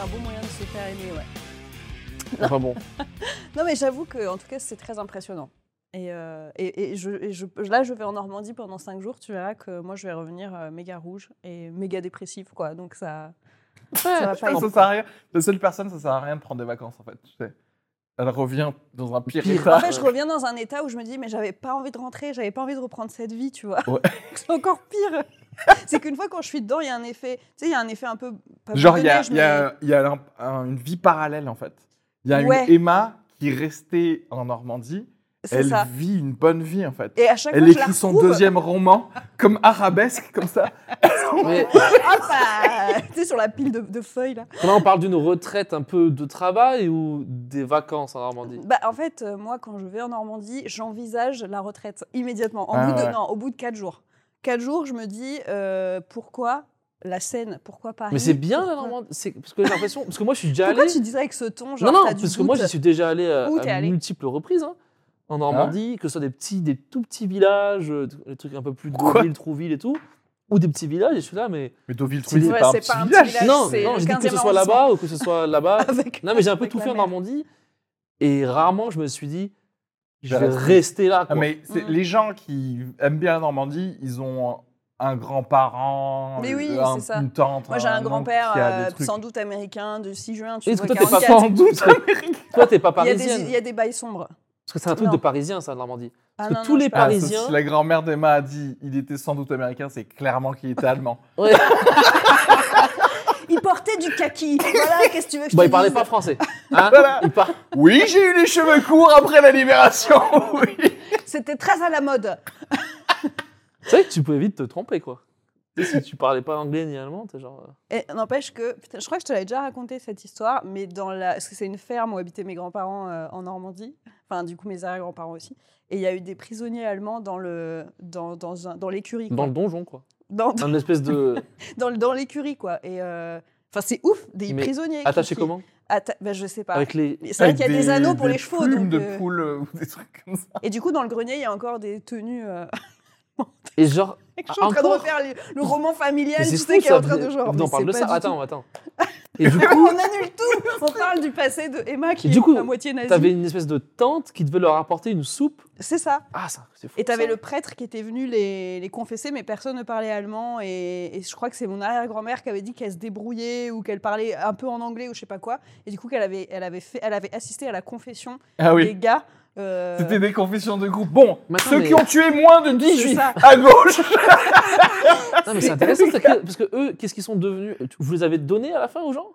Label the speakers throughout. Speaker 1: un bon moyen de se faire aimer, ouais.
Speaker 2: Enfin bon.
Speaker 1: Non, mais j'avoue que, en tout cas, c'est très impressionnant. Et, euh, et- et je, et je- là, je vais en Normandie pendant cinq jours. Tu verras que moi, je vais revenir euh, méga rouge et méga dépressif, quoi. Donc ça, ça va
Speaker 2: Je
Speaker 1: pas.
Speaker 2: pense
Speaker 1: être-
Speaker 2: que ça sert à rien. La seule personne, ça sert à rien de prendre des vacances, en fait. Tu sais. Elle revient dans un pire,
Speaker 3: Pire.
Speaker 2: état.
Speaker 1: En fait, je reviens dans un état où je me dis, mais j'avais pas envie de rentrer, j'avais pas envie de reprendre cette vie, tu vois.
Speaker 2: Ouais.
Speaker 1: c'est encore pire. c'est qu'une fois quand je suis dedans, il y a un effet, tu sais, il y a un effet un peu. pas
Speaker 2: Genre,
Speaker 1: boule
Speaker 2: il
Speaker 1: de
Speaker 2: y a,
Speaker 1: neige,
Speaker 2: il y a-
Speaker 1: mais-
Speaker 2: il y a un- un- une vie parallèle, en fait. Il y a
Speaker 1: Ouais.
Speaker 2: une Emma qui est restée en Normandie.
Speaker 1: C'est
Speaker 2: Elle
Speaker 1: ça.
Speaker 2: vit une bonne vie, en fait.
Speaker 1: Et à chaque
Speaker 2: Elle
Speaker 1: fois, je la
Speaker 2: écrit son
Speaker 1: retrouve.
Speaker 2: deuxième roman, comme arabesque, comme ça.
Speaker 3: Mais
Speaker 1: Hop, ah, tu sais, sur la pile de, de feuilles, là.
Speaker 3: là, on parle d'une retraite un peu de travail ou des vacances en Normandie
Speaker 1: Bah, en fait, euh, moi, quand je vais en Normandie, j'envisage la retraite immédiatement. En
Speaker 2: Ah,
Speaker 1: bout de,
Speaker 2: ouais.
Speaker 1: Non, au bout de 4 jours. 4 jours, je me dis, euh, pourquoi la Seine Pourquoi Paris
Speaker 3: Mais c'est bien la
Speaker 1: Pourquoi-
Speaker 3: Normandie c'est- Parce que j'ai l'impression. Parce que moi, je suis déjà allé.
Speaker 1: Pourquoi tu dis ça avec ce ton genre,
Speaker 3: non, non,
Speaker 1: t'as
Speaker 3: parce
Speaker 1: du
Speaker 3: que moi,
Speaker 1: doute
Speaker 3: j'y suis déjà allé euh, à,
Speaker 1: Où t'es
Speaker 3: à
Speaker 1: allé Ah.
Speaker 3: multiples reprises. hein, en Normandie, que ce soit des, petits, des tout petits villages, euh, des trucs un peu plus
Speaker 2: Quoi
Speaker 3: Deauville, Trouville et tout. Ou des petits villages, et je suis là, mais.
Speaker 2: Mais Deauville, Trouville,
Speaker 3: des-
Speaker 2: c'est
Speaker 1: Ouais,
Speaker 2: pas, un
Speaker 1: c'est
Speaker 2: petit
Speaker 1: pas un petit
Speaker 2: village.
Speaker 1: village.
Speaker 3: non,
Speaker 1: c'est
Speaker 3: non,
Speaker 1: le
Speaker 3: je dis que ce
Speaker 1: 15e
Speaker 3: soit là-bas ou que ce soit là-bas.
Speaker 1: Avec-
Speaker 3: non, mais j'ai un peu
Speaker 1: avec
Speaker 3: tout
Speaker 1: la
Speaker 3: fait en
Speaker 1: mer.
Speaker 3: Normandie. Et rarement, je me suis dit, je vais
Speaker 2: J'arrête.
Speaker 3: rester là.
Speaker 2: Ah,
Speaker 3: Quoi.
Speaker 2: mais c'est-
Speaker 1: Mm.
Speaker 2: les gens qui aiment bien la Normandie, ils ont un grand-parent,
Speaker 1: Mais oui,
Speaker 2: un-
Speaker 1: c'est ça.
Speaker 2: une tante.
Speaker 1: Moi, j'ai un
Speaker 3: Ah,
Speaker 2: oncle
Speaker 1: grand-père,
Speaker 2: qui a des
Speaker 1: euh,
Speaker 2: trucs.
Speaker 1: sans doute américain, de 6 juin, tu
Speaker 3: Et
Speaker 1: vois,
Speaker 3: toi, t'es pas
Speaker 1: 44.
Speaker 2: Sans doute.
Speaker 3: Toi, t'es pas
Speaker 1: Il y a des-
Speaker 3: parisienne.
Speaker 1: il y a des bails sombres.
Speaker 3: Parce que c'est un truc
Speaker 1: Non.
Speaker 3: de parisien, ça, la Normandie.
Speaker 1: Ah,
Speaker 3: que
Speaker 1: non,
Speaker 3: tous
Speaker 1: non,
Speaker 3: les
Speaker 1: je-
Speaker 3: Paris- Parisien.
Speaker 2: si la grand-mère d'Emma a dit il était sans doute américain, c'est clairement qu'il était allemand.
Speaker 3: Ouais.
Speaker 1: Il portait du kaki. Voilà, qu'est-ce que tu veux que je
Speaker 3: Bon,
Speaker 1: te
Speaker 3: Bah, il parlait
Speaker 1: dise
Speaker 3: pas français.
Speaker 1: Ah.
Speaker 3: Hein
Speaker 2: Voilà.
Speaker 3: Il par-
Speaker 2: oui, j'ai eu les cheveux courts après la libération. oui.
Speaker 1: C'était très à la mode.
Speaker 3: C'est vrai que tu pouvais vite te tromper, quoi. Tu sais, Si tu parlais pas anglais ni allemand, t'es genre. euh,
Speaker 1: Et n'empêche que, putain, je crois que je te l'avais déjà raconté cette histoire, mais dans la, parce que c'est une ferme où habitaient mes grands-parents euh, en Normandie, enfin du coup mes arrière-grands-parents aussi, et il y a eu des prisonniers allemands dans le, dans, dans, un- dans l'écurie,
Speaker 3: Dans
Speaker 1: quoi.
Speaker 3: le Ah. donjon, quoi.
Speaker 1: dans, dans,
Speaker 3: Un espèce de.
Speaker 1: dans, dans l'écurie quoi. Et euh, enfin c'est ouf, des
Speaker 3: Mais
Speaker 1: prisonniers. qui-
Speaker 3: Attaché
Speaker 1: qui-
Speaker 3: comment
Speaker 1: atta- ben, je sais pas.
Speaker 3: Avec les.
Speaker 1: Mais C'est vrai
Speaker 2: Avec
Speaker 1: qu'il y a des, anneaux pour
Speaker 2: des
Speaker 1: les chevaux.
Speaker 2: Plumes
Speaker 1: donc,
Speaker 2: de
Speaker 1: euh,
Speaker 2: poule euh, ou des trucs comme ça.
Speaker 1: Et du coup, dans le grenier, il y a encore des tenues. euh,
Speaker 3: Et genre.
Speaker 1: je suis en train de
Speaker 3: Ah, encore
Speaker 1: refaire le, le roman familial,
Speaker 3: Mais
Speaker 1: tu
Speaker 3: c'est
Speaker 1: sais,
Speaker 3: fou,
Speaker 1: qui est en
Speaker 3: ça.
Speaker 1: train de genre.
Speaker 3: Non,
Speaker 1: mais
Speaker 3: parle
Speaker 1: c'est
Speaker 3: de
Speaker 1: pas du
Speaker 3: ça.
Speaker 1: tout-
Speaker 3: Attends, attends. Et du
Speaker 1: On
Speaker 3: coup,
Speaker 1: annule tout On parle du passé de Emma qui
Speaker 3: Et du coup,
Speaker 1: est à moitié nazie.
Speaker 3: t'avais une espèce de tante qui devait leur apporter une soupe.
Speaker 1: C'est ça.
Speaker 3: Ah, ça, c'est fou.
Speaker 1: Et t'avais
Speaker 3: ça.
Speaker 1: le prêtre qui était venu les, les confesser, mais personne ne parlait allemand. Et, et je crois que c'est mon arrière-grand-mère qui avait dit qu'elle se débrouillait ou qu'elle parlait un peu en anglais ou je sais pas quoi. Et du coup, qu'elle avait, elle avait, fait, elle avait assisté à la confession
Speaker 2: Ah
Speaker 1: des gars. euh,
Speaker 2: C'était des confessions de groupe. Bon,
Speaker 3: Maintenant,
Speaker 2: ceux
Speaker 3: mais-
Speaker 2: qui ont tué moins de 10
Speaker 1: C'est
Speaker 2: juifs
Speaker 1: ça. Euh,
Speaker 2: à gauche.
Speaker 3: Non, mais c'est intéressant, ça, que- parce que eux, qu'est-ce qu'ils sont devenus Vous les avez donnés à la fin aux gens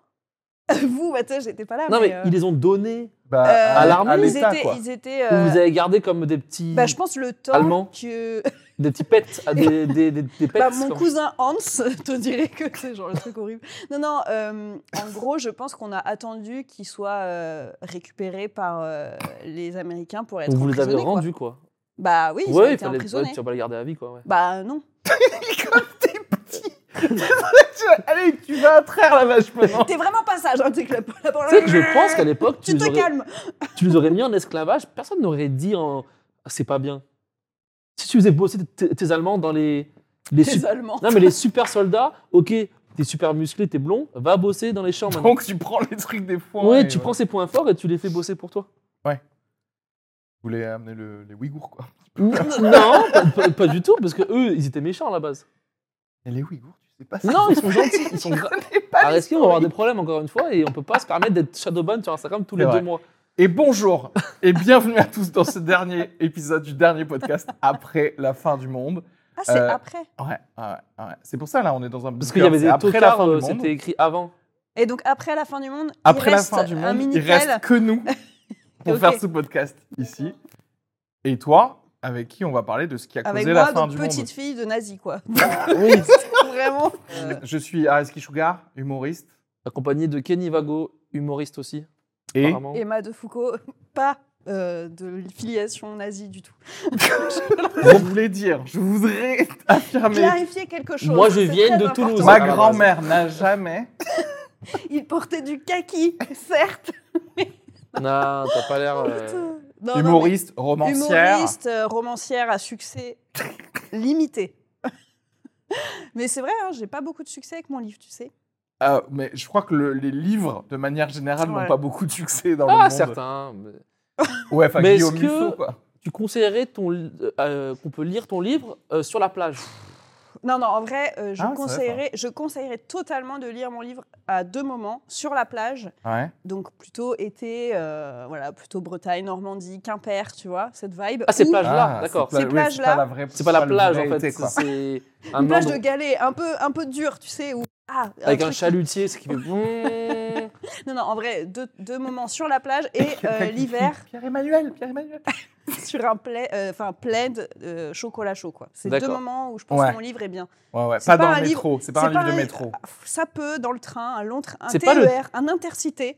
Speaker 1: Vous, bah, tu sais, j'étais pas là.
Speaker 3: Non, mais
Speaker 1: euh,
Speaker 3: ils les ont donnés.
Speaker 2: Bah,
Speaker 1: euh,
Speaker 3: à l'armée,
Speaker 1: ils
Speaker 2: l'État,
Speaker 1: étaient.
Speaker 2: quoi.
Speaker 1: Ils étaient
Speaker 3: Ou vous
Speaker 1: euh,
Speaker 3: avez gardé comme des petits.
Speaker 1: bah, je pense le temps
Speaker 3: Allemands.
Speaker 1: que
Speaker 3: Des petits pets. à Des, des, des, des pets.
Speaker 1: bah, mon
Speaker 3: comme-
Speaker 1: cousin Hans te dirait que c'est genre le truc horrible. Non, non, euh, en gros, je pense qu'on a attendu qu'ils soient euh, récupérés par euh, les Américains pour être
Speaker 3: Vous les avez
Speaker 1: emprisonnés, quoi.
Speaker 3: rendus, quoi.
Speaker 1: Bah oui, ils ont
Speaker 3: Ouais, il
Speaker 1: été
Speaker 3: fallait.
Speaker 1: emprisonnés.
Speaker 3: ouais, tu vas pas les garder à vie, quoi. ouais.
Speaker 1: Bah non.
Speaker 2: Allez, tu vas traire la vache maintenant.
Speaker 1: T'es vraiment pas sage, hein, t'es que la, la parole-
Speaker 3: Tu sais Ah. que je pense qu'à l'époque, tu,
Speaker 1: Tu
Speaker 3: les
Speaker 1: te
Speaker 3: aurais-
Speaker 1: calmes
Speaker 3: tu les aurais mis en esclavage, personne n'aurait dit en... Ah, c'est pas bien. Si tu faisais bosser tes tes Allemands dans les.
Speaker 1: Les
Speaker 3: les sup-
Speaker 1: Allemands.
Speaker 3: Non, mais les super soldats, ok, t'es super musclé, t'es blond, va bosser dans les champs maintenant.
Speaker 2: Donc tu prends les trucs des foins.
Speaker 3: ouais,
Speaker 2: et euh,
Speaker 3: tu
Speaker 2: voilà.
Speaker 3: prends ses points forts et tu les fais bosser pour toi.
Speaker 2: Vous voulez amener le- les Ouïghours, quoi.
Speaker 3: non, pas, pas- pas du tout, parce que eux, ils étaient méchants à la base.
Speaker 2: Et les Ouïghours, tu sais pas ça.
Speaker 3: Non, ils sont gentils, ils sont gra- À risquer, on va avoir des problèmes encore une fois et on peut pas se permettre d'être shadowban sur Instagram tous les
Speaker 2: C'est vrai.
Speaker 3: deux mois.
Speaker 2: Et bonjour et bienvenue à tous dans ce dernier épisode du dernier podcast après la fin du monde.
Speaker 1: Ah, c'est
Speaker 2: Euh,
Speaker 1: après.
Speaker 2: Ouais, ouais, ouais. C'est pour ça là, on est dans un
Speaker 3: Parce
Speaker 2: bunker,
Speaker 3: qu'il y avait
Speaker 2: c'est
Speaker 3: des
Speaker 2: après la
Speaker 3: tocards,
Speaker 2: fin
Speaker 3: euh,
Speaker 2: du monde.
Speaker 3: c'était écrit avant.
Speaker 1: Et donc après la fin du monde,
Speaker 2: Après
Speaker 1: il
Speaker 2: la
Speaker 1: reste
Speaker 2: fin du
Speaker 1: un
Speaker 2: monde, il
Speaker 1: minitel.
Speaker 2: reste que nous pour
Speaker 1: Ok.
Speaker 2: faire ce podcast ici. Et toi, avec qui on va parler de ce qui a
Speaker 1: Avec
Speaker 2: causé
Speaker 1: moi,
Speaker 2: la fin
Speaker 1: donc
Speaker 2: du
Speaker 1: petite
Speaker 2: monde.
Speaker 1: fille de nazi, quoi.
Speaker 3: Oui. Euh.
Speaker 1: Vraiment.
Speaker 2: Je suis Areski Sugar, humoriste
Speaker 3: Accompagné de Kenny Vago, humoriste aussi,
Speaker 2: et
Speaker 3: apparemment.
Speaker 1: Emma de Foucault, pas euh, de filiation nazie du tout.
Speaker 2: je voulais dire, je voudrais affirmer
Speaker 1: Clarifier quelque chose.
Speaker 3: Moi, je
Speaker 1: c'est
Speaker 3: viens
Speaker 1: très
Speaker 3: de
Speaker 1: important.
Speaker 3: Toulouse.
Speaker 2: ma grand-mère n'a jamais
Speaker 1: Il portait du kaki, certes.
Speaker 3: Non, t'as pas l'air. euh,
Speaker 1: Non, non,
Speaker 2: humoriste,
Speaker 1: mais
Speaker 2: romancière.
Speaker 1: humoriste, euh, romancière à succès limité. mais c'est vrai, hein, j'ai pas beaucoup de succès avec mon livre, tu sais.
Speaker 2: Ah, mais je crois que le- les livres, de manière générale,
Speaker 1: Ouais.
Speaker 2: n'ont pas beaucoup de succès dans le
Speaker 3: Ah,
Speaker 2: monde.
Speaker 3: certains. mais-
Speaker 2: Ouais, enfin,
Speaker 3: Mais
Speaker 2: Guillaume
Speaker 3: est-ce que-
Speaker 2: Musso, quoi.
Speaker 3: Tu conseillerais ton, li- euh, qu'on peut lire ton livre euh, sur la plage
Speaker 1: Non, non, en vrai, euh, je,
Speaker 2: Ah, c'est vrai,
Speaker 1: conseillerais, je conseillerais totalement de lire mon livre à deux moments, sur la plage,
Speaker 2: Ouais.
Speaker 1: donc plutôt été, euh, voilà, plutôt Bretagne, Normandie, Quimper, tu vois, cette vibe.
Speaker 3: Ah, ces
Speaker 1: Ou
Speaker 3: plages-là,
Speaker 2: Ah,
Speaker 3: d'accord.
Speaker 2: c'est pas-
Speaker 1: Ces
Speaker 2: ouais,
Speaker 1: plages-là,
Speaker 2: c'est pas la vraie-
Speaker 3: C'est pas la
Speaker 2: le
Speaker 3: plage,
Speaker 2: vrai
Speaker 3: en fait.
Speaker 2: été, quoi.
Speaker 3: C'est un
Speaker 1: Une plage de
Speaker 3: endroit-
Speaker 1: galets, un peu, un peu dur, tu sais, où... Ah,
Speaker 3: Avec un
Speaker 1: truc-
Speaker 3: chalutier, ce qui fait. Mmh.
Speaker 1: Non, non, en vrai, deux, deux moments sur la plage et euh, l'hiver
Speaker 2: Pierre-Emmanuel, Pierre-Emmanuel.
Speaker 1: sur un plaid, euh, enfin, plaid euh, chocolat chaud, quoi. C'est deux
Speaker 3: D'accord.
Speaker 1: moments où je pense
Speaker 2: Ouais.
Speaker 1: que mon livre est bien.
Speaker 2: Ouais, ouais.
Speaker 1: C'est
Speaker 2: Pas,
Speaker 1: pas
Speaker 2: dans
Speaker 1: un
Speaker 2: le
Speaker 1: livre-
Speaker 2: métro, c'est pas
Speaker 1: c'est
Speaker 2: un livre
Speaker 1: pas
Speaker 2: de
Speaker 1: un-
Speaker 2: métro.
Speaker 1: Ça peut, dans le train, un long train, un
Speaker 3: C'est
Speaker 1: TER,
Speaker 3: pas le-
Speaker 1: un intercité,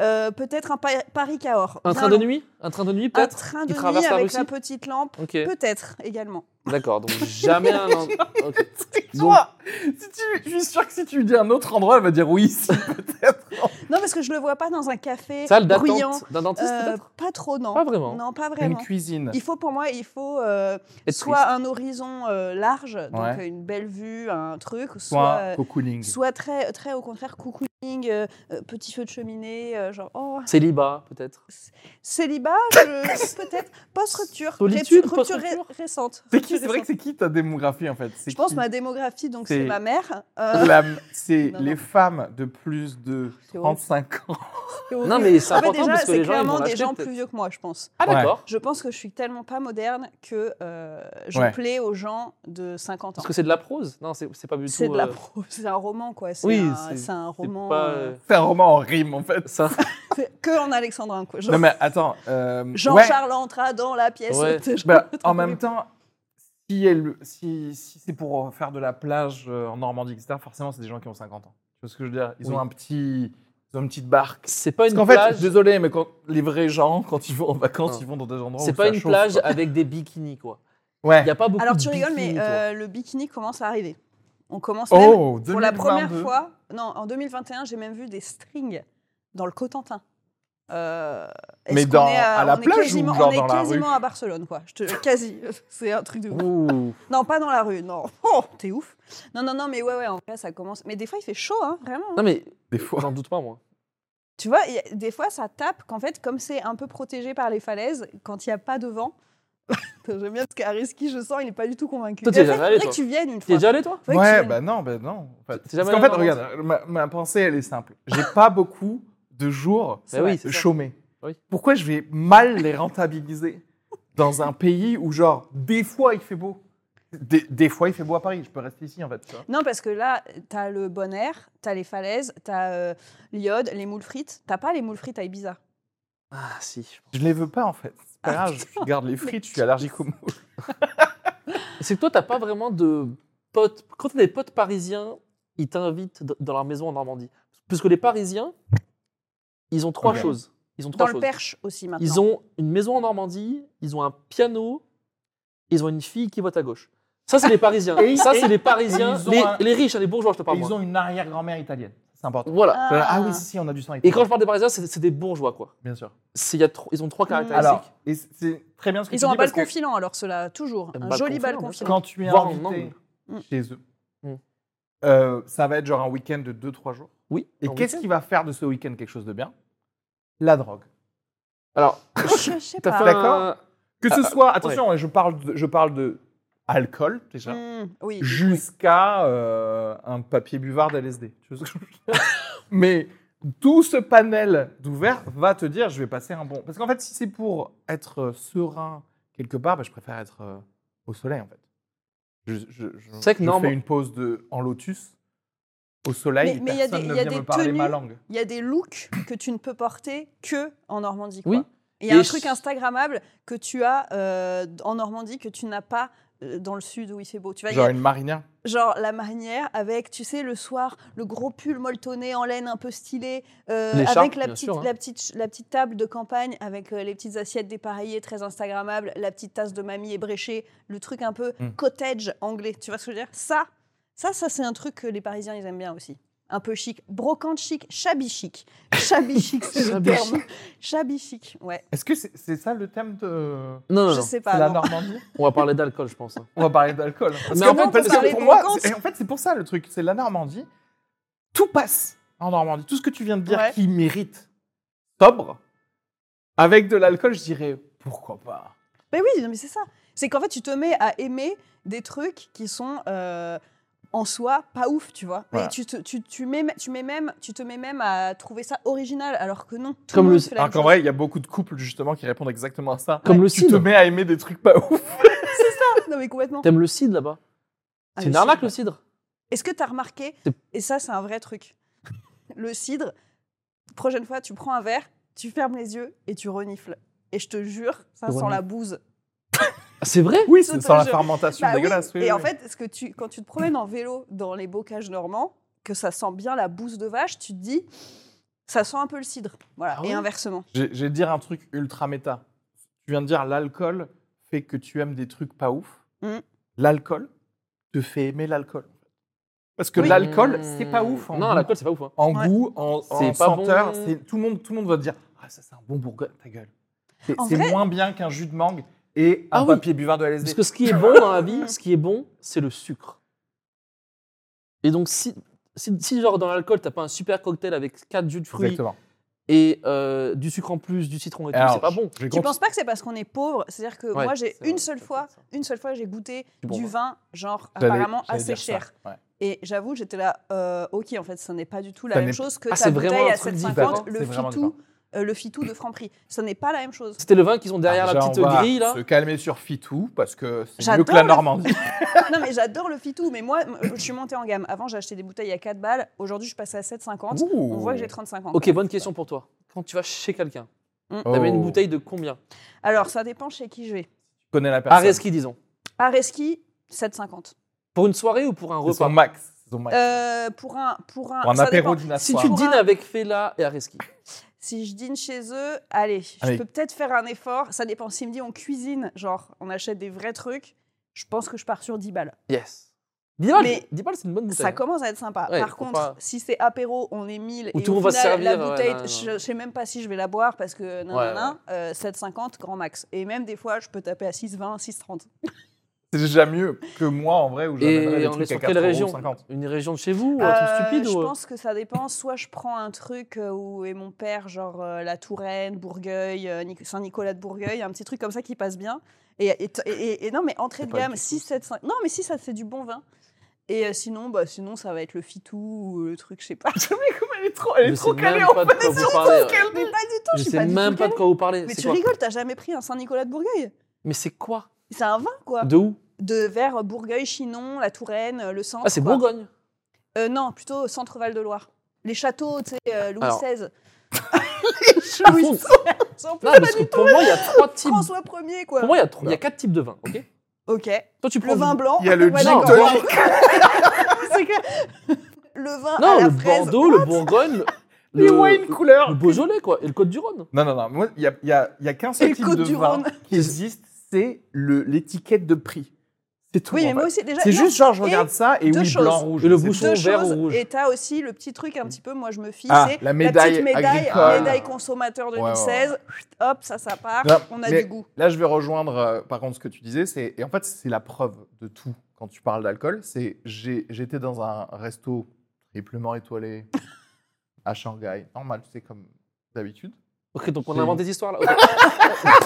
Speaker 1: euh, peut-être un Pa- Paris-Cahors.
Speaker 3: Un
Speaker 1: Bien
Speaker 3: train de
Speaker 1: long.
Speaker 3: nuit Un train de nuit,
Speaker 1: Un
Speaker 3: peut-être
Speaker 1: train
Speaker 3: Il
Speaker 1: de
Speaker 3: traverse
Speaker 1: nuit
Speaker 3: la
Speaker 1: avec
Speaker 3: Russie
Speaker 1: la petite lampe,
Speaker 3: Ok,
Speaker 1: peut-être également.
Speaker 3: d'accord. Donc jamais un. en- ok. Donc,
Speaker 2: Toi, si tu, je suis sûr que si tu lui dis un autre endroit, elle va dire oui, si, peut-être.
Speaker 1: Non, parce que je le vois pas dans un café
Speaker 3: salle
Speaker 1: bruyant.
Speaker 3: d'attente d'un dentiste,
Speaker 1: Euh,
Speaker 3: peut-être
Speaker 1: pas trop, non.
Speaker 3: Pas vraiment.
Speaker 1: Non, pas
Speaker 2: Une
Speaker 1: vraiment.
Speaker 2: cuisine.
Speaker 1: Il faut, pour moi, il faut euh,
Speaker 3: Être
Speaker 1: soit un horizon euh, large, donc
Speaker 2: Ouais.
Speaker 1: euh, une belle vue, un truc, soit,
Speaker 2: Soit
Speaker 1: euh,
Speaker 2: un cocooning.
Speaker 1: soit très, euh, très au contraire cocooning, euh, euh, petit feu de cheminée, euh, genre oh,
Speaker 3: triste. Célibat, peut-être.
Speaker 1: célibat, je- peut-être post-rupture,
Speaker 3: Solitude,
Speaker 1: rupture, rupture
Speaker 3: post-rupture.
Speaker 1: ré- récente.
Speaker 2: C'est qui
Speaker 1: Rupture
Speaker 2: C'est vrai que
Speaker 1: récente.
Speaker 2: c'est qui ta démographie en fait C'est
Speaker 1: Je pense
Speaker 2: qui
Speaker 1: ma démographie, donc
Speaker 2: C'est-
Speaker 1: c'est ma mère. euh,
Speaker 2: La- C'est
Speaker 1: Non, non.
Speaker 2: les femmes de plus de
Speaker 1: c'est horrible.
Speaker 2: 35 ans.
Speaker 1: C'est horrible.
Speaker 3: Non, mais c'est
Speaker 1: En fait,
Speaker 3: important
Speaker 1: déjà,
Speaker 3: parce que
Speaker 1: c'est
Speaker 3: les gens. ils vont
Speaker 1: clairement des
Speaker 3: l'acheter,
Speaker 1: gens
Speaker 3: peut-être.
Speaker 1: plus vieux que moi, je pense.
Speaker 3: Ah,
Speaker 2: Ouais.
Speaker 3: d'accord.
Speaker 1: Je pense que je suis tellement pas moderne que euh, je
Speaker 2: Ouais.
Speaker 1: plais aux gens de 50 ans.
Speaker 3: Parce que c'est de la prose Non, c'est c'est pas du tout.
Speaker 1: C'est de la
Speaker 3: euh,
Speaker 1: pro- c'est un roman, quoi. C'est
Speaker 3: Oui,
Speaker 1: un,
Speaker 3: c'est-
Speaker 1: c'est un
Speaker 3: c'est
Speaker 1: roman.
Speaker 3: pas,
Speaker 1: euh,
Speaker 3: euh,
Speaker 2: C'est un roman en rime en fait.
Speaker 3: ça.
Speaker 1: c'est que en alexandrin, quoi. Genre,
Speaker 2: Non mais attends. euh, ouais,
Speaker 1: Jean-Charles entra dans la pièce.
Speaker 3: Ouais.
Speaker 1: Genre,
Speaker 2: bah, en même temps, si, elle- si, si c'est pour faire de la plage euh, en Normandie, etc., forcément c'est des gens qui ont 50 ans. Tu vois ce que je veux dire Ils ont
Speaker 3: Oui.
Speaker 2: un petit, ils ont une petite barque.
Speaker 3: C'est pas
Speaker 2: Parce
Speaker 3: une
Speaker 2: qu'en
Speaker 3: plage.
Speaker 2: fait, désolé, mais quand les vrais gens, quand ils vont en vacances,
Speaker 3: Non.
Speaker 2: ils vont dans des endroits où
Speaker 3: C'est pas
Speaker 2: ça
Speaker 3: une
Speaker 2: chauffe,
Speaker 3: plage
Speaker 2: quoi.
Speaker 3: avec des bikinis, quoi. Il
Speaker 2: Ouais.
Speaker 3: n'y a pas beaucoup
Speaker 1: Alors
Speaker 3: de
Speaker 1: tu rigoles, mais
Speaker 3: bikinis, toi.
Speaker 1: euh, le bikini commence à arriver. On commence même
Speaker 2: Oh,
Speaker 1: pour la première
Speaker 2: 2022.
Speaker 1: fois. Non, en 2021, j'ai même vu des strings dans le Cotentin. Euh, est-ce
Speaker 2: Mais
Speaker 1: qu'on
Speaker 2: dans-
Speaker 1: est à,
Speaker 2: à la
Speaker 1: on est
Speaker 2: plage ou
Speaker 1: quasiment,
Speaker 2: genre
Speaker 1: on est
Speaker 2: dans la
Speaker 1: quasiment à Barcelone, quoi. Je te, quasi. C'est un truc de ouf.
Speaker 3: Ouh.
Speaker 1: Non, pas dans la rue. Non. Oh, t'es ouf. Non, non, non, mais ouais, ouais. En vrai, ça commence. Mais des fois, il fait chaud, hein, vraiment. hein.
Speaker 3: Non, mais
Speaker 2: Des fois.
Speaker 3: j'en doute pas, moi.
Speaker 1: Tu vois, il y a- des fois, ça tape qu'en fait, comme c'est un peu protégé par les falaises, quand il n'y a pas de vent. J'aime bien parce qu'Ariski, je sens, il n'est pas du tout convaincu.
Speaker 3: Toi,
Speaker 1: Il
Speaker 3: t'y es jamais allé,
Speaker 1: faudrait que
Speaker 3: toi
Speaker 1: tu viennes une
Speaker 3: T'es
Speaker 1: fois.
Speaker 3: déjà allé, toi
Speaker 1: Faudrait que tu
Speaker 2: ouais,
Speaker 1: viennes.
Speaker 2: bah non, bah non. en fait.
Speaker 3: T'es
Speaker 2: Parce
Speaker 3: jamais
Speaker 2: qu'en
Speaker 3: allé
Speaker 2: fait,
Speaker 3: en
Speaker 2: regarde, ma, ma pensée, elle est simple. J'ai pas beaucoup de jours
Speaker 1: C'est
Speaker 3: Bah
Speaker 1: vrai,
Speaker 3: oui, c'est ça.
Speaker 2: chômés.
Speaker 3: Oui.
Speaker 2: Pourquoi je vais mal les rentabiliser dans un pays où, genre, des fois, il fait beau des, des fois, il fait beau à Paris. Je peux rester ici, en fait. tu vois.
Speaker 1: Non, parce que là, t'as le bon air, t'as les falaises, t'as euh, l'iode, les moules frites. T'as pas les moules frites à Ibiza.
Speaker 3: Ah, si. je pense.
Speaker 2: Je les veux pas, en fait. C'est pas grave, je garde les frites, je suis allergique aux moules.
Speaker 3: C'est que toi, t'as pas vraiment de potes. Quand t'as des potes parisiens, ils t'invitent d- dans leur maison en Normandie. Parce que les parisiens, ils ont trois
Speaker 2: Ok.
Speaker 3: choses. Ils ont
Speaker 1: Dans
Speaker 3: trois
Speaker 1: le
Speaker 3: choses.
Speaker 1: Perche aussi maintenant.
Speaker 3: Ils ont une maison en Normandie, ils ont un piano, ils ont une fille qui vote à gauche. Ça, c'est les parisiens.
Speaker 2: Et-
Speaker 3: ça, c'est
Speaker 2: et-
Speaker 3: les parisiens.
Speaker 2: et ils ont
Speaker 3: Les,
Speaker 2: un-
Speaker 3: les riches, hein, les bourgeois, je te
Speaker 2: Et
Speaker 3: parle.
Speaker 2: ils
Speaker 3: moi.
Speaker 2: ont une arrière-grand-mère italienne. C'est important.
Speaker 3: Voilà.
Speaker 2: Ah, oui, si, si, on a du sang italien.
Speaker 3: Et quand je parle des parisiens, c'est c'est des bourgeois, quoi.
Speaker 2: Bien sûr.
Speaker 3: C'est- il y a tro- Ils ont trois caractéristiques.
Speaker 2: Alors, et c'est- c'est très bien ce que
Speaker 1: Ils
Speaker 2: tu
Speaker 1: ont un
Speaker 2: dis parce
Speaker 1: balcon
Speaker 2: que
Speaker 1: filant, alors cela, toujours.
Speaker 3: Un
Speaker 1: Un
Speaker 3: balcon
Speaker 1: joli
Speaker 3: filant,
Speaker 1: balcon
Speaker 3: bien sûr.
Speaker 1: filant.
Speaker 2: quand tu es
Speaker 3: Voir en
Speaker 2: invité
Speaker 1: angle.
Speaker 2: chez eux,
Speaker 3: Mm.
Speaker 2: euh, ça va être genre un week-end de 2-3 jours.
Speaker 3: oui.
Speaker 2: Et
Speaker 3: en
Speaker 2: qu'est-ce
Speaker 3: week-end.
Speaker 2: qui va faire de ce week-end quelque chose de bien La drogue.
Speaker 3: Alors,
Speaker 1: je sais
Speaker 3: t'as
Speaker 1: pas.
Speaker 3: fait un...
Speaker 2: Que ce
Speaker 3: Ah,
Speaker 2: soit, attention, je, parle de, je parle de alcool déjà,
Speaker 1: Mm, oui.
Speaker 2: jusqu'à euh, un papier buvard d'LSD. Tu vois ce que je veux dire Mais tout ce panel d'ouvert va te dire je vais passer un bon. Parce qu'en fait, si c'est pour être euh, serein quelque part, bah, je préfère être euh, au soleil en fait. Je, je, je-
Speaker 3: C'est que
Speaker 2: je
Speaker 3: non,
Speaker 2: fais
Speaker 3: moi-
Speaker 2: une pause de, en lotus au soleil.
Speaker 1: Mais- mais il y a
Speaker 2: personne
Speaker 1: des-
Speaker 2: ne
Speaker 1: il y a
Speaker 2: vient
Speaker 1: des
Speaker 2: me parler ma
Speaker 1: tenues-
Speaker 2: langue.
Speaker 1: Il y a des looks que tu ne peux porter que en Normandie. quoi.
Speaker 3: Oui.
Speaker 1: Et Il y a
Speaker 3: Et
Speaker 1: un
Speaker 3: je-
Speaker 1: truc Instagrammable que tu as euh, en Normandie que tu n'as pas euh, dans le sud où il fait beau. Tu vois, Bah, il y a-
Speaker 2: Genre une marinière.
Speaker 1: Genre la marinière avec, tu sais, le soir, le gros pull molletonné en laine un peu stylé, euh,
Speaker 3: L'écharpe,
Speaker 1: avec la
Speaker 3: bien
Speaker 1: petite,
Speaker 3: sûr, hein.
Speaker 1: la, petite, ch- la petite table de campagne, avec euh, les petites assiettes dépareillées, très Instagrammables, la petite tasse de mamie ébréchée, le truc un peu
Speaker 2: Mm.
Speaker 1: cottage anglais, tu vois ce que je veux dire Ça, ça, ça c'est un truc que les Parisiens, ils aiment bien aussi. Un peu chic, brocante chic, shabby chic. Shabby chic, c'est le
Speaker 3: Shabby
Speaker 1: terme. Shabby chic, ouais.
Speaker 2: Est-ce que c'est c'est ça le thème de
Speaker 3: Non, non,
Speaker 1: je
Speaker 3: non.
Speaker 1: sais
Speaker 2: de
Speaker 1: pas.
Speaker 2: la
Speaker 1: non.
Speaker 2: Normandie
Speaker 3: On va parler d'alcool, je pense. hein.
Speaker 2: On va parler d'alcool. Parce
Speaker 3: Mais
Speaker 2: que
Speaker 3: en fait,
Speaker 2: non,
Speaker 3: parce
Speaker 2: parce
Speaker 1: que
Speaker 2: que
Speaker 1: les
Speaker 2: pour moi,
Speaker 1: brocantes-
Speaker 2: c'est- en fait, c'est pour ça le truc. C'est la Normandie. Tout passe en Normandie. Tout ce que tu viens de dire
Speaker 1: Ouais.
Speaker 2: qui mérite sobre, avec de l'alcool, je dirais pourquoi pas.
Speaker 1: Mais Ben oui, non, mais c'est ça. C'est qu'en fait, tu te mets à aimer des trucs qui sont euh, en soi pas ouf, tu vois.
Speaker 2: Voilà.
Speaker 1: Et tu, te- tu, tu, mets, tu, mets même, tu te mets même à trouver ça original, alors que non. Tout
Speaker 3: Comme
Speaker 1: le
Speaker 3: le-
Speaker 1: monde fait la
Speaker 2: Alors
Speaker 1: même
Speaker 2: qu'en
Speaker 1: chose.
Speaker 2: vrai, il y a beaucoup de couples justement qui répondent exactement à ça.
Speaker 3: Comme le
Speaker 2: Tu te
Speaker 3: cidre.
Speaker 2: mets à aimer des trucs pas ouf.
Speaker 1: Non, mais complètement.
Speaker 3: T'aimes le cidre là-bas
Speaker 1: Ah,
Speaker 3: C'est une
Speaker 1: le
Speaker 3: arnaque
Speaker 1: cidre.
Speaker 3: le cidre.
Speaker 1: Est-ce que tu as remarqué
Speaker 3: C'est-
Speaker 1: Et ça, c'est un vrai truc. le cidre, prochaine fois, tu prends un verre, tu fermes les yeux et tu renifles. Et je te jure, ça
Speaker 3: Tu
Speaker 1: sent
Speaker 3: renifles.
Speaker 1: la bouse.
Speaker 3: Ah, c'est vrai
Speaker 2: Oui,
Speaker 1: c'est-
Speaker 2: sans la
Speaker 1: je-
Speaker 2: fermentation
Speaker 1: Bah oui.
Speaker 2: dégueulasse. oui,
Speaker 1: et en
Speaker 2: oui.
Speaker 1: fait, ce que tu, quand tu te promènes en vélo dans les bocages normands, que ça sent bien la bouse de vache, tu te dis, ça sent un peu le cidre. Voilà.
Speaker 3: Ah ouais
Speaker 1: et inversement.
Speaker 2: J'ai- j'ai dire un truc ultra méta. Tu viens de dire l'alcool fait que tu aimes des trucs pas ouf.
Speaker 1: Mm.
Speaker 2: L'alcool te fait aimer l'alcool. Parce que
Speaker 1: Oui. Mm.
Speaker 2: l'alcool,
Speaker 1: Hmm.
Speaker 2: c'est pas ouf. En
Speaker 3: Non,
Speaker 2: goût.
Speaker 3: l'alcool, c'est pas ouf. hein.
Speaker 2: En
Speaker 1: Ouais.
Speaker 2: goût, en, en
Speaker 3: C'est pas bon.
Speaker 2: senteur, c'est- tout, le monde, tout le monde va te dire Ah, ça, c'est un bon bourgogne, ta gueule. C'est
Speaker 1: En
Speaker 2: c'est
Speaker 1: vrai-
Speaker 2: moins bien qu'un jus de mangue et un
Speaker 3: Ah oui.
Speaker 2: papier buvard de
Speaker 3: Parce
Speaker 2: LSD.
Speaker 3: que ce qui est bon dans la vie, ce qui est bon, c'est le sucre. Et donc, si, si, si, genre dans l'alcool, t'as pas un super cocktail avec 4 jus de fruits
Speaker 2: Exactement.
Speaker 3: et euh, du sucre en plus, du citron et tout,
Speaker 2: Alors,
Speaker 3: c'est pas bon.
Speaker 2: Je
Speaker 1: Tu
Speaker 2: compte-
Speaker 1: penses pas que c'est parce qu'on est pauvre C'est-à-dire que
Speaker 3: Ouais,
Speaker 1: moi, j'ai
Speaker 3: c'est vrai,
Speaker 1: une seule
Speaker 3: ça
Speaker 1: fois,
Speaker 3: peut être
Speaker 1: une seule fois, j'ai goûté
Speaker 3: Du bon
Speaker 1: du
Speaker 3: vin.
Speaker 1: vin, genre
Speaker 2: J'allais-
Speaker 1: apparemment
Speaker 2: j'allais
Speaker 1: assez
Speaker 2: dire ça,
Speaker 1: cher.
Speaker 2: ouais.
Speaker 1: Et j'avoue, j'étais là, euh, ok, en fait, ça n'est pas du tout la
Speaker 2: Ça
Speaker 1: même
Speaker 2: n'est-
Speaker 1: chose que
Speaker 3: Ah,
Speaker 1: ta
Speaker 3: c'est vraiment
Speaker 1: bouteille
Speaker 3: un
Speaker 1: à
Speaker 3: truc
Speaker 1: 750,
Speaker 2: différent,
Speaker 1: le
Speaker 2: c'est vraiment
Speaker 1: fitou, euh, le fitou de Franprix. Ça n'est pas la même chose.
Speaker 3: C'était le vin qu'ils ont derrière
Speaker 2: Ah,
Speaker 3: la
Speaker 2: déjà,
Speaker 3: petite
Speaker 2: on va
Speaker 3: grille là.
Speaker 2: Se calmer sur Fitou parce que c'est mieux
Speaker 1: J'adore
Speaker 2: que la
Speaker 1: le-
Speaker 2: Normandie.
Speaker 1: non, mais j'adore le fitou, mais moi, m- je suis montée en gamme. Avant, j'achetais des bouteilles à 4 balles. Aujourd'hui, je passe à 7,50. On voit que j'ai 35 ans.
Speaker 3: Ok, bonne question pour toi. Quand tu vas chez quelqu'un, t'avais
Speaker 2: Oh.
Speaker 3: une bouteille de combien
Speaker 1: Alors, ça dépend chez qui je vais.
Speaker 2: Tu connais la personne.
Speaker 3: Areski, disons.
Speaker 1: Areski, 7,50.
Speaker 3: Pour une soirée ou pour un
Speaker 2: C'est son
Speaker 3: repas
Speaker 2: max. c'est son max.
Speaker 1: Euh, pour un, pour un,
Speaker 2: Pour un
Speaker 1: ça
Speaker 2: apéro
Speaker 1: dépend.
Speaker 2: d'une
Speaker 3: Si
Speaker 2: soirée.
Speaker 3: tu
Speaker 1: Pour
Speaker 3: dînes
Speaker 1: un-
Speaker 3: avec Fela et Areski,
Speaker 1: Si je dîne chez eux, allez, je
Speaker 2: Allez.
Speaker 1: peux peut-être faire un effort. Ça dépend. S'ils me disent on cuisine, genre on achète des vrais trucs, je pense que je pars sur 10 balles.
Speaker 3: yes. Dis pas,
Speaker 1: Mais-
Speaker 3: dis pas, c'est une bonne bouteille.
Speaker 1: Ça commence à être sympa.
Speaker 3: Ouais,
Speaker 1: Par
Speaker 3: faut
Speaker 1: contre,
Speaker 3: pas-
Speaker 1: si c'est apéro, on est 1000
Speaker 3: Où
Speaker 1: et
Speaker 3: tout
Speaker 1: au
Speaker 3: le monde va se
Speaker 1: final, la
Speaker 3: servir, ouais,
Speaker 1: bouteille,
Speaker 3: non, non,
Speaker 1: je,
Speaker 3: non.
Speaker 1: je sais même pas si je vais la boire parce que nan,
Speaker 3: Ouais,
Speaker 1: nan, nan, euh, 7,50 grand max. Et même des fois, je peux taper à 6,20, 6,30.
Speaker 2: C'est déjà mieux que moi en vrai où j'amènerais
Speaker 3: Et
Speaker 2: des
Speaker 3: on est
Speaker 2: trucs à
Speaker 3: sur
Speaker 2: 4
Speaker 3: quelle
Speaker 2: euros
Speaker 3: région
Speaker 2: 50.
Speaker 3: Une région de chez vous ou Un
Speaker 1: Euh,
Speaker 3: truc stupide
Speaker 1: Je
Speaker 3: ou...
Speaker 1: pense que ça dépend. Soit je prends un truc euh, où est mon père, genre euh, la Touraine, Bourgueil, euh, Nic- Saint-Nicolas de Bourgueil, un petit truc comme ça qui passe bien. Et, et, et- et- et non, mais entrée
Speaker 3: C'est
Speaker 1: de
Speaker 3: pas
Speaker 1: gamme,
Speaker 3: du tout
Speaker 1: 6, 7, 5. Non, mais si ça, c'est du bon vin. Et euh, sinon, bah, sinon, ça va être le fitou ou le truc, je sais pas.
Speaker 2: Mais comme elle est trop, elle est
Speaker 3: Je sais
Speaker 2: trop calée
Speaker 3: même
Speaker 2: en
Speaker 3: pas de quoi vous parlez.
Speaker 1: Mais pas du tout, je,
Speaker 3: Je
Speaker 1: suis
Speaker 3: sais
Speaker 1: pas du tout
Speaker 3: même pas de
Speaker 1: calée.
Speaker 3: quoi vous parlez.
Speaker 1: Mais
Speaker 3: C'est
Speaker 1: tu
Speaker 3: quoi
Speaker 1: rigoles, t'as jamais pris un Saint-Nicolas de Bourgueil
Speaker 3: Mais c'est quoi
Speaker 1: C'est un vin, quoi. De,
Speaker 3: De où
Speaker 1: vers Bourgueil, Chinon, la Touraine, euh, le centre.
Speaker 3: Ah, c'est
Speaker 1: quoi.
Speaker 3: Bourgogne.
Speaker 1: Euh, Non, plutôt Centre-Val de Loire. Les châteaux, tu sais, euh, Louis
Speaker 3: Alors.
Speaker 1: XVI.
Speaker 3: Ah, fond.
Speaker 1: Sans plus,
Speaker 3: Non, parce que pour moi, il y a trois types.
Speaker 1: François 1er, quoi.
Speaker 3: Pour moi, il y a trois- il y a quatre types de vins, ok
Speaker 1: Ok.
Speaker 3: Toi, tu prends
Speaker 1: Le vin
Speaker 3: du-
Speaker 1: blanc.
Speaker 2: Il y a le
Speaker 1: Ouais,
Speaker 2: gin
Speaker 1: d'accord.
Speaker 2: tonic.
Speaker 1: C'est clair. Le vin à
Speaker 3: Non,
Speaker 1: la
Speaker 3: le
Speaker 1: fraise.
Speaker 3: Bordeaux, le Bourgogne, le,
Speaker 2: Les wine
Speaker 3: le-
Speaker 2: couleurs.
Speaker 3: le Beaujolais, quoi, et le Côte-du-Rhône.
Speaker 2: Non, non, non. Moi, il n'y a, il y a, il y a qu'un
Speaker 1: Et
Speaker 2: seul
Speaker 1: le
Speaker 2: type
Speaker 1: Côte
Speaker 2: de
Speaker 1: du
Speaker 2: vin
Speaker 1: Rhône.
Speaker 2: qui existe, c'est le- l'étiquette de prix. C'est tout.
Speaker 1: Oui,
Speaker 2: en
Speaker 1: mais moi
Speaker 2: fait.
Speaker 1: aussi, déjà.
Speaker 2: C'est
Speaker 1: non,
Speaker 2: juste genre, je
Speaker 1: et
Speaker 2: regarde ça et
Speaker 1: deux
Speaker 2: oui,
Speaker 1: choses.
Speaker 2: blanc, rouge.
Speaker 3: Et le
Speaker 2: c'est
Speaker 3: bouchon.
Speaker 2: tout.
Speaker 1: Deux
Speaker 3: vert ou
Speaker 1: choses.
Speaker 3: rouge.
Speaker 1: Et t'as aussi le petit truc un petit peu, moi je me fie,
Speaker 2: Ah,
Speaker 1: c'est
Speaker 2: la médaille
Speaker 1: petite médaille,
Speaker 2: agricole.
Speaker 1: médaille consommateur
Speaker 2: Ouais, ouais, ouais.
Speaker 1: 2016. Chut, Hop, ça, ça part.
Speaker 2: Non,
Speaker 1: on a
Speaker 2: mais-
Speaker 1: du goût.
Speaker 2: Là, je vais rejoindre, euh, par contre, ce que tu disais. c'est Et en fait, c'est la preuve de tout quand tu parles d'alcool. C'est j'ai- j'étais dans un resto triplement étoilé à Shanghai. Normal, tu sais, comme d'habitude.
Speaker 3: Ok, donc on
Speaker 2: J'ai-
Speaker 3: invente des histoires là. Ok.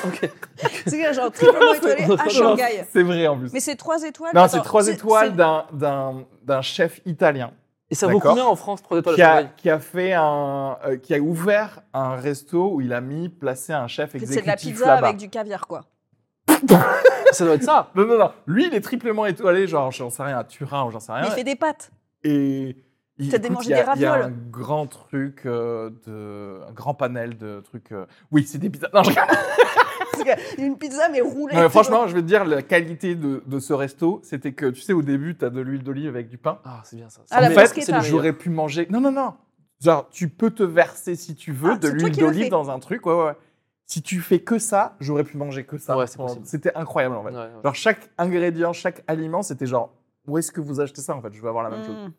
Speaker 3: Ok.
Speaker 1: C'est que genre triplement étoilé à Shanghai.
Speaker 2: C'est vrai, en plus.
Speaker 1: Mais c'est trois étoiles.
Speaker 2: Non,
Speaker 1: attends,
Speaker 2: c'est trois
Speaker 1: c'est-
Speaker 2: étoiles d'un- d'un d'un chef italien
Speaker 3: Et ça vaut
Speaker 2: D'accord.
Speaker 3: combien en France, 3 étoiles
Speaker 2: qui
Speaker 3: à
Speaker 2: a,
Speaker 3: Paris
Speaker 2: qui a fait un, euh, qui a ouvert un resto où il a mis placé un chef
Speaker 1: C'est de la
Speaker 2: exécutif
Speaker 1: pizza
Speaker 2: là-bas.
Speaker 1: avec du caviar, quoi.
Speaker 3: Ça doit être ça.
Speaker 2: Non, non, non. Lui, il est triplement étoilé, genre j'en sais rien, à Turin ou j'en sais rien.
Speaker 1: Mais il fait des pâtes.
Speaker 2: Et il,
Speaker 1: T'as des
Speaker 2: écoute,
Speaker 1: manger
Speaker 2: il y a-
Speaker 1: des
Speaker 2: Il y a un
Speaker 1: ravioles.
Speaker 2: grand truc euh, de, un grand panel de trucs. euh, Oui, c'est des pizzas. Non, je rigole.
Speaker 1: C'est que Une pizza, mais roulée.
Speaker 2: Non, mais franchement, je vais te dire la qualité de, de ce resto, c'était que tu sais au début, t'as de l'huile d'olive avec du pain.
Speaker 3: Ah, c'est bien ça.
Speaker 1: Ah, la
Speaker 3: Mais
Speaker 1: bruschetta.
Speaker 3: c'est le meilleur.
Speaker 2: J'aurais pu manger. Non, non, non. Genre, tu peux te verser si tu veux
Speaker 1: Ah,
Speaker 2: de
Speaker 1: c'est toi
Speaker 2: l'huile
Speaker 1: qui le
Speaker 2: d'olive
Speaker 1: fais.
Speaker 2: dans un truc. Ouais, ouais. ouais. Si tu fais que ça, j'aurais pu manger que ça.
Speaker 3: Ouais, c'est possible.
Speaker 2: C'était incroyable en fait.
Speaker 3: Ouais, ouais.
Speaker 2: Genre, chaque ingrédient, chaque aliment, c'était genre, où est-ce que vous achetez ça en fait Je veux avoir la même chose.
Speaker 1: Mm.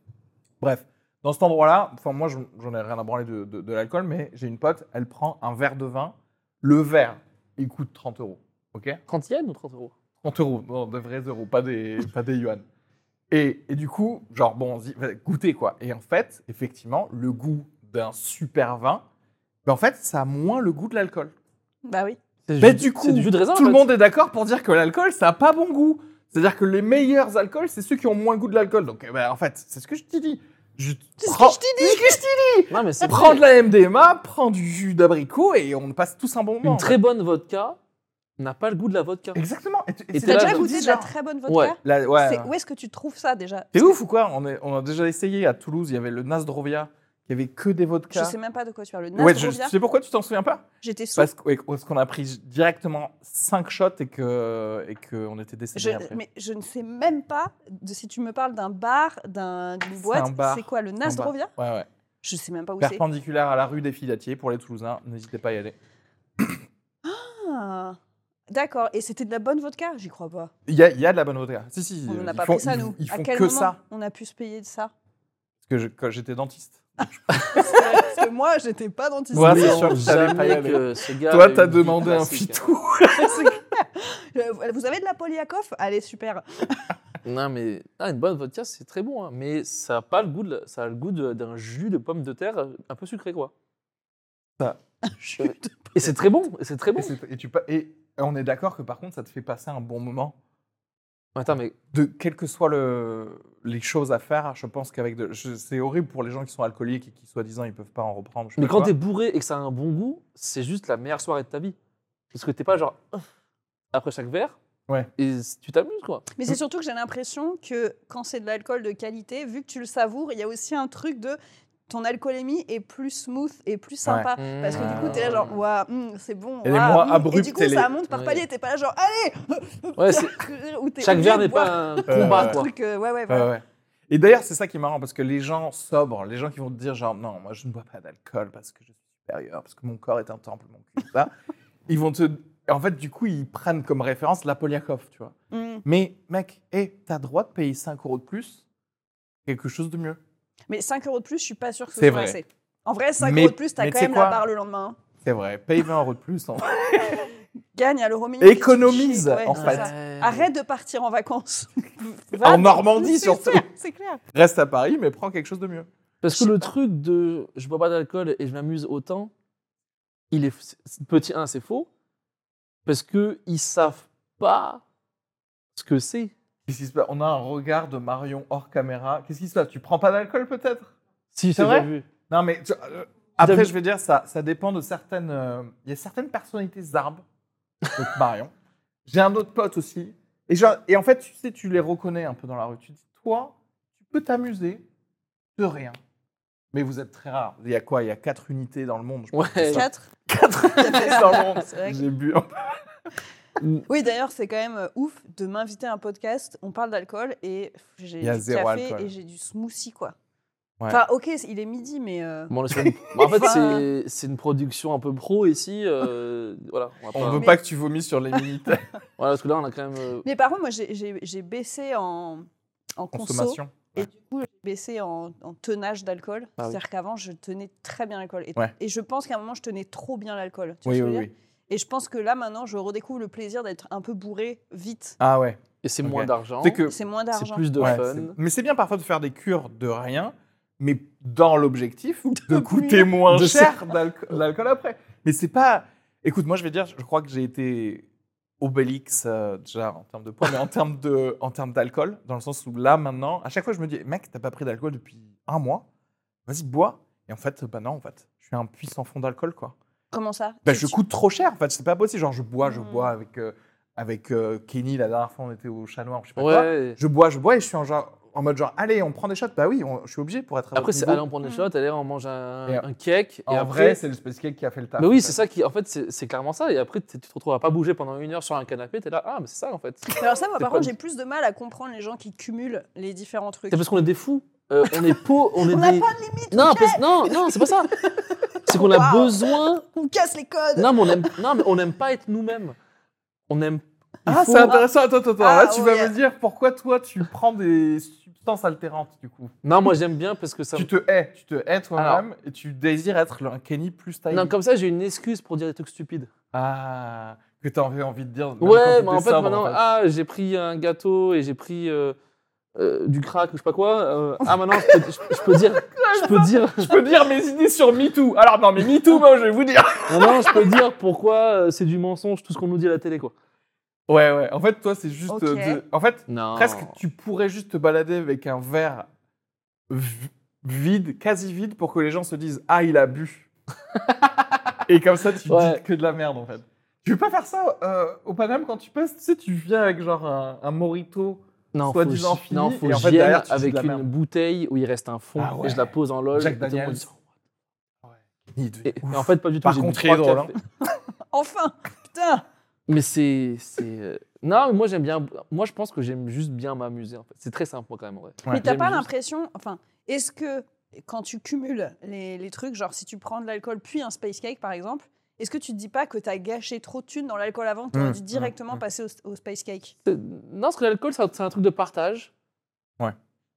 Speaker 2: Bref, dans cet endroit-là, enfin moi j'en j'en ai rien à branler de, de- de l'alcool, mais j'ai une pote, elle prend un verre de vin. Le verre, il coûte 30 euros. Ok
Speaker 3: 30 yens ou 30 euros
Speaker 2: 30 euros, non, de vrais euros, pas des, pas des yuan. Et, et du coup, genre, bon, on se dit, bah, goûtez quoi. Et en fait, effectivement, le goût d'un super vin, bah, en fait, ça a moins le goût de l'alcool.
Speaker 1: Bah oui.
Speaker 3: C'est
Speaker 2: Mais
Speaker 3: jus-
Speaker 2: du coup,
Speaker 3: c'est du jus de raisin. en
Speaker 2: Tout le
Speaker 3: fait.
Speaker 2: monde est d'accord pour dire que l'alcool, ça n'a pas bon goût. C'est-à-dire que les meilleurs alcools, c'est ceux qui ont moins le goût de l'alcool. Donc, eh ben, en fait, c'est ce que je t'ai dit. Je
Speaker 1: C'est ce
Speaker 2: prends-
Speaker 1: que je t'ai
Speaker 2: c'est
Speaker 1: dit.
Speaker 2: ce que je t'ai
Speaker 3: Non, mais
Speaker 2: dit.
Speaker 3: c'est
Speaker 2: Prends de la MDMA, prends du jus d'abricot et on passe tous un bon moment.
Speaker 3: Une très bonne vodka n'a pas le goût de la vodka.
Speaker 2: Exactement. Et, tu- et
Speaker 3: Et
Speaker 2: c'est
Speaker 1: T'as
Speaker 3: t'as
Speaker 2: là
Speaker 1: déjà
Speaker 2: que je
Speaker 1: goûté
Speaker 2: dis,
Speaker 1: de la
Speaker 2: genre,
Speaker 1: très bonne vodka
Speaker 3: Ouais.
Speaker 2: la- ouais,
Speaker 1: C'est-
Speaker 2: ouais.
Speaker 1: Où est-ce que tu trouves ça déjà
Speaker 2: T'es ouf ou quoi on, est- on a déjà essayé à Toulouse, il y avait le Nasdrovia, il y avait que des
Speaker 1: Je
Speaker 2: vodkas.
Speaker 1: sais même pas de quoi tu parles. Le
Speaker 2: Ouais, je,
Speaker 1: Nasrovia,
Speaker 2: tu sais pourquoi tu t'en souviens pas
Speaker 1: j'étais sous.
Speaker 2: Parce que- ouais, parce qu'on a pris directement 5 shots et que et qu'on était
Speaker 1: Je,
Speaker 2: décédés après.
Speaker 1: mais je ne sais même pas de si tu me parles d'un bar, d'un- d'une
Speaker 2: C'est
Speaker 1: boîte.
Speaker 2: un bar.
Speaker 1: C'est quoi le Nasdrovia
Speaker 2: Ouais, ouais.
Speaker 1: Je sais même pas où c'est.
Speaker 2: Perpendiculaire à la rue des Filatiers pour les Toulousains, n'hésitez pas à y aller.
Speaker 1: Ah, D'accord. Et c'était de la bonne vodka J'y crois pas.
Speaker 2: Il y a, il y a de la bonne vodka. Si, si.
Speaker 1: On
Speaker 2: euh,
Speaker 1: n'en a
Speaker 2: ils
Speaker 1: pas
Speaker 2: font-
Speaker 1: pris ça,
Speaker 2: ils-
Speaker 1: nous.
Speaker 2: Ils font
Speaker 1: à quel
Speaker 2: que
Speaker 1: moment
Speaker 2: ça.
Speaker 1: on a pu se payer de ça
Speaker 2: Parce que je- quand j'étais dentiste.
Speaker 1: Parce que moi, j'étais pas dentiste.
Speaker 2: Ouais, c'est
Speaker 3: Oublions
Speaker 2: sûr que ça allait pas y
Speaker 3: jamais
Speaker 2: aller.
Speaker 3: que ce gars
Speaker 2: Toi,
Speaker 3: avait
Speaker 2: t'as
Speaker 3: une vie
Speaker 2: demandé un
Speaker 3: Ah, classique.
Speaker 2: fitou.
Speaker 1: Euh, Vous avez de la Polyakov Allez, super.
Speaker 3: Non, mais ah, une bonne vodka, c'est très bon, hein, mais ça a pas le goût, de la- ça a le goût de- d'un jus de pomme de terre euh, un peu sucré, quoi.
Speaker 2: Ça.
Speaker 3: Euh, Et c'est très bon, et c'est très bon.
Speaker 2: Et, c'est- et tu pa- et on est d'accord que par contre, ça te fait passer un bon moment.
Speaker 3: Attends, mais
Speaker 2: de quelles que soient le- les choses à faire, je pense qu'avec de, je- c'est horrible pour les gens qui sont alcooliques et qui soi-disant ils peuvent pas en reprendre. je sais
Speaker 3: Mais
Speaker 2: pas
Speaker 3: quand
Speaker 2: quoi.
Speaker 3: t'es bourré et que ça a un bon goût, c'est juste la meilleure soirée de ta vie. Parce que t'es pas genre après chaque verre.
Speaker 2: Ouais.
Speaker 3: Et c- tu t'amuses quoi.
Speaker 1: Mais c'est surtout que j'ai l'impression que quand c'est de l'alcool de qualité, vu que tu le savoures, il y a aussi un truc de ton alcoolémie est plus smooth et plus sympa. Ah, Parce que du coup, t'es là genre, ouah, hmm, c'est bon.
Speaker 2: Mmh. Elle est
Speaker 1: ouah,
Speaker 2: moins
Speaker 1: hmm.
Speaker 2: abrupte,
Speaker 1: Et du coup,
Speaker 2: elle
Speaker 1: ça
Speaker 2: est-
Speaker 1: monte par
Speaker 3: Ouais.
Speaker 1: palier. T'es pas là genre, allez
Speaker 3: Mmh. Ouais, c'est-
Speaker 1: Ou t'es
Speaker 3: chaque
Speaker 1: obligé
Speaker 3: verre
Speaker 1: de
Speaker 3: n'est
Speaker 1: boire
Speaker 3: pas un
Speaker 2: Euh,
Speaker 3: combat
Speaker 2: ouais.
Speaker 1: un
Speaker 3: quoi.
Speaker 1: truc. euh, ouais, ouais,
Speaker 2: Ouais,
Speaker 1: voilà.
Speaker 2: ouais. Et d'ailleurs, c'est ça qui est marrant parce que les gens sobres, les gens qui vont te dire genre non, moi je ne bois pas d'alcool parce que je suis supérieur, parce que mon corps est un temple, mon cul, ça. ils vont te, en fait, du coup, ils prennent comme référence la Poliakov, tu vois.
Speaker 1: Hmm.
Speaker 2: Mais mec, hé, t'as droit de payer 5 euros de plus, quelque chose de mieux.
Speaker 1: Mais 5 euros de plus, je suis pas sûre que ce
Speaker 2: C'est
Speaker 1: soit
Speaker 2: vrai.
Speaker 1: assez. En vrai, 5
Speaker 2: Mais-
Speaker 1: euros de plus, t'as
Speaker 2: mais
Speaker 1: quand
Speaker 2: tu sais
Speaker 1: même
Speaker 2: quoi
Speaker 1: la barre le lendemain. hein.
Speaker 2: C'est vrai, paye 20 euros de plus. en-
Speaker 1: Gagne à l'euro minimum, tu te
Speaker 2: Économise,
Speaker 1: chies, ouais,
Speaker 2: en
Speaker 1: c'est
Speaker 2: fait.
Speaker 1: ça. Arrête de partir en vacances. Va-
Speaker 2: En Normandie
Speaker 1: C'est
Speaker 2: surtout.
Speaker 1: clair, C'est clair.
Speaker 2: Reste à Paris, mais prends quelque chose de mieux.
Speaker 3: Parce
Speaker 1: Je
Speaker 3: que
Speaker 1: sais
Speaker 3: le truc de je bois pas d'alcool et je m'amuse autant, il est f- c'est- petit 1, c'est faux. Parce que ils savent pas ce que c'est.
Speaker 2: Qu'est-ce qui se passe On a un regard de Marion hors caméra. Qu'est-ce qui se passe Tu prends pas d'alcool peut-être
Speaker 3: Si,
Speaker 2: C'est
Speaker 3: c'est
Speaker 2: vrai
Speaker 3: déjà vu.
Speaker 2: Non, mais tu- euh,
Speaker 3: Vous
Speaker 2: après,
Speaker 3: avez-
Speaker 2: je vais dire ça. Ça dépend de certaines. euh, Il y a certaines personnalités zarbes. Donc Marion. J'ai un autre pote aussi. Et, genre, et en fait, tu sais, tu les reconnais un peu dans la rue. Tu dis, toi, tu peux t'amuser de rien. Mais vous êtes très rares. Il y a quoi Il y a quatre unités dans le monde. je pense.
Speaker 3: Ouais.
Speaker 1: 4.
Speaker 2: Unités dans le monde.
Speaker 1: C'est vrai que-
Speaker 2: J'ai bu.
Speaker 1: Oui, d'ailleurs, c'est quand même euh, ouf de m'inviter à un podcast. On parle d'alcool et j'ai
Speaker 2: Il y a
Speaker 1: du
Speaker 2: zéro
Speaker 1: café
Speaker 2: alcool.
Speaker 1: et j'ai du smoothie, quoi.
Speaker 2: Ouais.
Speaker 1: Enfin, ok, c'est- il est midi, mais. euh,
Speaker 3: Bon, on est sur une- Bon, en fait,
Speaker 1: Enfin-
Speaker 3: c'est- c'est une production un peu pro ici. euh, voilà. va
Speaker 2: On
Speaker 3: pas-
Speaker 2: veut
Speaker 1: Mais-
Speaker 2: pas que tu vomis sur les minutes.
Speaker 3: Voilà, parce que là, on a quand même. euh,
Speaker 1: Mais par contre, moi, j'ai- j'ai j'ai baissé en, en conso,
Speaker 2: Consommation.
Speaker 1: Et du coup, j'ai baissé en, en tenage d'alcool.
Speaker 3: Ah oui.
Speaker 1: C'est-à-dire qu'avant, je tenais très bien l'alcool. Et,
Speaker 2: Ouais.
Speaker 1: et je pense qu'à un moment, je tenais trop bien l'alcool. Tu vois
Speaker 2: Oui,
Speaker 1: ce que je
Speaker 2: oui,
Speaker 1: veux dire
Speaker 2: oui.
Speaker 1: Et je pense que là, maintenant, je redécouvre le plaisir d'être un peu bourré vite.
Speaker 2: Ah ouais.
Speaker 3: Et c'est
Speaker 2: Ok.
Speaker 3: moins d'argent.
Speaker 2: C'est que
Speaker 1: C'est moins
Speaker 3: C'est
Speaker 1: d'argent.
Speaker 3: plus de
Speaker 2: Ouais,
Speaker 3: fun.
Speaker 2: Euh, c'est- Mais c'est bien parfois de faire des cures de rien, mais dans l'objectif de coûter
Speaker 1: plus.
Speaker 2: moins
Speaker 3: De
Speaker 2: cher d'alco- l'alcool après. Mais c'est pas. Écoute, moi je vais dire, je crois que j'ai été obélix euh, déjà en termes de poids, mais en termes de, en termes d'alcool, dans le sens où là maintenant, à chaque fois je me dis, mec, t'as pas pris d'alcool depuis un mois, vas-y bois. Et en fait, bah non, en fait, je suis un puissant fond d'alcool quoi.
Speaker 1: Comment ça
Speaker 2: Bah,
Speaker 1: Tu-
Speaker 2: je
Speaker 1: tu-
Speaker 2: coûte trop cher. En fait, c'est pas possible. Genre je bois, je
Speaker 1: Hmm.
Speaker 2: bois avec euh, avec euh, Kenny la dernière fois on était au Chat Noir, je sais pas quoi.
Speaker 3: Ouais.
Speaker 2: Je bois, je bois et je suis en, genre, en mode genre, allez, on prend des shots. Bah oui, on- je suis obligé pour être à votre
Speaker 3: Après, c'est
Speaker 2: niveau.
Speaker 3: aller en prendre des shots, aller on mange un,
Speaker 2: Et-
Speaker 3: un cake.
Speaker 2: En
Speaker 3: et après,
Speaker 2: vrai, c'est le space cake qui a fait le taf.
Speaker 3: Mais oui,
Speaker 2: en
Speaker 3: c'est
Speaker 2: fait.
Speaker 3: ça qui. En fait, c'est c'est clairement ça. Et après, t'es- tu te retrouves à pas bouger pendant une heure sur un canapé. T'es là, ah, mais c'est ça en fait. C'est
Speaker 1: Alors ça, moi,
Speaker 3: C'est
Speaker 1: par
Speaker 3: pas-
Speaker 1: contre, j'ai plus de mal à comprendre les gens qui cumulent les différents trucs.
Speaker 3: parce qu'on est des fous. Euh, on est pauvres. On est
Speaker 1: On n'a
Speaker 3: des.
Speaker 1: pas de limite,
Speaker 3: non, parce- non, non, c'est pas ça. C'est qu'on a
Speaker 1: Waouh.
Speaker 3: besoin.
Speaker 1: on casse les codes.
Speaker 3: Non, mais on aime. Non, mais on n'aime pas être nous-mêmes. On aime. il
Speaker 2: Ah,
Speaker 3: faut-
Speaker 2: c'est intéressant. Attends, attends, attends.
Speaker 1: Ah,
Speaker 2: Là, tu
Speaker 1: ouais.
Speaker 2: vas me dire pourquoi toi, tu prends des substances altérantes, du coup.
Speaker 3: Non, moi j'aime bien parce que ça.
Speaker 2: Tu te hais, tu te hais toi-même et tu désires être le- un Kenny plus taillé.
Speaker 3: Non, comme ça, j'ai une excuse pour dire des trucs stupides.
Speaker 2: Ah, que t'avais envie de dire. même quand
Speaker 3: Ouais,
Speaker 2: t'étais
Speaker 3: mais en fait, ah,
Speaker 2: sobre,
Speaker 3: maintenant, ah, j'ai pris un gâteau et j'ai pris euh, euh, du crack ou je sais pas quoi. euh, ah, maintenant, je peux, je- je peux dire. Je peux dire.
Speaker 2: Je peux dire mes idées sur MeToo. Alors non, mais MeToo, moi, je vais vous dire.
Speaker 3: Maintenant, je peux dire pourquoi euh, c'est du mensonge tout ce qu'on nous dit à la télé, quoi.
Speaker 2: Ouais, ouais. En fait, toi, c'est juste.
Speaker 1: Ok.
Speaker 2: euh, de- En fait,
Speaker 3: Non.
Speaker 2: presque, tu pourrais juste te balader avec un verre vi- vide, quasi vide, pour que les gens se disent Ah, il a bu. Et comme ça, tu
Speaker 3: Ouais.
Speaker 2: dis que de la merde, en fait. Tu veux pas faire ça euh, au Paname quand tu passes Tu sais, tu viens avec genre un, un morito.
Speaker 3: Non, faut,
Speaker 2: soi-disant
Speaker 3: que j'y-
Speaker 2: fini,
Speaker 3: non, faut
Speaker 2: et
Speaker 3: que
Speaker 2: en fait,
Speaker 3: j'y aille
Speaker 2: derrière, tu dis de
Speaker 3: avec
Speaker 2: la
Speaker 3: une
Speaker 2: merde.
Speaker 3: bouteille où il reste un fond
Speaker 2: Ah
Speaker 3: et je la pose en loge.
Speaker 2: Jack
Speaker 3: et tout le monde
Speaker 2: Daniels.
Speaker 3: dit,
Speaker 2: Et
Speaker 3: Et, et en fait, pas du tout.
Speaker 2: Par
Speaker 3: j'ai bu
Speaker 2: contre,
Speaker 3: trois
Speaker 2: il est drôle, hein.
Speaker 3: cafés.
Speaker 1: Enfin, putain.
Speaker 3: Mais c'est. c'est, euh, Non, mais moi, j'aime bien. Moi, je pense que j'aime juste bien m'amuser. En fait. C'est très simple, moi, quand même. Ouais.
Speaker 2: Ouais.
Speaker 1: Mais t'as
Speaker 3: J'aime
Speaker 1: pas
Speaker 3: juste-
Speaker 1: l'impression, enfin, est-ce que quand tu cumules les, les trucs, genre si tu prends de l'alcool puis un space cake par exemple, est-ce que tu te dis pas que t'as gâché trop de thunes dans l'alcool avant, t'aurais
Speaker 3: Mmh,
Speaker 2: Mm,
Speaker 1: dû
Speaker 2: mm,
Speaker 1: directement
Speaker 2: mm.
Speaker 1: passer au, au space cake
Speaker 3: C'est- Non, parce que l'alcool, c'est un- c'est un truc de partage.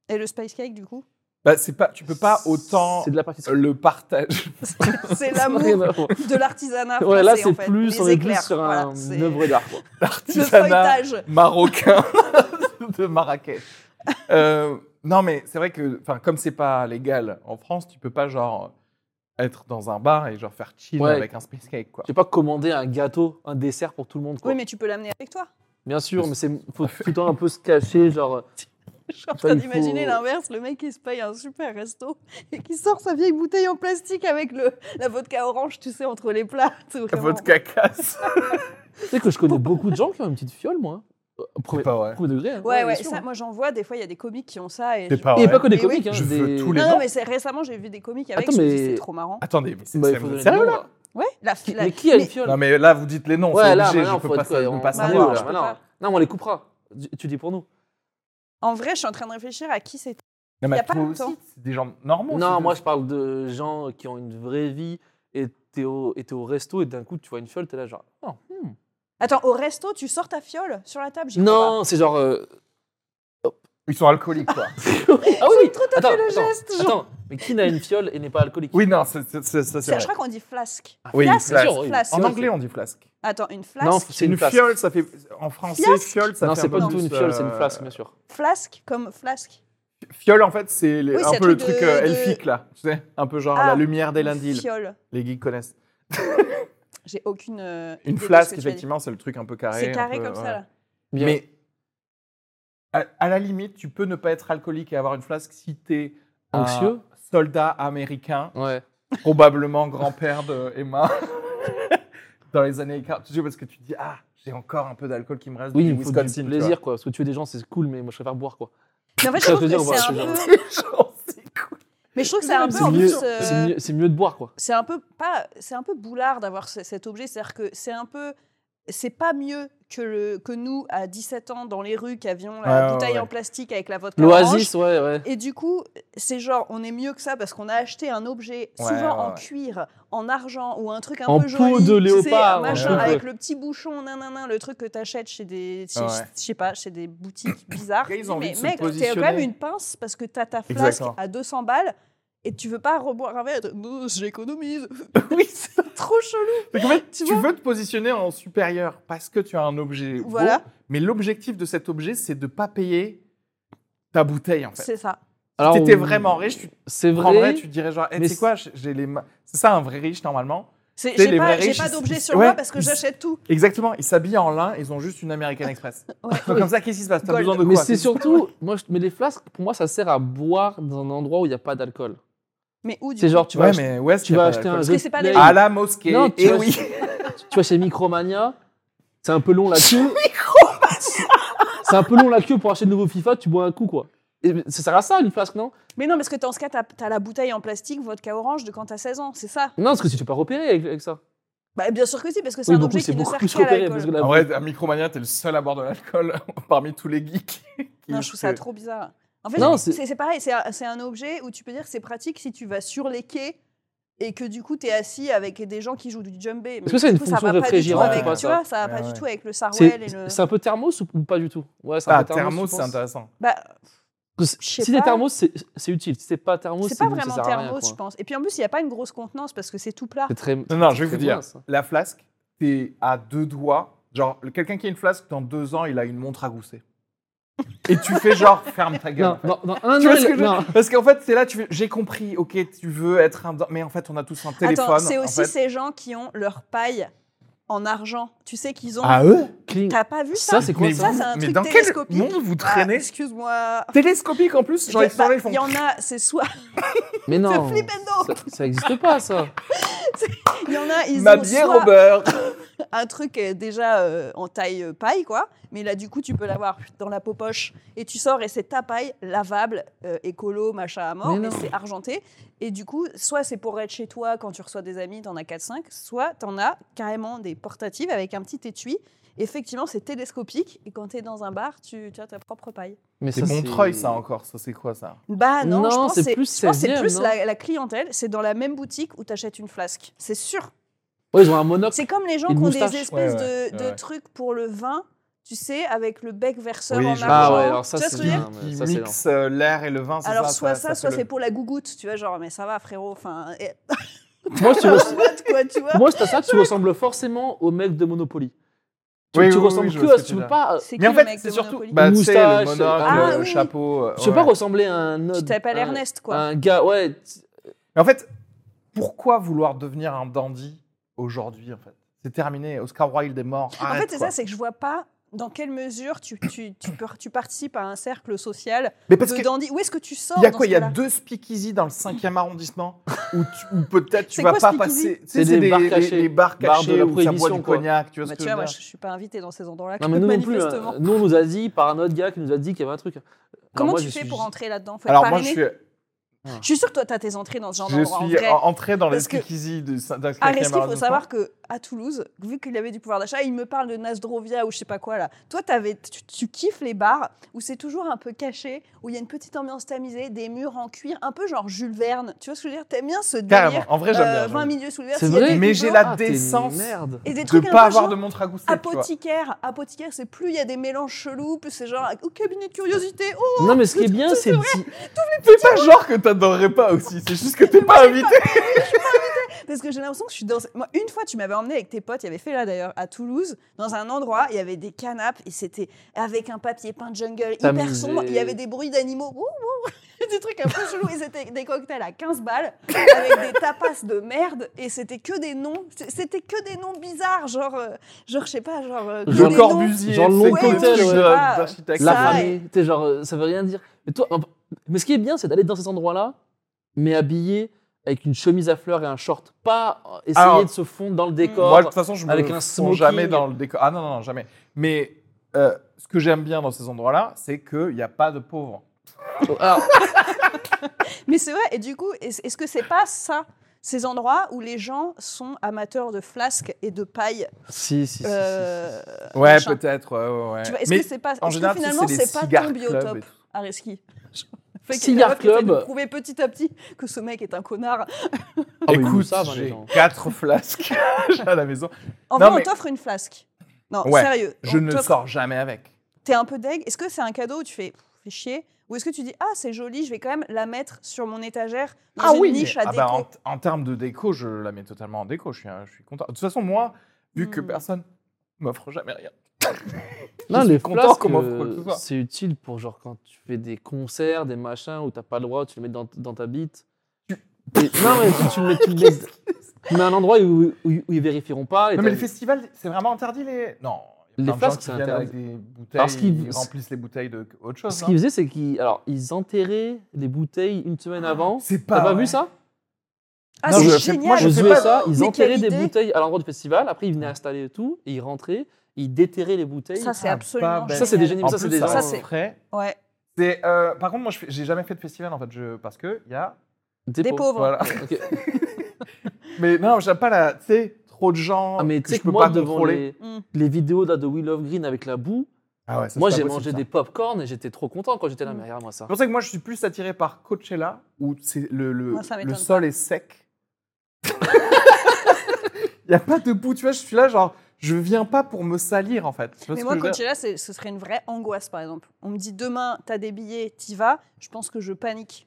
Speaker 1: Et le space cake du coup
Speaker 2: Bah, c'est pas, tu peux pas autant
Speaker 3: C'est de la pâtisserie.
Speaker 2: le partage.
Speaker 1: C'est
Speaker 3: Ça n'a rien
Speaker 1: l'amour
Speaker 3: à voir.
Speaker 1: de l'artisanat français
Speaker 3: Ouais, là,
Speaker 1: en
Speaker 3: c'est
Speaker 1: fait,
Speaker 3: plus.
Speaker 1: les
Speaker 3: on est plus
Speaker 1: éclairs,
Speaker 3: sur
Speaker 1: voilà,
Speaker 3: un
Speaker 1: c'est-
Speaker 3: une œuvre d'art. quoi.
Speaker 1: le
Speaker 2: L'artisanat
Speaker 1: feuilletage
Speaker 2: marocain de Marrakech. Euh, non, mais c'est vrai que, enfin, comme c'est pas légal en France, tu peux pas genre être dans un bar et genre faire chill
Speaker 3: Ouais.
Speaker 2: avec un space cake, quoi.
Speaker 3: J'ai pas commandé un gâteau, un dessert pour tout le monde. Quoi.
Speaker 1: Oui, mais tu peux l'amener avec toi.
Speaker 3: Bien sûr, mais c'est faut tout le temps un peu se cacher, genre.
Speaker 1: Je suis en
Speaker 3: Ça,
Speaker 1: train
Speaker 3: il faut-
Speaker 1: d'imaginer l'inverse, le mec qui se paye un super resto et qui sort sa vieille bouteille en plastique avec le, la vodka orange, tu sais, entre les plats. c'est vraiment-
Speaker 2: Votre cacasse.
Speaker 3: Tu sais que je connais beaucoup de gens qui ont une petite fiole, moi. hein. Au Premier,
Speaker 2: pas vrai.
Speaker 3: au premier degré. hein.
Speaker 1: Ouais, ouais,
Speaker 3: bien sûr.
Speaker 1: ça, moi j'en vois, des fois il y a des comiques qui ont ça. Et
Speaker 2: C'est
Speaker 1: je-
Speaker 2: pas
Speaker 3: Et
Speaker 2: vrai.
Speaker 3: pas que des
Speaker 1: Mais oui.
Speaker 3: comiques. hein,
Speaker 2: Je
Speaker 3: des-
Speaker 2: veux tous les
Speaker 1: Non,
Speaker 2: gens.
Speaker 1: non, mais c'est récemment, j'ai vu des comiques avec.
Speaker 3: Attends,
Speaker 1: je me dis,
Speaker 3: mais-
Speaker 1: c'est trop marrant.
Speaker 2: Attendez, mais c'est
Speaker 3: Bah, il
Speaker 2: c'est-
Speaker 3: faut donner
Speaker 2: sérieux
Speaker 3: le nom,
Speaker 2: là
Speaker 3: là.
Speaker 1: Ouais, la,
Speaker 3: Qui-
Speaker 1: la-
Speaker 3: mais qui a une
Speaker 1: mais-
Speaker 3: fiole
Speaker 2: Non, mais là, vous dites les noms,
Speaker 3: Ouais,
Speaker 2: c'est
Speaker 3: là,
Speaker 2: obligé,
Speaker 3: maintenant,
Speaker 2: je peux
Speaker 3: faut
Speaker 2: pas,
Speaker 3: être euh, cohérent.
Speaker 2: ne pas
Speaker 1: Bah,
Speaker 2: savoir.
Speaker 1: non,
Speaker 2: là.
Speaker 1: je peux
Speaker 3: maintenant.
Speaker 1: pas.
Speaker 3: Non, on les coupera. Tu, tu dis pour nous.
Speaker 1: En vrai, je suis en train de réfléchir à qui c'est.
Speaker 2: Non, mais
Speaker 1: y a pas
Speaker 2: toi
Speaker 1: longtemps.
Speaker 2: aussi, c'est des gens normaux.
Speaker 3: non,
Speaker 2: c'est-
Speaker 3: moi je parle de gens qui ont une vraie vie et t'es au, et t'es au resto et d'un coup tu vois une fiole, t'es là genre. Non, hmm.
Speaker 1: Attends, au resto, tu sors ta fiole sur la table j'y crois
Speaker 3: non c'est genre. euh,
Speaker 2: Ils sont alcooliques, quoi.
Speaker 3: Ah oui, oui.
Speaker 1: tout à fait
Speaker 3: Attends,
Speaker 1: le
Speaker 3: attends,
Speaker 1: geste, genre.
Speaker 3: attends, mais qui n'a une fiole et n'est pas alcoolique
Speaker 2: oui, non, c'est- c'est- c'est- ça,
Speaker 1: pas.
Speaker 2: c'est
Speaker 1: C'est- Je
Speaker 2: vrai.
Speaker 1: crois qu'on dit flasque.
Speaker 3: Ah,
Speaker 2: Oui,
Speaker 3: flasque,
Speaker 2: flasque.
Speaker 3: bien sûr, oui.
Speaker 1: Flasque.
Speaker 2: En
Speaker 1: c'est-
Speaker 2: anglais, on dit flasque.
Speaker 1: Attends, une flasque.
Speaker 3: Non, c'est
Speaker 2: C'est
Speaker 3: une,
Speaker 2: une
Speaker 3: flasque.
Speaker 2: fiole, ça fait. En français,
Speaker 1: Fiasque.
Speaker 2: fiole, ça
Speaker 3: Non,
Speaker 2: fait
Speaker 3: c'est
Speaker 2: un
Speaker 3: pas
Speaker 2: peu
Speaker 3: du tout
Speaker 2: plus,
Speaker 3: une fiole, c'est une
Speaker 2: euh,
Speaker 3: flasque, bien sûr.
Speaker 1: Flasque comme flasque.
Speaker 2: Fiole, en fait, c'est les-
Speaker 1: Oui,
Speaker 2: un
Speaker 1: c'est
Speaker 2: peu
Speaker 1: un
Speaker 2: le
Speaker 1: truc
Speaker 2: truc
Speaker 1: de-
Speaker 2: euh,
Speaker 1: de-
Speaker 2: elfique, là. Tu sais, un peu genre
Speaker 1: Ah,
Speaker 2: la lumière des
Speaker 1: Une
Speaker 2: lundis.
Speaker 1: Fiole.
Speaker 2: Les geeks connaissent.
Speaker 1: J'ai aucune. euh, idée
Speaker 2: Une
Speaker 1: de ce
Speaker 2: flasque,
Speaker 1: que tu as dit.
Speaker 2: effectivement, c'est le truc un peu carré.
Speaker 1: C'est
Speaker 2: un
Speaker 1: carré
Speaker 2: peu,
Speaker 1: comme ça,
Speaker 2: ouais.
Speaker 1: là.
Speaker 3: Bien.
Speaker 2: Mais à, à la limite, tu peux ne pas être alcoolique et avoir une flasque si t'es un
Speaker 3: Anxieux
Speaker 2: soldat américain,
Speaker 3: Ouais.
Speaker 2: probablement grand-père de Emma, dans les années 40. Tu sais, parce que tu te dis, ah, j'ai encore un peu d'alcool qui me reste
Speaker 3: Oui,
Speaker 2: du
Speaker 3: il me faut du
Speaker 2: Wisconsin. tu vois.
Speaker 3: plaisir, quoi. Parce que tuer des gens, c'est cool, mais moi je préfère boire, quoi.
Speaker 1: Mais en fait, je
Speaker 3: Ça
Speaker 1: trouve
Speaker 3: veut
Speaker 1: que
Speaker 3: dire,
Speaker 1: c'est
Speaker 3: voilà,
Speaker 1: un
Speaker 3: c'est
Speaker 1: peu.
Speaker 2: Genre, c'est cool.
Speaker 1: Mais je trouve que c'est un peu
Speaker 3: C'est
Speaker 1: en
Speaker 3: mieux,
Speaker 1: plus. euh,
Speaker 3: c'est mieux- c'est mieux de boire, quoi.
Speaker 1: c'est un peu pas c'est un peu boulard d'avoir ce- cet objet c'est à dire que c'est un peu c'est pas mieux que le que nous à 17 ans dans les rues qui avions la
Speaker 2: Ouais, ouais,
Speaker 1: bouteille
Speaker 2: ouais.
Speaker 1: en plastique avec la vodka orange
Speaker 3: L'oasis, ouais, ouais.
Speaker 1: et du coup c'est genre on est mieux que ça parce qu'on a acheté un objet
Speaker 2: Ouais,
Speaker 1: souvent
Speaker 2: ouais,
Speaker 1: en
Speaker 2: ouais.
Speaker 1: cuir en argent ou un truc un
Speaker 3: En
Speaker 1: peu
Speaker 3: peau
Speaker 1: joli tu
Speaker 3: de
Speaker 1: sais, un
Speaker 3: léopard,
Speaker 1: machin,
Speaker 2: ouais.
Speaker 1: avec le petit bouchon nan nan, nan, le truc que t'achètes chez des chez-
Speaker 2: Ouais.
Speaker 1: je sais pas chez des boutiques bizarres
Speaker 2: Ils ont envie
Speaker 1: mais
Speaker 2: de se
Speaker 1: mec t'es quand
Speaker 2: positionner.
Speaker 1: même une pince parce que t'as ta flasque
Speaker 2: Exactement.
Speaker 1: à 200 balles et tu veux pas reboire un verre et te- non j'économise oui c'est trop chelou
Speaker 2: Donc, en fait,
Speaker 1: Tu
Speaker 2: tu,
Speaker 1: vois
Speaker 2: veux te positionner en supérieur parce que tu as un objet. beau,
Speaker 1: Voilà.
Speaker 2: mais l'objectif de cet objet, c'est de ne pas payer ta bouteille, en fait.
Speaker 1: c'est ça
Speaker 3: Alors,
Speaker 2: si t'étais
Speaker 3: on-
Speaker 2: vraiment riche, tu
Speaker 3: C'est
Speaker 2: te prendrais,
Speaker 3: vrai.
Speaker 2: tu te dirais genre, Eh,
Speaker 3: Mais
Speaker 2: tu sais quoi, j'ai- j'ai les mains. C'est ça un vrai riche normalement.
Speaker 1: c'est
Speaker 2: sais,
Speaker 1: j'ai
Speaker 2: les
Speaker 1: pas,
Speaker 2: vrais
Speaker 1: j'ai
Speaker 2: riches,
Speaker 1: pas
Speaker 2: ils-
Speaker 1: d'objet
Speaker 2: ils-
Speaker 1: sur moi
Speaker 2: ouais,
Speaker 1: parce que
Speaker 2: ils-
Speaker 1: j'achètent tout
Speaker 2: Exactement, ils s'habillent en lin, ils ont juste une American Express.
Speaker 1: Ah, Ouais.
Speaker 2: Donc, comme ça, qu'est-ce qui se passe T'as
Speaker 1: Gold.
Speaker 2: besoin de quoi
Speaker 3: Mais c'est
Speaker 2: Qu'est-ce-
Speaker 3: surtout, moi, je- mais les flasques, pour moi, ça sert à boire dans un endroit où il n'y a pas d'alcool.
Speaker 1: mais où du
Speaker 3: C'est
Speaker 1: coup
Speaker 3: genre, tu vas,
Speaker 2: Ouais,
Speaker 3: acheter-
Speaker 2: mais ouais,
Speaker 3: tu vas acheter un
Speaker 1: Parce que c'est pas les-
Speaker 3: Replay.
Speaker 2: à la mosquée.
Speaker 3: Non, tu
Speaker 2: et
Speaker 3: vas-
Speaker 2: Eh oui.
Speaker 3: Tu vois, chez Micromania, c'est un peu long la queue. c'est un peu long la queue pour acheter de nouveau FIFA, tu bois un coup, quoi. Et ça sert à ça, une flasque, non
Speaker 1: mais non parce que dans ce cas t'as, t'as la bouteille en plastique vodka orange de quand t'as 16 ans c'est ça
Speaker 3: Non, parce que tu te fais pas repérer avec, avec ça.
Speaker 1: bah bien sûr que si parce que c'est
Speaker 3: Oui,
Speaker 1: un
Speaker 3: beaucoup,
Speaker 1: objet
Speaker 3: c'est
Speaker 1: qui ne
Speaker 3: beaucoup
Speaker 1: sert
Speaker 3: plus
Speaker 1: qu'à
Speaker 3: repéré.
Speaker 1: l'alcool
Speaker 3: Parce que la-
Speaker 2: En vrai, à Micromania, t'es le seul à boire de l'alcool parmi tous les geeks. qui-
Speaker 1: Non, je trouve ça trop bizarre. En fait,
Speaker 3: Non,
Speaker 1: c'est
Speaker 3: c'est-
Speaker 1: c'est pareil, c'est un, c'est un objet où tu peux dire que c'est pratique si tu vas sur les quais et que du coup tu es assis avec des gens qui jouent du djembé. Mais
Speaker 3: que c'est
Speaker 1: du
Speaker 3: une
Speaker 1: coup, ça
Speaker 3: fonction
Speaker 1: va pas du tout
Speaker 3: réfrigérante,
Speaker 1: avec-
Speaker 2: ou pas,
Speaker 1: Tu
Speaker 3: ça
Speaker 1: vois, ça va
Speaker 2: Ouais,
Speaker 1: pas du
Speaker 2: ouais.
Speaker 1: tout avec le sarouel
Speaker 3: C'est
Speaker 1: et le.
Speaker 3: c'est un peu thermos ou, ou pas du tout Ouais, c'est un
Speaker 2: Ah,
Speaker 3: peu thermos.
Speaker 2: thermos,
Speaker 3: je
Speaker 2: c'est
Speaker 3: pense.
Speaker 2: intéressant.
Speaker 1: Bah,
Speaker 3: Parce que
Speaker 1: Je sais
Speaker 3: Si c'est
Speaker 1: pas.
Speaker 3: thermos, c'est c'est utile. Si c'est pas thermos,
Speaker 1: c'est pas
Speaker 3: bon, ça
Speaker 1: vraiment
Speaker 3: sert à rien,
Speaker 1: thermos,
Speaker 3: quoi.
Speaker 1: je pense. Et puis en plus, il n'y a pas une grosse contenance parce que c'est tout plat.
Speaker 3: C'est très.
Speaker 2: Non, non, je vais
Speaker 3: très
Speaker 2: vous dire.
Speaker 3: mince.
Speaker 2: La flasque, t'es à deux doigts. Genre, quelqu'un qui a une flasque, dans deux ans, il a une montre à gousset. Et tu fais genre, ferme ta gueule.
Speaker 4: Non, dans, dans un
Speaker 2: Tu
Speaker 4: an,
Speaker 2: vois ce
Speaker 4: il-
Speaker 2: que je-
Speaker 4: non.
Speaker 2: Parce qu'en fait, c'est là, tu fais- j'ai compris, ok, tu veux être un. Mais en fait, on a tous un téléphone.
Speaker 1: Attends, c'est
Speaker 2: en
Speaker 1: aussi
Speaker 2: fait.
Speaker 1: ces gens qui ont leur paille en argent. Tu sais qu'ils ont.
Speaker 2: À Ah, eux
Speaker 3: Cling.
Speaker 1: T'as pas vu ça
Speaker 3: Ah Ça, c'est quoi
Speaker 2: mais
Speaker 3: ça
Speaker 1: Ça,
Speaker 2: vous-
Speaker 1: c'est un
Speaker 2: mais
Speaker 1: truc
Speaker 2: dans quel
Speaker 1: télescopique.
Speaker 2: monde vous
Speaker 1: Ah,
Speaker 2: traînez
Speaker 1: Excuse-moi.
Speaker 2: Télescopique en plus, genre
Speaker 1: Bah,
Speaker 2: ils sont là, ils font.
Speaker 1: Il y en a, c'est soit.
Speaker 3: Mais non.
Speaker 1: flippendo.
Speaker 3: Ça- Ça n'existe pas, ça.
Speaker 1: Il y en a, ils
Speaker 2: Ma
Speaker 1: ont
Speaker 2: bière
Speaker 1: soit
Speaker 2: au beurre
Speaker 1: un truc euh, déjà euh, en taille euh, paille, quoi. Mais là, du coup, tu peux l'avoir dans la peau poche. Et tu sors et c'est ta paille lavable, euh, écolo, machin à mort.
Speaker 3: Mais
Speaker 1: et
Speaker 3: non.
Speaker 1: c'est argenté. Et du coup, soit c'est pour être chez toi quand tu reçois des amis, t'en as 4-5. Soit t'en as carrément des portatives avec un petit étui. Effectivement, c'est télescopique. Et quand t'es dans un bar, tu, tu as ta propre paille.
Speaker 3: Mais
Speaker 2: C'est
Speaker 3: ça,
Speaker 2: Montreuil, ça encore, ça c'est quoi ça
Speaker 1: Bah non,
Speaker 3: Non,
Speaker 1: je pense
Speaker 3: c'est
Speaker 1: que c'est
Speaker 3: plus
Speaker 1: je pense que c'est
Speaker 3: 16e,
Speaker 1: plus
Speaker 3: non
Speaker 1: la, la clientèle. C'est dans la même boutique où t'achètes une flasque. C'est sûr.
Speaker 3: Ouais, ils ont un monocle.
Speaker 1: C'est comme les gens
Speaker 3: Une
Speaker 1: qui ont des
Speaker 3: moustache.
Speaker 1: espèces
Speaker 2: Ouais, ouais,
Speaker 1: de, de
Speaker 2: ouais.
Speaker 1: trucs pour le vin, tu sais, avec le bec verseur
Speaker 2: Oui,
Speaker 1: en
Speaker 2: je
Speaker 1: argent.
Speaker 2: vois. Ah ouais,
Speaker 3: alors ça,
Speaker 1: Tu vois ce
Speaker 3: c'est
Speaker 1: que je veux dire
Speaker 3: bien. mais
Speaker 2: Ils
Speaker 3: ça, c'est
Speaker 2: mixent euh, l'air et le vin, c'est
Speaker 1: Alors
Speaker 2: ça,
Speaker 1: soit ça, soit
Speaker 2: fait
Speaker 1: c'est
Speaker 2: le-
Speaker 1: pour la gougoute, tu vois, genre mais ça va frérot, enfin et-
Speaker 3: Moi, je te res-
Speaker 1: what, quoi, tu vois.
Speaker 3: Moi, je t'assure que tu ressembles forcément au mec de Monopoly. Tu,
Speaker 2: Oui,
Speaker 3: tu
Speaker 2: oui, oui,
Speaker 3: ressembles
Speaker 2: je
Speaker 3: que
Speaker 2: vois
Speaker 3: à
Speaker 2: ce que
Speaker 3: ce tu
Speaker 2: tu
Speaker 3: veux
Speaker 2: dis.
Speaker 3: pas. euh,
Speaker 1: C'est
Speaker 2: Mais
Speaker 1: qui
Speaker 2: en
Speaker 1: le
Speaker 2: fait,
Speaker 1: mec
Speaker 2: c'est
Speaker 1: de
Speaker 2: surtout.
Speaker 1: Monopoly
Speaker 2: Bah, tu sais, le
Speaker 3: Moustache,
Speaker 2: monocle,
Speaker 3: ah,
Speaker 2: le
Speaker 1: oui.
Speaker 2: chapeau. euh,
Speaker 3: Tu veux
Speaker 2: ouais.
Speaker 3: pas ressembler à un
Speaker 1: Tu
Speaker 3: autre.
Speaker 1: t'appelles
Speaker 3: un-
Speaker 1: Ernest quoi.
Speaker 3: Un gars, ouais. t-
Speaker 2: Mais en fait, pourquoi vouloir devenir un dandy aujourd'hui en fait C'est terminé, Oscar Wilde est mort.
Speaker 1: En
Speaker 2: arrête,
Speaker 1: fait, c'est
Speaker 2: quoi.
Speaker 1: ça, c'est que je vois pas dans quelle mesure tu, tu, tu, peux- tu participes à un cercle social
Speaker 2: Mais parce
Speaker 1: de
Speaker 2: que.
Speaker 1: dandy. Où est-ce que tu sors
Speaker 2: Il y a
Speaker 1: dans
Speaker 2: quoi
Speaker 1: ce
Speaker 2: Il y a
Speaker 1: cas-là
Speaker 2: deux speakeasy dans le 5e arrondissement où, tu- où peut-être tu
Speaker 1: C'est
Speaker 2: vas
Speaker 1: quoi,
Speaker 2: pas
Speaker 1: speakeasy
Speaker 2: passer. tu sais,
Speaker 3: C'est
Speaker 2: C'est
Speaker 3: des
Speaker 2: des,
Speaker 3: bars
Speaker 2: des-
Speaker 3: cachés.
Speaker 2: des bars
Speaker 3: Bars de
Speaker 2: cachés
Speaker 3: la
Speaker 2: où ça boit du
Speaker 3: prohibition, quoi.
Speaker 2: cognac. Tu vois
Speaker 1: Bah,
Speaker 2: ce que
Speaker 1: tu
Speaker 2: je
Speaker 1: vois,
Speaker 2: veux
Speaker 1: moi, je,
Speaker 2: dire
Speaker 1: je suis pas invitée dans ces endroits-là.
Speaker 3: Non, mais nous non
Speaker 2: euh,
Speaker 3: plus. hein.
Speaker 1: manifestement.
Speaker 3: Nous, on nous a dit par un autre gars qui nous a dit qu'il y avait un truc. Alors,
Speaker 1: Comment
Speaker 3: moi,
Speaker 1: tu
Speaker 3: je
Speaker 1: fais
Speaker 3: suis-
Speaker 1: pour entrer là-dedans Faut être
Speaker 2: Alors moi, je
Speaker 1: parrainé
Speaker 2: suis,
Speaker 1: Je suis sûre que toi, tu as tes entrées dans ce genre
Speaker 2: je
Speaker 1: d'endroit. en
Speaker 2: suis
Speaker 1: vrai.
Speaker 2: en- entré dans les
Speaker 1: Parce que-
Speaker 2: speakeasy de Saint- d'un
Speaker 1: Ah,
Speaker 2: cinquième
Speaker 1: Reski, il faut
Speaker 2: arrondissement.
Speaker 1: savoir que à Toulouse, vu qu'il avait du pouvoir d'achat, il me parle de Nasdrovia ou je sais pas quoi là. Toi, t'avais- tu, tu kiffes les bars où c'est toujours un peu caché, où il y a une petite ambiance tamisée, des murs en cuir, un peu genre Jules Verne. Tu vois ce que je veux dire T'aimes bien ce
Speaker 2: Carrément.
Speaker 1: délire
Speaker 2: En vrai, j'aime
Speaker 1: euh,
Speaker 2: bien.
Speaker 1: 20
Speaker 2: j'aime bien.
Speaker 1: milieux sous le verre.
Speaker 3: C'est
Speaker 1: s'il y a
Speaker 3: vrai.
Speaker 1: des
Speaker 2: Mais j'ai
Speaker 1: bouquins.
Speaker 2: la
Speaker 3: Ah, t'es une
Speaker 2: décence
Speaker 3: Merde.
Speaker 1: et des
Speaker 2: De
Speaker 1: trucs
Speaker 2: pas
Speaker 1: un peu
Speaker 2: avoir
Speaker 1: genre
Speaker 2: de montre à gousset. tu vois.
Speaker 1: apothicaire. Apothicaire, c'est plus il y a des mélanges chelous, plus c'est genre au cabinet de curiosité. Oh,
Speaker 3: Non, mais ce qui est bien, c'est.
Speaker 2: C'est pas genre que t'adorerais pas aussi, c'est juste que t'es pas invité.
Speaker 1: Parce que j'ai l'impression que je suis dans. Moi, une fois, tu m'avais emmené avec tes potes, il y avait fait là d'ailleurs, à Toulouse, dans un endroit, il y avait des canapes et c'était avec un papier peint jungle hyper
Speaker 3: T'amuser.
Speaker 1: sombre. Il y avait des bruits d'animaux, ouh, ouh, des trucs un peu chelous et c'était des cocktails à 15 balles avec des tapas de merde et c'était que des noms. C'était que des noms bizarres, genre, euh, genre je sais pas, genre. euh, que
Speaker 3: Jean
Speaker 1: des noms.
Speaker 2: Corbusier,
Speaker 3: Jean
Speaker 2: c'est que le
Speaker 1: Longcomtel,
Speaker 2: truc
Speaker 1: ouais.
Speaker 2: de-
Speaker 1: Ah,
Speaker 2: d'architecte.
Speaker 3: La
Speaker 1: Ça,
Speaker 3: famille, t'es genre, euh, ça veut rien dire. Mais toi, en- mais ce qui est bien, c'est d'aller dans ces endroits-là, mais habillé avec une chemise à fleurs et un short, pas euh, essayer
Speaker 2: Alors,
Speaker 3: de se fondre
Speaker 1: Hmm.
Speaker 3: dans le
Speaker 2: Moi, de
Speaker 3: décor.
Speaker 2: toute façon, je me
Speaker 3: Avec un
Speaker 2: fonds
Speaker 3: smoking.
Speaker 2: jamais dans le décor. Ah non, non, non, jamais. Mais euh, ce que j'aime bien dans ces endroits-là, c'est qu'il n'y a pas de pauvres.
Speaker 3: Alors,
Speaker 1: Mais c'est vrai, et du coup, est- est-ce que c'est pas ça ces endroits où les gens sont amateurs de flasques et de paille
Speaker 3: si, si, si, si, si.
Speaker 1: euh,
Speaker 2: Ouais,
Speaker 1: machin.
Speaker 2: peut-être. ouais, ouais, ouais.
Speaker 1: Tu vois, Est-ce
Speaker 2: Mais
Speaker 1: que c'est pas
Speaker 2: en
Speaker 1: est-ce que
Speaker 2: général, tu sais,
Speaker 1: finalement
Speaker 2: c'est
Speaker 1: c'est
Speaker 2: des
Speaker 1: pas
Speaker 2: cigar
Speaker 1: ton
Speaker 2: clubs.
Speaker 1: biotope
Speaker 2: et tout.
Speaker 1: à Reski
Speaker 3: Cigar club.
Speaker 1: Prouver petit à petit que ce mec est un connard.
Speaker 3: Ah, mais ils nous
Speaker 2: Écoute,
Speaker 3: savent, hein, les
Speaker 2: j'ai
Speaker 3: gens.
Speaker 2: quatre flasques à la maison.
Speaker 1: En
Speaker 2: Non,
Speaker 1: vrai,
Speaker 2: mais-
Speaker 1: on t'offre une flasque. Non,
Speaker 2: Ouais,
Speaker 1: sérieux.
Speaker 2: Je
Speaker 1: on
Speaker 2: ne
Speaker 1: t'offre-
Speaker 2: sors jamais avec.
Speaker 1: T'es un peu deg. Est-ce que c'est un cadeau où tu fais, Pff, fais chier Ou est-ce que tu dis, ah, c'est joli, je vais quand même la mettre sur mon étagère dans une niche à
Speaker 2: Ah
Speaker 1: déco
Speaker 2: bah, en, en termes de déco, je la mets totalement en déco. Je suis, euh, je suis content. De toute façon, moi, vu que
Speaker 1: Hmm.
Speaker 2: personne m'offre jamais rien.
Speaker 3: Non,
Speaker 2: Je
Speaker 3: les
Speaker 2: suis content
Speaker 3: flasques,
Speaker 2: qu'on m'offre
Speaker 3: euh,
Speaker 2: quoi que ce soit.
Speaker 3: c'est utile pour genre quand tu fais des concerts, des machins où t'as pas le droit, tu le mets dans, dans ta bite. Et- non, mais tu, tu le mets, tu le mets- tu mets à un endroit où, où- où ils vérifieront pas. et
Speaker 2: Non, mais
Speaker 3: t'as-
Speaker 2: les festivals, c'est vraiment interdit les. Non. il y
Speaker 3: Les
Speaker 2: a plein de gens
Speaker 3: flasques,
Speaker 2: qui
Speaker 3: c'est
Speaker 2: viennent
Speaker 3: interdit.
Speaker 2: Avec des bouteilles,
Speaker 3: Parce qu'ils-
Speaker 2: ils remplissent les bouteilles de autre chose. hein.
Speaker 3: Ce
Speaker 2: non
Speaker 3: qu'ils faisaient, c'est qu'ils alors ils enterraient les bouteilles une semaine avant.
Speaker 2: Ah, C'est pas.
Speaker 3: T'as pas
Speaker 2: vrai.
Speaker 3: vu ça
Speaker 1: Ah,
Speaker 2: Non,
Speaker 1: c'est
Speaker 2: je-
Speaker 1: génial.
Speaker 2: moi, je
Speaker 3: Aux
Speaker 2: fais pas-
Speaker 3: USA, ils
Speaker 1: Mais
Speaker 3: enterraient
Speaker 1: quelle
Speaker 3: des
Speaker 1: idée.
Speaker 3: bouteilles à l'endroit du festival. Après, ils venaient installer tout et ils rentraient. Ils déterraient les bouteilles.
Speaker 1: Ça, c'est
Speaker 2: Ah,
Speaker 1: absolument.
Speaker 2: pas bête.
Speaker 3: Ça, c'est des
Speaker 1: génial.
Speaker 3: génies.
Speaker 2: En
Speaker 3: Ça, c'est
Speaker 2: plus,
Speaker 3: des
Speaker 1: ça,
Speaker 3: gens- euh,
Speaker 1: c'est-
Speaker 2: Après,
Speaker 1: Ouais.
Speaker 2: c'est, euh, par contre, moi, je fais- j'ai jamais fait de festival en fait, je, parce que il y a.
Speaker 3: des
Speaker 1: Des
Speaker 3: pauvres.
Speaker 1: pauvres.
Speaker 2: Voilà.
Speaker 3: Ok.
Speaker 2: Mais non, j'aime pas la. Tu sais, trop de gens.
Speaker 3: Ah, mais
Speaker 2: que
Speaker 3: tu sais
Speaker 2: je
Speaker 3: que
Speaker 2: peux
Speaker 3: moi,
Speaker 2: pas
Speaker 3: devant
Speaker 2: contrôler.
Speaker 3: les,
Speaker 1: Mm.
Speaker 3: les vidéos là, de Will of Green avec la boue,
Speaker 2: Ah ouais, ça, c'est
Speaker 3: moi,
Speaker 2: pas
Speaker 3: j'ai
Speaker 2: possible,
Speaker 3: mangé
Speaker 2: ça.
Speaker 3: des pop-corn et j'étais trop content quand j'étais là.
Speaker 1: Mm.
Speaker 3: Mais regarde-moi ça.
Speaker 2: C'est pour ça que moi, je suis plus attiré par Coachella, où c'est le, le,
Speaker 1: Moi, ça
Speaker 2: le
Speaker 1: m'étonne
Speaker 2: sol est sec. Il n'y a pas de boue, tu vois, je suis là, genre, je viens pas pour me salir, en fait. Tu vois
Speaker 1: Mais
Speaker 2: ce
Speaker 1: moi,
Speaker 2: que je veux dire
Speaker 1: Coachella, c'est- ce serait une vraie angoisse, par exemple. On me dit demain, t'as des billets, t'y vas. Je pense que je panique.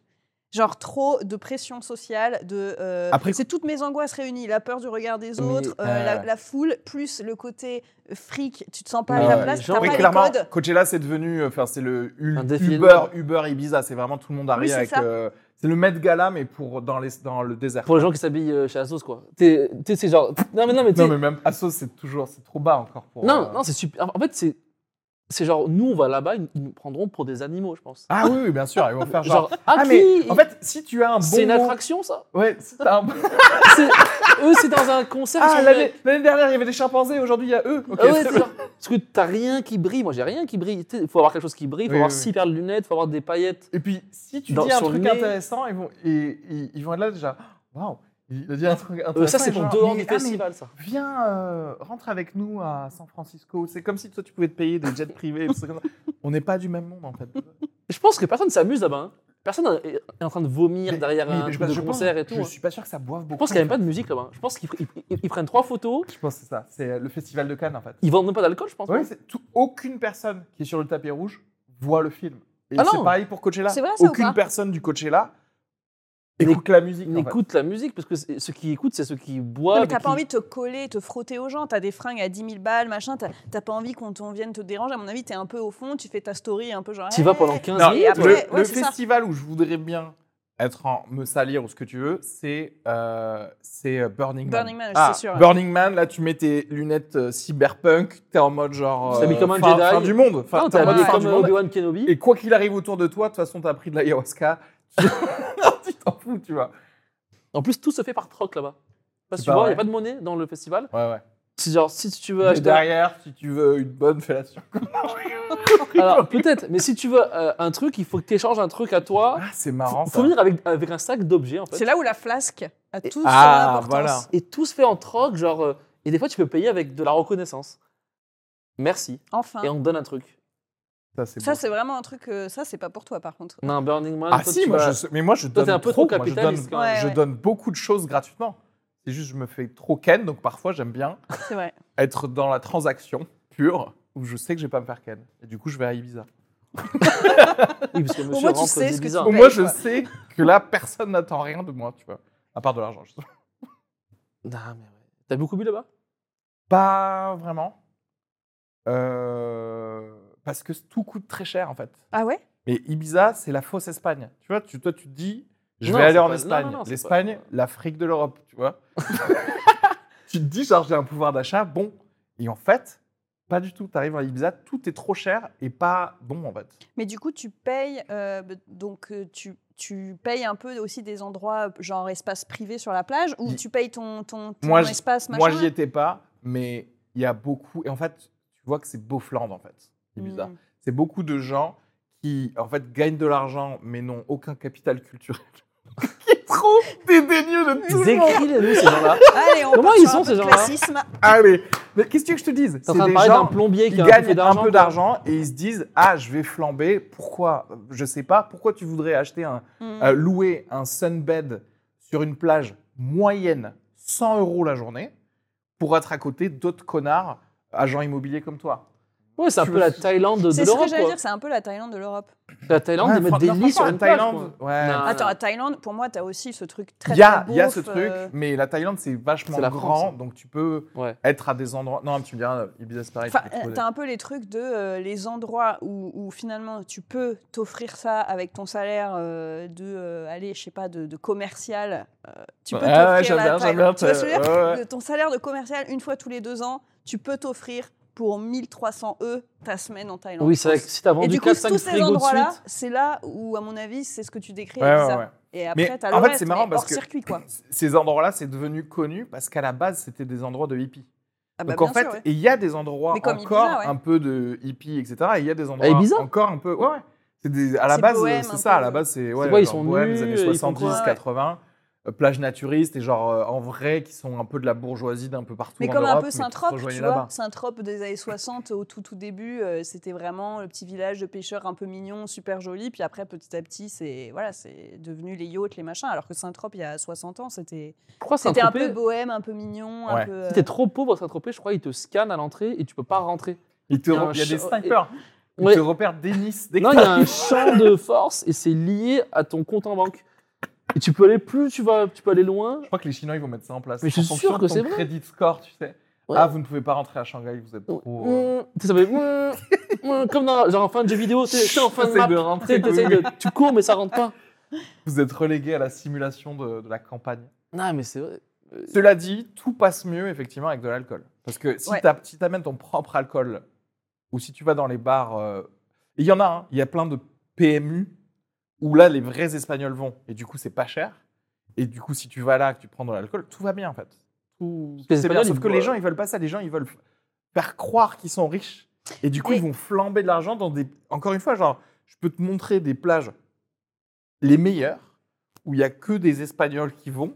Speaker 1: Genre trop de pression sociale, de. euh,
Speaker 2: Après-
Speaker 1: c'est toutes mes angoisses réunies, la peur du regard des
Speaker 3: Mais,
Speaker 1: autres, euh, la,
Speaker 2: euh,
Speaker 1: la foule, plus le côté euh, fric, tu te sens pas
Speaker 3: Mais,
Speaker 1: à ta
Speaker 3: euh,
Speaker 1: place,
Speaker 3: genre-
Speaker 1: t'as
Speaker 2: Oui,
Speaker 1: pas
Speaker 2: clairement,
Speaker 1: les codes.
Speaker 2: Coachella, c'est devenu, euh, enfin, c'est le U-
Speaker 3: Un défilé.
Speaker 2: Uber, Uber Ibiza. C'est vraiment tout le monde
Speaker 1: Oui,
Speaker 2: arrive
Speaker 1: c'est
Speaker 2: avec.
Speaker 1: ça.
Speaker 2: euh, c'est le Met Gala, mais pour dans les dans le désert.
Speaker 3: Pour les gens qui s'habillent euh, chez Asos, quoi. T'es, t'es- c'est genre. Non, mais non, mais t'es-
Speaker 2: Non, mais même Asos, c'est toujours, c'est trop bas encore pour.
Speaker 3: Non,
Speaker 2: euh,
Speaker 3: non, c'est super. En fait, c'est, c'est genre, nous, on va là-bas, ils nous prendront pour des animaux, je pense.
Speaker 2: Ah oui, oui, bien sûr, ils vont faire genre.
Speaker 3: Genre, ah,
Speaker 2: Ah,
Speaker 3: qui
Speaker 2: mais en fait, si tu as un bon.
Speaker 3: c'est une
Speaker 2: mot-
Speaker 3: attraction, ça
Speaker 2: Ouais, si t'as un bon-
Speaker 3: C'est- Eux, c'est dans un concert. ils
Speaker 2: Ah,
Speaker 3: sont
Speaker 2: l'année l'année dernière, il y avait des chimpanzés, aujourd'hui, il y a eux. Ok,
Speaker 3: Ah ouais,
Speaker 2: c'est
Speaker 3: c'est genre- Parce que t'as rien qui brille. Moi, j'ai rien qui brille. Il faut avoir quelque chose qui brille. Il faut
Speaker 2: Oui,
Speaker 3: avoir
Speaker 2: oui,
Speaker 3: six
Speaker 2: oui.
Speaker 3: paires de lunettes. Il faut avoir des paillettes.
Speaker 2: Et puis, si tu
Speaker 3: Dans-
Speaker 2: dis un
Speaker 3: sur le
Speaker 2: truc
Speaker 3: nez.
Speaker 2: intéressant, ils vont, et, et- ils vont être là déjà. Waouh, il a dit un truc intéressant.
Speaker 3: Euh, ça, c'est
Speaker 2: ils vont
Speaker 3: pour
Speaker 2: genre,
Speaker 3: dehors
Speaker 2: mais-
Speaker 3: du
Speaker 2: ah, mais
Speaker 3: festival, ça.
Speaker 2: Viens, euh, rentre avec nous à San Francisco. C'est comme si toi, tu pouvais te payer des jets privés. des trucs comme ça. On n'est pas du même monde, en fait.
Speaker 3: Je pense que personne s'amuse là-bas. hein. Personne est est en train de vomir
Speaker 2: Mais-
Speaker 3: derrière
Speaker 2: mais
Speaker 3: un
Speaker 2: je
Speaker 3: truc
Speaker 2: pense-
Speaker 3: de
Speaker 2: je pense-
Speaker 3: concert et tout.
Speaker 2: Je
Speaker 3: hein.
Speaker 2: suis pas sûr que ça boive beaucoup.
Speaker 3: Je pense qu'il n'y a même pas de musique là-bas. Je pense qu'ils pr- ils- ils- ils prennent trois photos.
Speaker 2: Je pense que c'est ça. C'est euh, le festival de Cannes, en fait.
Speaker 3: Ils vendent même pas d'alcool, je pense.
Speaker 2: Oui, c'est tout- aucune personne qui est sur le tapis rouge voit le film. Et
Speaker 3: Ah non.
Speaker 2: c'est pareil pour Coachella.
Speaker 1: C'est vrai, ça, ou
Speaker 2: aucune
Speaker 1: pas
Speaker 2: personne du Coachella
Speaker 3: N'éc-
Speaker 2: écoute la musique.
Speaker 3: Ils
Speaker 2: en fait.
Speaker 3: n'écoutent la musique parce que c'est- ceux qui écoutent, c'est ceux qui
Speaker 1: Non,
Speaker 3: boivent.
Speaker 1: mais t'as
Speaker 3: et
Speaker 1: pas
Speaker 3: qui-
Speaker 1: envie de te coller, te frotter aux gens. T'as des fringues à 10 000 balles, machin. T'as t'as pas envie qu'on t'en vienne te déranger. À mon avis, t'es un peu au fond, tu fais ta story un peu genre.
Speaker 3: Tu vas
Speaker 1: hey.
Speaker 3: pendant 15
Speaker 2: Non,
Speaker 1: Et
Speaker 3: minutes.
Speaker 1: après-
Speaker 2: le,
Speaker 1: ouais,
Speaker 2: le
Speaker 1: c'est ça.
Speaker 2: festival où je voudrais bien être en me salir ou ce que tu veux, c'est euh, c'est euh, Burning Man.
Speaker 1: Burning Man, je suis sûre, ouais.
Speaker 2: Burning Man, là, tu mets tes lunettes euh, cyberpunk, t'es en mode genre. euh,
Speaker 3: Tu t'habilles comme un
Speaker 2: fin,
Speaker 3: Jedi.
Speaker 2: fin du monde. Enfin,
Speaker 3: Ah Non,
Speaker 2: t'es
Speaker 3: t'es
Speaker 2: en mode
Speaker 3: habillé
Speaker 2: fin
Speaker 3: comme
Speaker 2: du monde.
Speaker 3: Obi-Wan Kenobi.
Speaker 2: Et quoi qu'il arrive autour de toi, de toute façon, t'as pris de l'ayahuasca. Tu tu t'en fous, tu vois.
Speaker 3: En plus, tout se fait par troc là-bas. Parce que
Speaker 2: C'est
Speaker 3: tu
Speaker 2: pas
Speaker 3: vois, il
Speaker 2: vrai.
Speaker 3: n'y a pas de monnaie dans le festival.
Speaker 2: Ouais, ouais.
Speaker 3: C'est genre, si tu veux
Speaker 2: Mais
Speaker 3: acheter.
Speaker 2: derrière, si tu veux une bonne fellation.
Speaker 3: Alors, peut-être, mais si tu veux euh, un truc, il faut que tu échanges un truc à toi.
Speaker 2: Ah, c'est
Speaker 3: Il
Speaker 2: marrant ça.
Speaker 3: faut venir avec, avec un sac d'objets, en
Speaker 1: C'est
Speaker 3: fait.
Speaker 1: là où la flasque a tout son
Speaker 2: Ah,
Speaker 1: importance.
Speaker 2: voilà.
Speaker 3: Et tout se fait en troc, genre. euh, et des fois, tu peux payer avec de la reconnaissance. Merci.
Speaker 1: Enfin.
Speaker 3: Et on te donne un truc.
Speaker 2: Ça, c'est
Speaker 1: Ça,
Speaker 2: beau.
Speaker 1: c'est vraiment un truc. euh, ça, c'est pas pour toi, par contre.
Speaker 3: Non, Burning Man.
Speaker 2: Ah,
Speaker 3: toi,
Speaker 2: si,
Speaker 3: tu
Speaker 2: moi,
Speaker 3: vas-
Speaker 2: je, sais- mais moi, je
Speaker 3: Toi,
Speaker 2: donne
Speaker 3: t'es un peu
Speaker 2: trop.
Speaker 3: trop
Speaker 2: moi, je donne-
Speaker 3: capitaliste, quand même.
Speaker 1: Ouais,
Speaker 2: je
Speaker 1: ouais.
Speaker 2: donne beaucoup de choses gratuitement. C'est juste, je me fais trop ken, donc parfois j'aime bien
Speaker 1: C'est vrai.
Speaker 2: être dans la transaction pure où je sais que je vais pas me faire ken. Et du coup, je vais à Ibiza.
Speaker 3: Oui, parce que monsieur
Speaker 1: moins, tu
Speaker 3: rentre
Speaker 1: sais ce que
Speaker 3: d'Ibiza.
Speaker 1: tu
Speaker 2: Au
Speaker 1: paye,
Speaker 2: moins, je
Speaker 1: quoi.
Speaker 2: sais que là, personne n'attend rien de moi, tu vois. À part de l'argent, je
Speaker 3: Non, mais ouais. T'as beaucoup bu là-bas
Speaker 2: Pas vraiment. Euh, Parce que tout coûte très cher, en fait.
Speaker 1: Ah ouais
Speaker 2: Mais Ibiza, c'est la fausse Espagne. Tu vois, tu, toi, tu te dis, je
Speaker 3: Non,
Speaker 2: vais aller
Speaker 3: c'est
Speaker 2: en
Speaker 3: pas-
Speaker 2: Espagne.
Speaker 3: non, non, non, c'est
Speaker 2: L'Espagne,
Speaker 3: pas-
Speaker 2: l'Afrique de l'Europe, tu vois. tu te dis, genre, j'ai un pouvoir d'achat, bon. Et en fait, pas du tout. Tu arrives à Ibiza, tout est trop cher et pas bon, en fait.
Speaker 1: Mais du coup, tu payes. euh, b- donc, euh, tu, tu payes un peu aussi des endroits, euh, genre espace privé sur la plage, ou
Speaker 2: Y-
Speaker 1: tu payes ton, ton,
Speaker 2: Mmh.
Speaker 1: ton
Speaker 2: Moi, j-
Speaker 1: espace machin
Speaker 2: Moi, j'y étais pas, mais il y a beaucoup. Et en fait, tu vois que c'est Beaufland, en fait, Ibiza.
Speaker 1: Mm.
Speaker 2: C'est beaucoup de gens qui, en fait, gagnent de l'argent, mais n'ont aucun capital culturel. qui est trop dédaigneux de tout le monde.
Speaker 3: Décris-les-nous, ces gens-là.
Speaker 1: Allez, on
Speaker 3: Comment
Speaker 1: part
Speaker 3: ils
Speaker 1: sur
Speaker 3: sont,
Speaker 1: un peu
Speaker 3: ces
Speaker 1: de
Speaker 3: gens-là
Speaker 1: classisme.
Speaker 2: Allez, mais qu'est-ce que tu veux que je te dise
Speaker 3: Ah T'es en train de
Speaker 2: des
Speaker 3: parler d'un
Speaker 2: gens
Speaker 3: plombier
Speaker 2: qui
Speaker 3: qui a un peu
Speaker 2: gagnent
Speaker 3: d'argent.
Speaker 2: un peu d'argent et ils se disent ah je vais flamber. Pourquoi Je sais pas. Pourquoi tu voudrais acheter un
Speaker 1: Mm.
Speaker 2: euh, louer un sunbed sur une plage moyenne 100 euros la journée pour être à côté d'autres connards agents immobiliers comme toi
Speaker 3: Ouais, c'est un
Speaker 2: Tu
Speaker 3: peu
Speaker 2: veux-
Speaker 3: la Thaïlande de-
Speaker 1: C'est
Speaker 3: de
Speaker 1: ce que
Speaker 3: l'Europe.
Speaker 1: j'allais
Speaker 3: quoi.
Speaker 1: dire, c'est un peu la Thaïlande de l'europe.
Speaker 3: La Thaïlande,
Speaker 2: Ouais,
Speaker 3: ils mettent
Speaker 2: fran-
Speaker 3: Ah, des
Speaker 2: non,
Speaker 3: lits sur
Speaker 2: franchement,
Speaker 3: une
Speaker 2: la
Speaker 3: plage.
Speaker 2: Thaïlande,
Speaker 3: quoi.
Speaker 2: ouais.
Speaker 3: Non,
Speaker 1: Attends,
Speaker 3: non.
Speaker 1: à Thaïlande, pour moi, t'as aussi ce truc très
Speaker 2: Ah. Il y a,
Speaker 1: très
Speaker 2: il y a
Speaker 1: beauf,
Speaker 2: ce truc,
Speaker 1: euh,
Speaker 2: mais la Thaïlande c'est vachement
Speaker 3: C'est la
Speaker 2: grand,
Speaker 3: France, hein.
Speaker 2: donc tu peux
Speaker 3: Ouais.
Speaker 2: être à des endroits. Non, tu me diras, euh, Ibiza c'est pareil. tu
Speaker 1: Enfin,
Speaker 2: peux trouver
Speaker 1: t'as un peu les trucs de euh, les endroits où, où finalement tu peux t'offrir ça avec ton salaire euh, de, euh, allez, je sais pas, de, de commercial. euh, tu peux
Speaker 2: Ouais,
Speaker 1: t'offrir
Speaker 2: ouais, j'aime
Speaker 1: la
Speaker 2: bien,
Speaker 1: taille-
Speaker 2: j'aime bien,
Speaker 1: Tu vois ce que je veux dire
Speaker 2: ouais, ouais.
Speaker 1: De ton salaire de commercial, une fois tous les deux ans, tu peux t'offrir pour 1300 E ta semaine en Thaïlande.
Speaker 3: Oui, c'est vrai que si t'as
Speaker 1: Et
Speaker 3: vendu
Speaker 1: du coup,
Speaker 3: 4-5
Speaker 1: tous ces
Speaker 3: frigos de
Speaker 1: endroits-là,
Speaker 3: suite.
Speaker 1: c'est là où, à mon avis, c'est ce que tu décris.
Speaker 2: des-
Speaker 1: à
Speaker 2: Ouais, ouais,
Speaker 1: Ibiza.
Speaker 2: ouais.
Speaker 1: Et après,
Speaker 2: Mais
Speaker 1: t'as
Speaker 2: en
Speaker 1: le
Speaker 2: fait,
Speaker 1: reste,
Speaker 2: c'est marrant
Speaker 1: mais
Speaker 2: parce
Speaker 1: hors
Speaker 2: que-
Speaker 1: circuit, quoi.
Speaker 2: Ces endroits-là, c'est devenu connu parce qu'à la base, c'était des endroits de hippies.
Speaker 1: Ah bah,
Speaker 2: Donc en
Speaker 1: bien
Speaker 2: fait,
Speaker 1: sûr, ouais.
Speaker 2: et il y a des endroits
Speaker 1: Mais comme
Speaker 2: encore
Speaker 1: Ibiza, ouais.
Speaker 2: un peu de hippies, etc. Et il y a des endroits
Speaker 3: Ah, Ibiza
Speaker 2: encore un peu. Ouais, ouais. C'est des- à la
Speaker 1: C'est
Speaker 2: base,
Speaker 1: bohème,
Speaker 2: c'est
Speaker 1: un
Speaker 2: ça.
Speaker 1: peu.
Speaker 2: À la base, c'est ouais,
Speaker 3: quoi, ils
Speaker 2: genre
Speaker 3: sont
Speaker 2: bohème
Speaker 3: nus,
Speaker 2: des années
Speaker 3: ils font
Speaker 2: 70,
Speaker 1: quoi, ouais.
Speaker 2: 80. euh, plage naturiste et genre euh, en vrai qui sont un peu de la bourgeoisie d'un peu partout
Speaker 1: Mais
Speaker 2: en
Speaker 1: comme un
Speaker 2: Europe,
Speaker 1: peu
Speaker 2: mais qui se
Speaker 1: Saint-Trope, tu
Speaker 2: rejoignent
Speaker 1: vois,
Speaker 2: là-bas.
Speaker 1: Saint-Trope des années 60 au tout tout début, euh, c'était vraiment le petit village de pêcheurs un peu mignon, super joli, puis après petit à petit, c'est voilà, c'est devenu les yachts, les machins, alors que Saint-Trope il y a 60 ans, c'était
Speaker 3: Je crois que
Speaker 1: c'était un peu
Speaker 3: Saint-Tropez.
Speaker 1: bohème, un peu mignon, un
Speaker 2: Ouais.
Speaker 1: peu euh,
Speaker 3: Si t'es trop pauvre à Saint-Tropez, je crois qu'ils te scannent à l'entrée et tu peux pas rentrer.
Speaker 2: Ils te
Speaker 3: Il y a
Speaker 2: re-
Speaker 3: un
Speaker 2: Il y a des
Speaker 3: ch- euh,
Speaker 2: snipers. Ils
Speaker 3: Ouais.
Speaker 2: te repèrent des nices. Dès que
Speaker 3: Non, il y a
Speaker 2: t'arrives.
Speaker 3: un champ de force et c'est lié à ton compte en banque. Et tu peux aller plus, tu vas, tu peux aller loin.
Speaker 2: Je crois que les Chinois, ils vont mettre ça en place.
Speaker 3: Mais je suis
Speaker 2: En fonction
Speaker 3: sûr que
Speaker 2: de ton
Speaker 3: c'est vrai.
Speaker 2: crédit score, tu sais.
Speaker 3: Ouais.
Speaker 2: Ah, vous ne pouvez pas rentrer à Shanghai, vous êtes trop... euh,
Speaker 3: Mmh, tu sais, ça fait mmh, mmh, comme dans genre en fin de jeu vidéo, tu es en fin de
Speaker 2: J'essaie
Speaker 3: map,
Speaker 2: de
Speaker 3: tu
Speaker 2: rentrer,
Speaker 3: sais, t'essayes
Speaker 2: oui, oui.
Speaker 3: de- tu cours mais ça rentre pas.
Speaker 2: Vous êtes relégué à la simulation de, de la campagne.
Speaker 3: Non mais c'est vrai. Euh,
Speaker 2: Cela dit, tout passe mieux, effectivement, avec de l'alcool. Parce que si
Speaker 1: Ouais.
Speaker 2: t'as- si tu amènes ton propre alcool, ou si tu vas dans les bars... euh, Il y en a, hein, il y a plein de PMU, où là, les vrais Espagnols vont. Et du coup, c'est pas cher. Et du coup, si tu vas là, que tu prends de l'alcool, tout va bien, en fait. Tout,
Speaker 3: Les
Speaker 2: c'est bien,
Speaker 3: Espagnols,
Speaker 2: sauf
Speaker 3: ils
Speaker 2: que les
Speaker 3: boivent.
Speaker 2: gens, ils veulent pas ça. Les gens, ils veulent faire croire qu'ils sont riches. Et du coup,
Speaker 1: Et-
Speaker 2: ils vont flamber de l'argent dans des. Encore une fois, genre, je peux te montrer des plages les meilleures où il y a que des Espagnols qui vont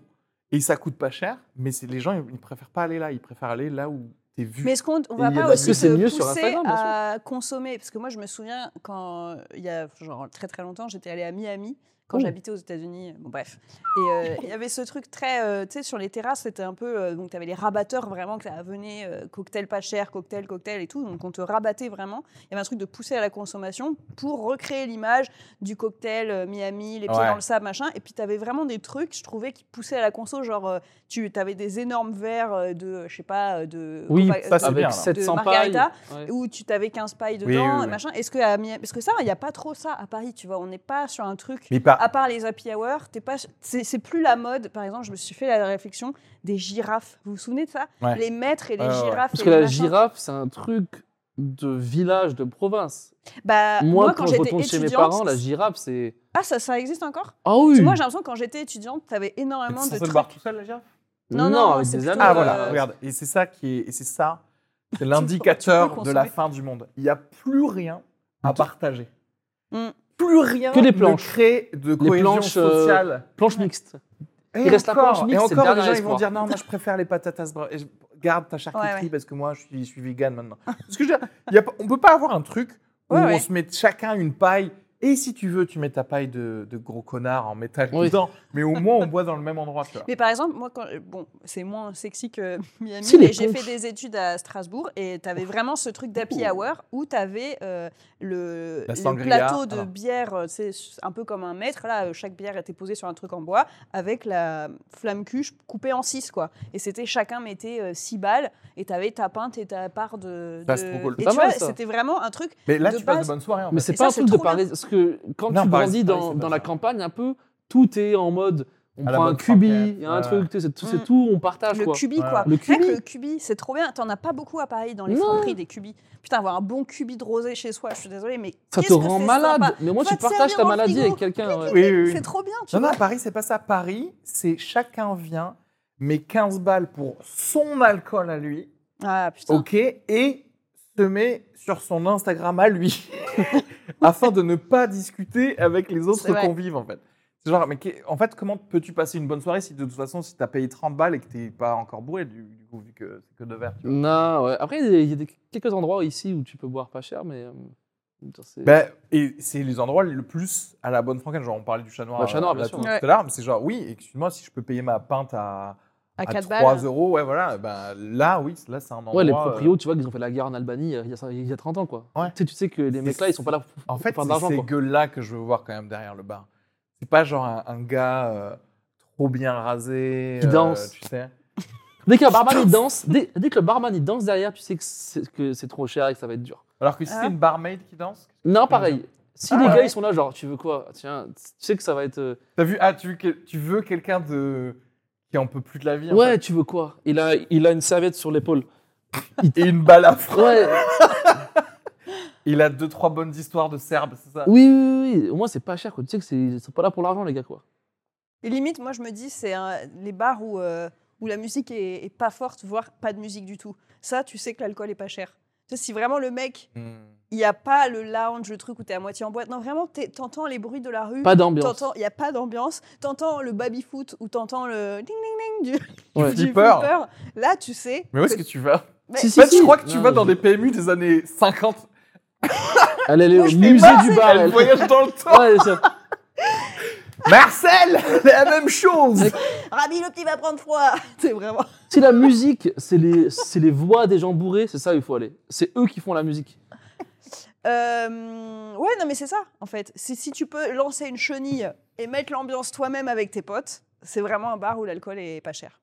Speaker 2: et ça coûte pas cher. Mais c'est les gens, ils ils préfèrent pas aller là. Ils préfèrent aller là où t'es vu.
Speaker 1: Mais est-ce qu'on on va
Speaker 2: il y a
Speaker 1: pas
Speaker 2: de-
Speaker 1: aussi
Speaker 3: Parce que
Speaker 1: se
Speaker 3: c'est mieux sur
Speaker 1: pousser
Speaker 3: Instagram, bien sûr.
Speaker 1: à consommer Parce que moi, je me souviens quand euh, il y a genre très très longtemps, j'étais allée à Miami quand
Speaker 3: Oh.
Speaker 1: j'habitais aux États-Unis. Bon bref, et euh, il y avait ce truc très, euh, tu sais, sur les terrasses, c'était un peu euh, donc t'avais les rabatteurs vraiment que ça venait euh, cocktail pas cher, cocktail cocktail et tout, donc on te rabattait vraiment. Il y avait un truc de pousser à la consommation pour recréer l'image du cocktail euh, Miami, les pieds
Speaker 2: Ouais.
Speaker 1: dans le sable machin. Et puis t'avais vraiment des trucs, je trouvais, qui poussaient à la conso, genre euh, tu avais des énormes verres euh, de, je sais pas, euh, de
Speaker 3: Oui,
Speaker 1: Copa-
Speaker 2: ça, c'est
Speaker 1: de-
Speaker 2: bien,
Speaker 3: avec
Speaker 2: là.
Speaker 3: 700
Speaker 1: De
Speaker 3: pailles.
Speaker 1: margarita.
Speaker 3: Ouais.
Speaker 1: où tu t'avais 15 pailles dedans
Speaker 2: Oui, oui,
Speaker 1: et
Speaker 2: oui.
Speaker 1: machin. Est-ce que, à Miami- parce que ça, il n'y a pas trop ça à Paris, tu vois. On n'est pas sur un truc.
Speaker 2: Mais pas.
Speaker 1: À part les happy hour, t'es pas, c'est c'est plus la mode. Par exemple, je me suis fait la réflexion des girafes. Vous vous souvenez de ça
Speaker 2: Ouais.
Speaker 1: Les maîtres et les
Speaker 2: Ouais, ouais, ouais.
Speaker 1: girafes.
Speaker 3: Parce
Speaker 1: et
Speaker 3: que
Speaker 1: les
Speaker 3: la
Speaker 1: machins.
Speaker 3: girafe, c'est un truc de village, de province.
Speaker 1: Bah,
Speaker 3: moi,
Speaker 1: moi,
Speaker 3: quand,
Speaker 1: quand,
Speaker 3: je
Speaker 1: j'étais
Speaker 3: retourne
Speaker 1: étudiante,
Speaker 3: chez mes parents, la girafe, c'est.
Speaker 1: ah ça, ça existe encore
Speaker 3: Ah
Speaker 1: Parce
Speaker 3: oui
Speaker 1: que Moi, j'ai l'impression que quand j'étais étudiante, t'avais énormément
Speaker 2: T'es
Speaker 1: de
Speaker 2: censé le
Speaker 1: trucs.
Speaker 2: boire tout seul, la girafe
Speaker 1: Non, non,
Speaker 3: avec
Speaker 1: c'est
Speaker 3: des
Speaker 1: plutôt,
Speaker 3: amis.
Speaker 2: Ah
Speaker 1: Euh,
Speaker 2: voilà, regarde. Et c'est ça qui est, et c'est ça, c'est
Speaker 1: Tu
Speaker 2: l'indicateur
Speaker 1: peux
Speaker 2: de la
Speaker 1: consommer.
Speaker 2: fin du monde. Il n'y a plus rien à partager.
Speaker 1: Mm.
Speaker 2: Plus rien
Speaker 3: Que des
Speaker 2: ne
Speaker 3: planches.
Speaker 2: crée de cohésion
Speaker 3: planches, euh,
Speaker 2: sociale.
Speaker 3: Planche mixte.
Speaker 2: Et
Speaker 3: il reste la planche mixte,
Speaker 2: et
Speaker 3: c'est le
Speaker 2: encore, les
Speaker 3: dernier
Speaker 2: gens ils
Speaker 3: espoir.
Speaker 2: vont dire non, moi je préfère les patatas bra- et je- Garde ta charcuterie
Speaker 1: Ouais, ouais.
Speaker 2: parce que moi je suis, je suis vegan maintenant. Parce que je veux dire, il y a pas- on peut pas avoir un truc où
Speaker 1: Ouais,
Speaker 2: on
Speaker 1: ouais.
Speaker 2: se met chacun une paille. Et si tu veux, tu mets ta paille de, de gros connard en métal
Speaker 3: Oui.
Speaker 2: dedans. Mais au moins, on boit dans le même endroit. Tu vois.
Speaker 1: Mais par exemple, moi, quand, bon, c'est moins sexy que Miami,
Speaker 3: Si, les
Speaker 1: mais j'ai
Speaker 3: ponches.
Speaker 1: fait des études à Strasbourg et tu avais vraiment ce truc d'happy hour où tu avais le,
Speaker 2: La
Speaker 1: le
Speaker 2: sangria,
Speaker 1: plateau de
Speaker 2: alors.
Speaker 1: bière, euh, c'est un peu comme un mètre, là, euh, chaque bière était posée sur un truc en bois avec la flamme cuche coupée en six, quoi. Et c'était chacun mettait euh, six balles et tu avais ta pinte et ta part de.
Speaker 2: Ça,
Speaker 1: de-
Speaker 2: c'est trop cool.
Speaker 1: Et
Speaker 3: Pas
Speaker 1: tu
Speaker 3: mal,
Speaker 1: vois,
Speaker 3: ça.
Speaker 1: c'était vraiment un truc.
Speaker 2: Mais là,
Speaker 1: de
Speaker 2: tu passes
Speaker 1: base-
Speaker 2: de bonnes soirées. en
Speaker 3: Mais
Speaker 2: fait.
Speaker 3: c'est
Speaker 1: Et
Speaker 3: pas
Speaker 1: ça,
Speaker 3: un
Speaker 1: c'est
Speaker 3: truc de
Speaker 1: trop bien.
Speaker 3: Paris. Parce que quand
Speaker 2: Non,
Speaker 3: tu
Speaker 2: Paris,
Speaker 3: grandis
Speaker 2: c'est Paris,
Speaker 3: dans,
Speaker 2: c'est
Speaker 3: dans
Speaker 2: pas
Speaker 3: la
Speaker 2: ça.
Speaker 3: campagne, un peu, tout est en mode on
Speaker 2: À la
Speaker 3: prend un
Speaker 2: bonne
Speaker 3: cubi,
Speaker 2: franquette,
Speaker 3: il y a un
Speaker 2: ouais.
Speaker 3: truc, tu sais, c'est tout- c'est
Speaker 1: Mm.
Speaker 3: tout, on partage.
Speaker 1: Le
Speaker 3: quoi.
Speaker 1: cubi,
Speaker 2: Ouais.
Speaker 1: quoi.
Speaker 3: Le
Speaker 1: C'est vrai
Speaker 3: cubi.
Speaker 1: que le cubi, c'est trop bien. T'en as pas beaucoup à Paris dans les
Speaker 3: Non.
Speaker 1: friperies des cubis. Putain, avoir un bon cubi de rosé chez soi, je suis désolée, mais.
Speaker 3: Ça
Speaker 1: qu'est-ce
Speaker 3: te
Speaker 1: que
Speaker 3: rend
Speaker 1: c'est
Speaker 3: malade.
Speaker 1: sympa.
Speaker 3: Mais moi,
Speaker 1: Va
Speaker 3: tu
Speaker 1: te
Speaker 3: partages
Speaker 1: servir
Speaker 3: ta
Speaker 1: au
Speaker 3: maladie
Speaker 1: frigo.
Speaker 3: avec quelqu'un. ouais.
Speaker 2: Oui, oui, oui.
Speaker 1: C'est trop bien, tu
Speaker 2: Non, non,
Speaker 1: vois.
Speaker 2: à Paris, c'est pas ça. À Paris, c'est chacun vient, met 15 balles pour son alcool à lui,
Speaker 1: Ah putain.
Speaker 2: ok, et se met sur son Instagram à lui, afin de ne pas discuter avec les autres
Speaker 1: C'est vrai.
Speaker 2: convives, en fait. C'est genre, mais qu'est- en fait, comment peux-tu passer une bonne soirée si de toute façon, si t'as payé 30 balles et que t'es pas encore bourré, du, du coup, vu que c'est que de verre, tu vois.
Speaker 3: Non, ouais. Après, il y a, des- il y a des- quelques endroits ici où tu peux boire pas cher, mais. euh, c'est-
Speaker 2: Ben, et c'est les endroits le plus à la bonne franquette. Genre, on parlait du chat noir,
Speaker 3: Bah, Chat Noir,
Speaker 2: euh,
Speaker 3: bien
Speaker 2: là,
Speaker 3: sûr.
Speaker 2: tout
Speaker 1: Ouais.
Speaker 2: à l'heure, mais c'est genre, oui, excuse-moi, si je peux payer ma pinte à
Speaker 1: À
Speaker 2: à
Speaker 1: 4
Speaker 2: 3
Speaker 1: balles. hein.
Speaker 2: euros, ouais, voilà. Bah, là, oui, là, c'est un endroit.
Speaker 3: ouais, les
Speaker 2: euh,
Speaker 3: proprios, tu vois, qu'ils ont fait la guerre en Albanie euh, il y a, ça- il y a 30 ans, quoi.
Speaker 2: Ouais.
Speaker 3: Tu, sais, tu sais que les mecs-là, ils sont pas là pour,
Speaker 2: en
Speaker 3: pour
Speaker 2: fait,
Speaker 3: faire de
Speaker 2: c'est
Speaker 3: l'argent,
Speaker 2: ces
Speaker 3: quoi.
Speaker 2: gueules-là que je veux voir quand même derrière le bar. C'est pas genre un, un gars euh, trop bien rasé. euh,
Speaker 3: Qui danse.
Speaker 2: Tu sais.
Speaker 3: Dès que le barman il danse, dès, dès que le barman il danse derrière, tu sais que c'est que c'est trop cher et que ça va être dur.
Speaker 2: Alors que si
Speaker 1: Ah.
Speaker 2: c'est une barmaid qui danse.
Speaker 3: Non, pareil. Si
Speaker 2: Ah
Speaker 3: les gars
Speaker 1: ouais.
Speaker 3: ils sont là, genre tu veux quoi Tiens, tu sais que ça va être. euh,
Speaker 2: T'as vu Ah, tu veux, que- tu veux quelqu'un de qui en peut plus de la vie. en
Speaker 3: Ouais, tu veux quoi il a, il a une serviette sur l'épaule.
Speaker 2: fait. Et une balle à froid.
Speaker 3: Ouais,
Speaker 2: Il a deux, trois bonnes histoires de serbes, c'est ça
Speaker 3: oui, oui, oui, oui. Au moins c'est pas cher, quoi. Tu sais que c'est ils sont pas là pour l'argent, les gars, quoi.
Speaker 1: Et limite, moi, je me dis, c'est un- les bars où, euh, où la musique est, est pas forte, voire pas de musique du tout. Ça, tu sais que l'alcool est pas cher. Tu sais, si vraiment le mec,
Speaker 2: Hmm.
Speaker 1: il n'y a pas le lounge, le truc où t'es à moitié en boîte. Non, vraiment, t'es- t'entends les bruits de la rue.
Speaker 3: Pas d'ambiance.
Speaker 1: T'entends, il n'y a pas d'ambiance. T'entends le baby-foot ou t'entends le ding ding ding du,
Speaker 3: Ouais.
Speaker 1: du
Speaker 2: Flipper.
Speaker 1: flipper. Là, tu sais.
Speaker 2: Mais où est-ce que tu vas
Speaker 1: Mais-
Speaker 3: Si, si,
Speaker 2: En fait,
Speaker 3: si.
Speaker 2: je crois que tu
Speaker 3: Non,
Speaker 2: vas dans
Speaker 3: je-
Speaker 2: des PMU des années 50.
Speaker 3: Elle, elle est au
Speaker 1: Moi, je fais
Speaker 3: musée
Speaker 1: pas,
Speaker 3: du
Speaker 1: c'est-
Speaker 3: bar.
Speaker 2: Elle
Speaker 3: elle.
Speaker 2: voyage dans le temps.
Speaker 3: Ouais, ça-
Speaker 2: Marcel La même chose
Speaker 1: Rabi, le petit va prendre froid. C'est vraiment.
Speaker 3: Si la musique, c'est les, c'est les voix des gens bourrés, c'est ça où il faut aller. C'est eux qui font la musique.
Speaker 1: Euh, ouais, non, mais c'est ça, en fait. Si, si tu peux lancer une chenille et mettre l'ambiance toi-même avec tes potes, c'est vraiment un bar où l'alcool est pas cher.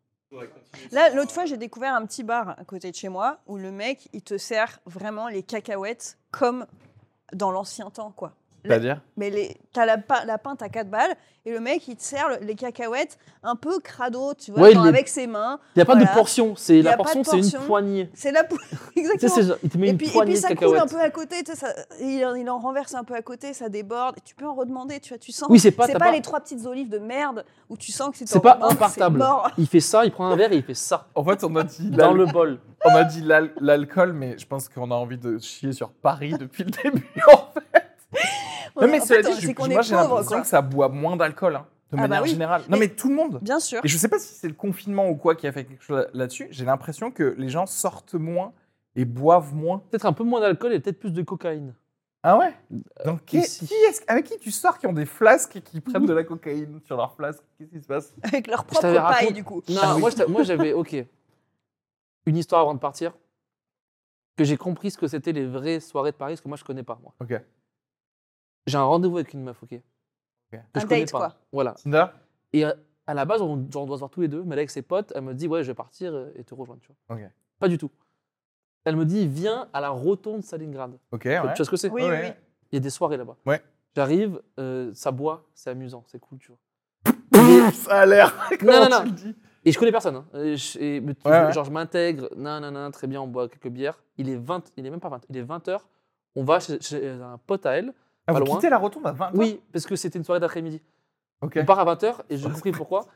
Speaker 1: Là, l'autre fois, j'ai découvert un petit bar à côté de chez moi où le mec, il te sert vraiment les cacahuètes comme dans l'ancien temps, quoi.
Speaker 2: C'est-à-dire
Speaker 1: Mais les, t'as la, pa- la pinte à 4 balles et le mec, il te sert le- les cacahuètes un peu crado, tu vois,
Speaker 3: Ouais,
Speaker 1: genre
Speaker 3: il est-
Speaker 1: avec ses mains.
Speaker 3: Il n'y a pas de
Speaker 1: Voilà.
Speaker 3: portion, c'est
Speaker 1: Y a
Speaker 3: la
Speaker 1: pas de
Speaker 3: portion, c'est une
Speaker 1: portion.
Speaker 3: poignée.
Speaker 1: C'est là pour...
Speaker 3: Tu sais,
Speaker 1: Exactement.
Speaker 3: c'est genre, il te met
Speaker 1: et,
Speaker 3: une
Speaker 1: puis, et
Speaker 3: poignée
Speaker 1: puis
Speaker 3: de
Speaker 1: ça coule un
Speaker 3: cacahuètes.
Speaker 1: peu à côté, tu sais, ça- il, en- il en renverse un peu à côté, ça déborde. Tu peux en redemander, tu vois, tu sens.
Speaker 3: Oui, c'est pas,
Speaker 1: c'est
Speaker 3: t'as
Speaker 1: pas,
Speaker 3: pas-
Speaker 1: les trois petites olives de merde où tu sens que si
Speaker 3: c'est
Speaker 1: t'en
Speaker 3: pas
Speaker 1: remanges,
Speaker 3: impartable.
Speaker 1: C'est mort.
Speaker 3: Il fait ça, il prend un verre et il fait ça
Speaker 2: En fait, on a dit
Speaker 3: dans
Speaker 2: l'al-
Speaker 3: le bol.
Speaker 2: on a dit l'al- l'alcool, mais je pense qu'on a envie de chier sur Paris depuis le début. en fait. Non, mais
Speaker 1: En
Speaker 2: cela
Speaker 1: fait,
Speaker 2: dit,
Speaker 1: c'est
Speaker 2: je-
Speaker 1: qu'on
Speaker 2: moi
Speaker 1: est
Speaker 2: j'ai
Speaker 1: pauvre,
Speaker 2: l'impression
Speaker 1: quoi.
Speaker 2: que ça boit moins d'alcool, hein, de
Speaker 1: Ah bah
Speaker 2: manière
Speaker 1: oui.
Speaker 2: générale. Non,
Speaker 1: Mais-
Speaker 2: mais tout le monde.
Speaker 1: Bien sûr.
Speaker 2: Et je sais pas si c'est le confinement ou quoi qui a fait quelque chose là- là-dessus. J'ai l'impression que les gens sortent moins et boivent moins.
Speaker 3: Peut-être un peu moins d'alcool et peut-être plus de cocaïne.
Speaker 2: Ah ouais Donc, qui,
Speaker 3: ici.
Speaker 2: qui est-ce- avec qui tu sors qui ont des flasques et qui prennent de la cocaïne sur leurs flasques Qu'est-ce qui se passe
Speaker 1: Avec leur
Speaker 3: Je
Speaker 1: propre
Speaker 3: t'avais
Speaker 1: paille,
Speaker 3: raconté-
Speaker 1: du coup.
Speaker 3: Non,
Speaker 2: Ah oui.
Speaker 3: moi, je t'a- moi j'avais, ok, une histoire avant de partir, que j'ai compris ce que c'était les vraies soirées de Paris, parce que moi je connais pas, moi.
Speaker 2: Ok.
Speaker 3: J'ai un rendez-vous avec une meuf, ok. Que
Speaker 1: Un
Speaker 3: je connais
Speaker 1: date,
Speaker 3: pas.
Speaker 1: quoi.
Speaker 3: Voilà.
Speaker 2: Tinder
Speaker 3: Et euh, à la base, on, genre, on doit se voir tous les deux, mais elle est avec ses potes, elle me dit, ouais, je vais partir euh, et te rejoindre, tu vois.
Speaker 2: Ok.
Speaker 3: Pas du tout. Elle me dit, viens à la rotonde Stalingrad.
Speaker 2: Ok,
Speaker 3: Tu-
Speaker 2: Ah ouais.
Speaker 3: Tu vois ce que c'est
Speaker 1: Oui, oui, oui.
Speaker 3: Il y a des soirées là-bas.
Speaker 2: Ouais.
Speaker 3: J'arrive, euh, ça boit, c'est amusant, c'est cool, tu vois.
Speaker 2: Ça a l'air.
Speaker 3: Non, non,
Speaker 2: Comment
Speaker 3: non.
Speaker 2: tu le dis
Speaker 3: Et je connais personne. hein. Euh, je- et- mais tu-
Speaker 2: Ouais, ouais.
Speaker 3: Genre, je m'intègre, nan, nan, nan, très bien, on boit quelques bières. Il est 20, il est même pas 20, il est 20h. On va chez, chez un pote à elle.
Speaker 2: Ah,
Speaker 3: Pas
Speaker 2: vous
Speaker 3: loin.
Speaker 2: quittez la rotonde à 20
Speaker 3: Oui, parce que c'était une soirée d'après-midi.
Speaker 2: Ok.
Speaker 3: On part à 20h et
Speaker 2: Oh,
Speaker 3: j'ai compris pourquoi.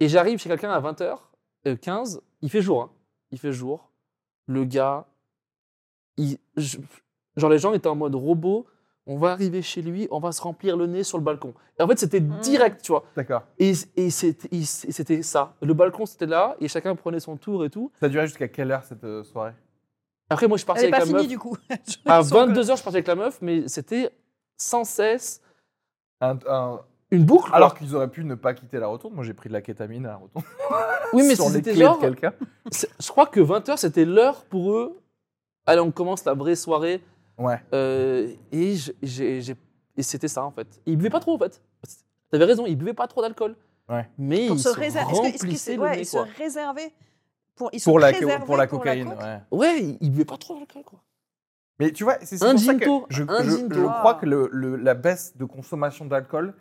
Speaker 3: Et j'arrive chez quelqu'un à 20h15, il fait jour. hein. Il fait jour. Le gars, il- je- genre les gens étaient en mode robot. On va arriver chez lui, on va se remplir le nez sur le balcon. Et en fait, c'était
Speaker 1: Mm.
Speaker 3: direct, tu vois.
Speaker 2: D'accord.
Speaker 3: Et, et c'était et c'était ça. Le balcon, c'était là, et chacun prenait son tour et tout.
Speaker 2: Ça a duré jusqu'à quelle heure cette euh, soirée
Speaker 3: Après, moi, je
Speaker 1: Elle
Speaker 3: partais
Speaker 1: est
Speaker 3: avec
Speaker 1: pas
Speaker 3: la
Speaker 1: finie,
Speaker 3: meuf.
Speaker 1: du coup.
Speaker 3: À
Speaker 1: Ils sont comme-
Speaker 3: 22h, je partais avec la meuf, mais c'était sans cesse
Speaker 2: Un- un-
Speaker 3: une boucle.
Speaker 2: Alors qu'ils auraient pu ne pas quitter la rotonde. Moi, j'ai pris de la kétamine à la rotonde.
Speaker 3: oui, mais
Speaker 2: sur les
Speaker 3: c'était
Speaker 2: clés
Speaker 3: genre.
Speaker 2: de quelqu'un.
Speaker 3: c'est- Je crois que 20h, c'était l'heure pour eux. Allez, on commence la vraie soirée.
Speaker 2: Ouais.
Speaker 3: Euh, et je- j'ai- j'ai- et c'était ça, en fait. Et ils buvaient pas trop, en fait. T'avais raison, ils buvaient pas trop d'alcool.
Speaker 2: Ouais.
Speaker 3: Mais
Speaker 1: Pour
Speaker 3: ils
Speaker 1: se
Speaker 3: se
Speaker 1: réserver. Est-ce que- est-ce que
Speaker 3: remplissaient
Speaker 1: c'est-
Speaker 3: le
Speaker 1: ouais,
Speaker 3: nez,
Speaker 1: ils se
Speaker 3: quoi.
Speaker 1: réservaient pour, ils sont
Speaker 2: Pour la,
Speaker 1: préservés
Speaker 2: pour la cocaïne.
Speaker 1: coke.
Speaker 2: ouais.
Speaker 3: Ouais, ils ils buvaient pas trop d'alcool, quoi.
Speaker 2: Mais tu vois, c'est c'est
Speaker 3: Un
Speaker 2: pour ça que
Speaker 3: ginto,
Speaker 2: je,
Speaker 3: un
Speaker 2: je-
Speaker 3: ginto.
Speaker 2: je
Speaker 1: Ah.
Speaker 2: crois que le- le- la baisse de consommation d'alcool,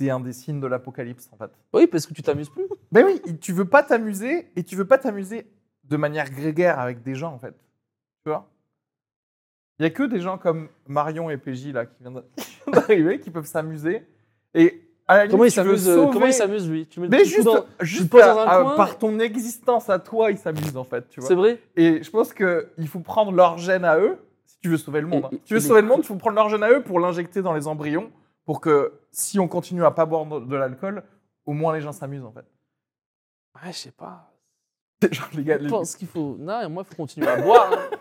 Speaker 2: c'est un des signes de l'apocalypse, en fait.
Speaker 3: Oui, parce que tu t'amuses plus.
Speaker 2: Ben oui, tu veux pas t'amuser et tu veux pas t'amuser de manière grégaire avec des gens en fait. Tu vois Il y a que des gens comme Marion et PJ là qui viennent d'arriver qui peuvent s'amuser et à la
Speaker 3: Comment il
Speaker 2: limite, tu veux
Speaker 3: s'amuse euh,
Speaker 2: sauver-
Speaker 3: Comment il s'amuse lui Tu mets le
Speaker 2: Mais
Speaker 3: petit coup
Speaker 2: juste,
Speaker 3: dans-
Speaker 2: juste
Speaker 3: poses dans
Speaker 2: à-
Speaker 3: un
Speaker 2: à-
Speaker 3: coin.
Speaker 2: par ton existence à toi, ils s'amusent en fait, tu vois.
Speaker 3: C'est vrai.
Speaker 2: Et je pense que il faut prendre leur gène à eux si tu veux sauver le monde. hein.
Speaker 3: Et- et-
Speaker 2: Si tu veux
Speaker 3: et les-
Speaker 2: sauver le monde, il faut prendre leur gène à eux pour l'injecter dans les embryons pour que si on continue à pas boire de de l'alcool, au moins les gens s'amusent en fait.
Speaker 3: Ouais, je sais pas.
Speaker 2: Genre, les gars,
Speaker 3: Je
Speaker 2: les-
Speaker 3: pense qu'il faut. Non, moi, il faut continuer à boire. hein.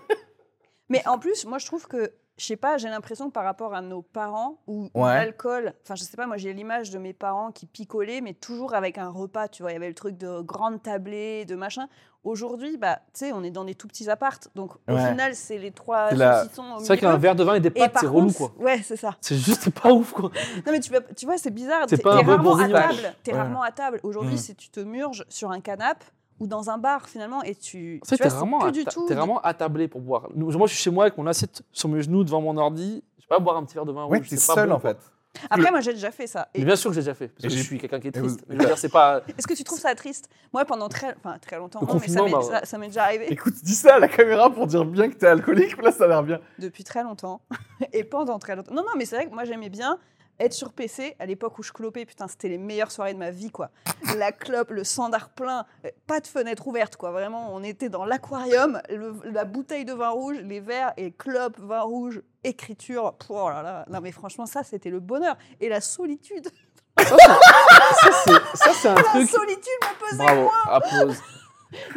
Speaker 1: Mais en plus, moi, je trouve que, je sais pas, j'ai l'impression que par rapport à nos parents, où
Speaker 2: Ouais.
Speaker 1: l'alcool, enfin, je sais pas, moi, j'ai l'image de mes parents qui picolaient, mais toujours avec un repas, tu vois. Il y avait le truc de grande tablée, de machin. Aujourd'hui, bah, tu sais, on est dans des tout petits appartes. Donc, au
Speaker 2: Ouais.
Speaker 1: final, c'est les trois
Speaker 2: C'est la-
Speaker 1: saucissons au
Speaker 3: C'est vrai qu'un
Speaker 1: minimum.
Speaker 3: verre de vin et des
Speaker 1: Et
Speaker 3: pâtes,
Speaker 1: par
Speaker 3: c'est relou,
Speaker 1: contre,
Speaker 3: quoi.
Speaker 1: Ouais, c'est ça.
Speaker 3: C'est juste pas ouf, quoi.
Speaker 1: Non, mais tu, vas- tu vois, c'est bizarre. T'es
Speaker 3: C'est
Speaker 1: t'es
Speaker 3: pas un
Speaker 1: rarement, à
Speaker 3: Bourguignon.
Speaker 1: table. T'es
Speaker 2: Ouais.
Speaker 1: rarement à table. Aujourd'hui,
Speaker 2: Mm.
Speaker 1: c'est tu te murges sur un canapé ou dans un bar, finalement, et tu.
Speaker 3: En fait,
Speaker 1: tu vois,
Speaker 3: t'es vraiment,
Speaker 1: plus
Speaker 3: atta-
Speaker 1: du tout.
Speaker 3: t'es vraiment attablé pour boire. Nous- moi, je suis chez moi avec mon assiette sur mes genoux devant mon ordi. Je vais pas boire un petit verre de vin
Speaker 2: Ouais,
Speaker 3: rouge.
Speaker 2: t'es
Speaker 3: c'est pas
Speaker 2: seul
Speaker 3: bon,
Speaker 2: en
Speaker 3: quoi.
Speaker 2: fait.
Speaker 1: Après, moi, j'ai déjà fait ça. Et
Speaker 3: Mais bien sûr que j'ai déjà fait, parce
Speaker 2: Et
Speaker 3: que je
Speaker 2: j'ai-
Speaker 3: suis quelqu'un qui est
Speaker 2: et vous- bah.
Speaker 3: triste. Mais je veux dire, c'est pas.
Speaker 1: Est-ce que tu trouves ça triste Moi, pendant très, enfin, très longtemps,
Speaker 3: Le
Speaker 1: non, mais ça
Speaker 3: confinement,
Speaker 1: m'est,
Speaker 3: bah, ouais.
Speaker 1: ça- ça m'est déjà arrivé
Speaker 2: Écoute, dis ça à la caméra pour dire bien que t'es alcoolique, là ça a l'air bien.
Speaker 1: depuis très longtemps. Et pendant très longtemps. Non, non, mais c'est vrai que moi, j'aimais bien être sur PC à l'époque où je clopais. Putain, c'était les meilleures soirées de ma vie, quoi. La clope, le sandar plein, euh, pas de fenêtre ouverte, quoi. Vraiment, on était dans l'aquarium, le- la bouteille de vin rouge, les verres et clope, vin rouge, écriture. Pouh, oh là là. Non, mais franchement, ça, c'était le bonheur. Et la solitude.
Speaker 3: Ça, c'est- ça, c'est- ça, c'est un
Speaker 1: La
Speaker 3: truc.
Speaker 1: solitude me pesait.
Speaker 3: Bravo, applause.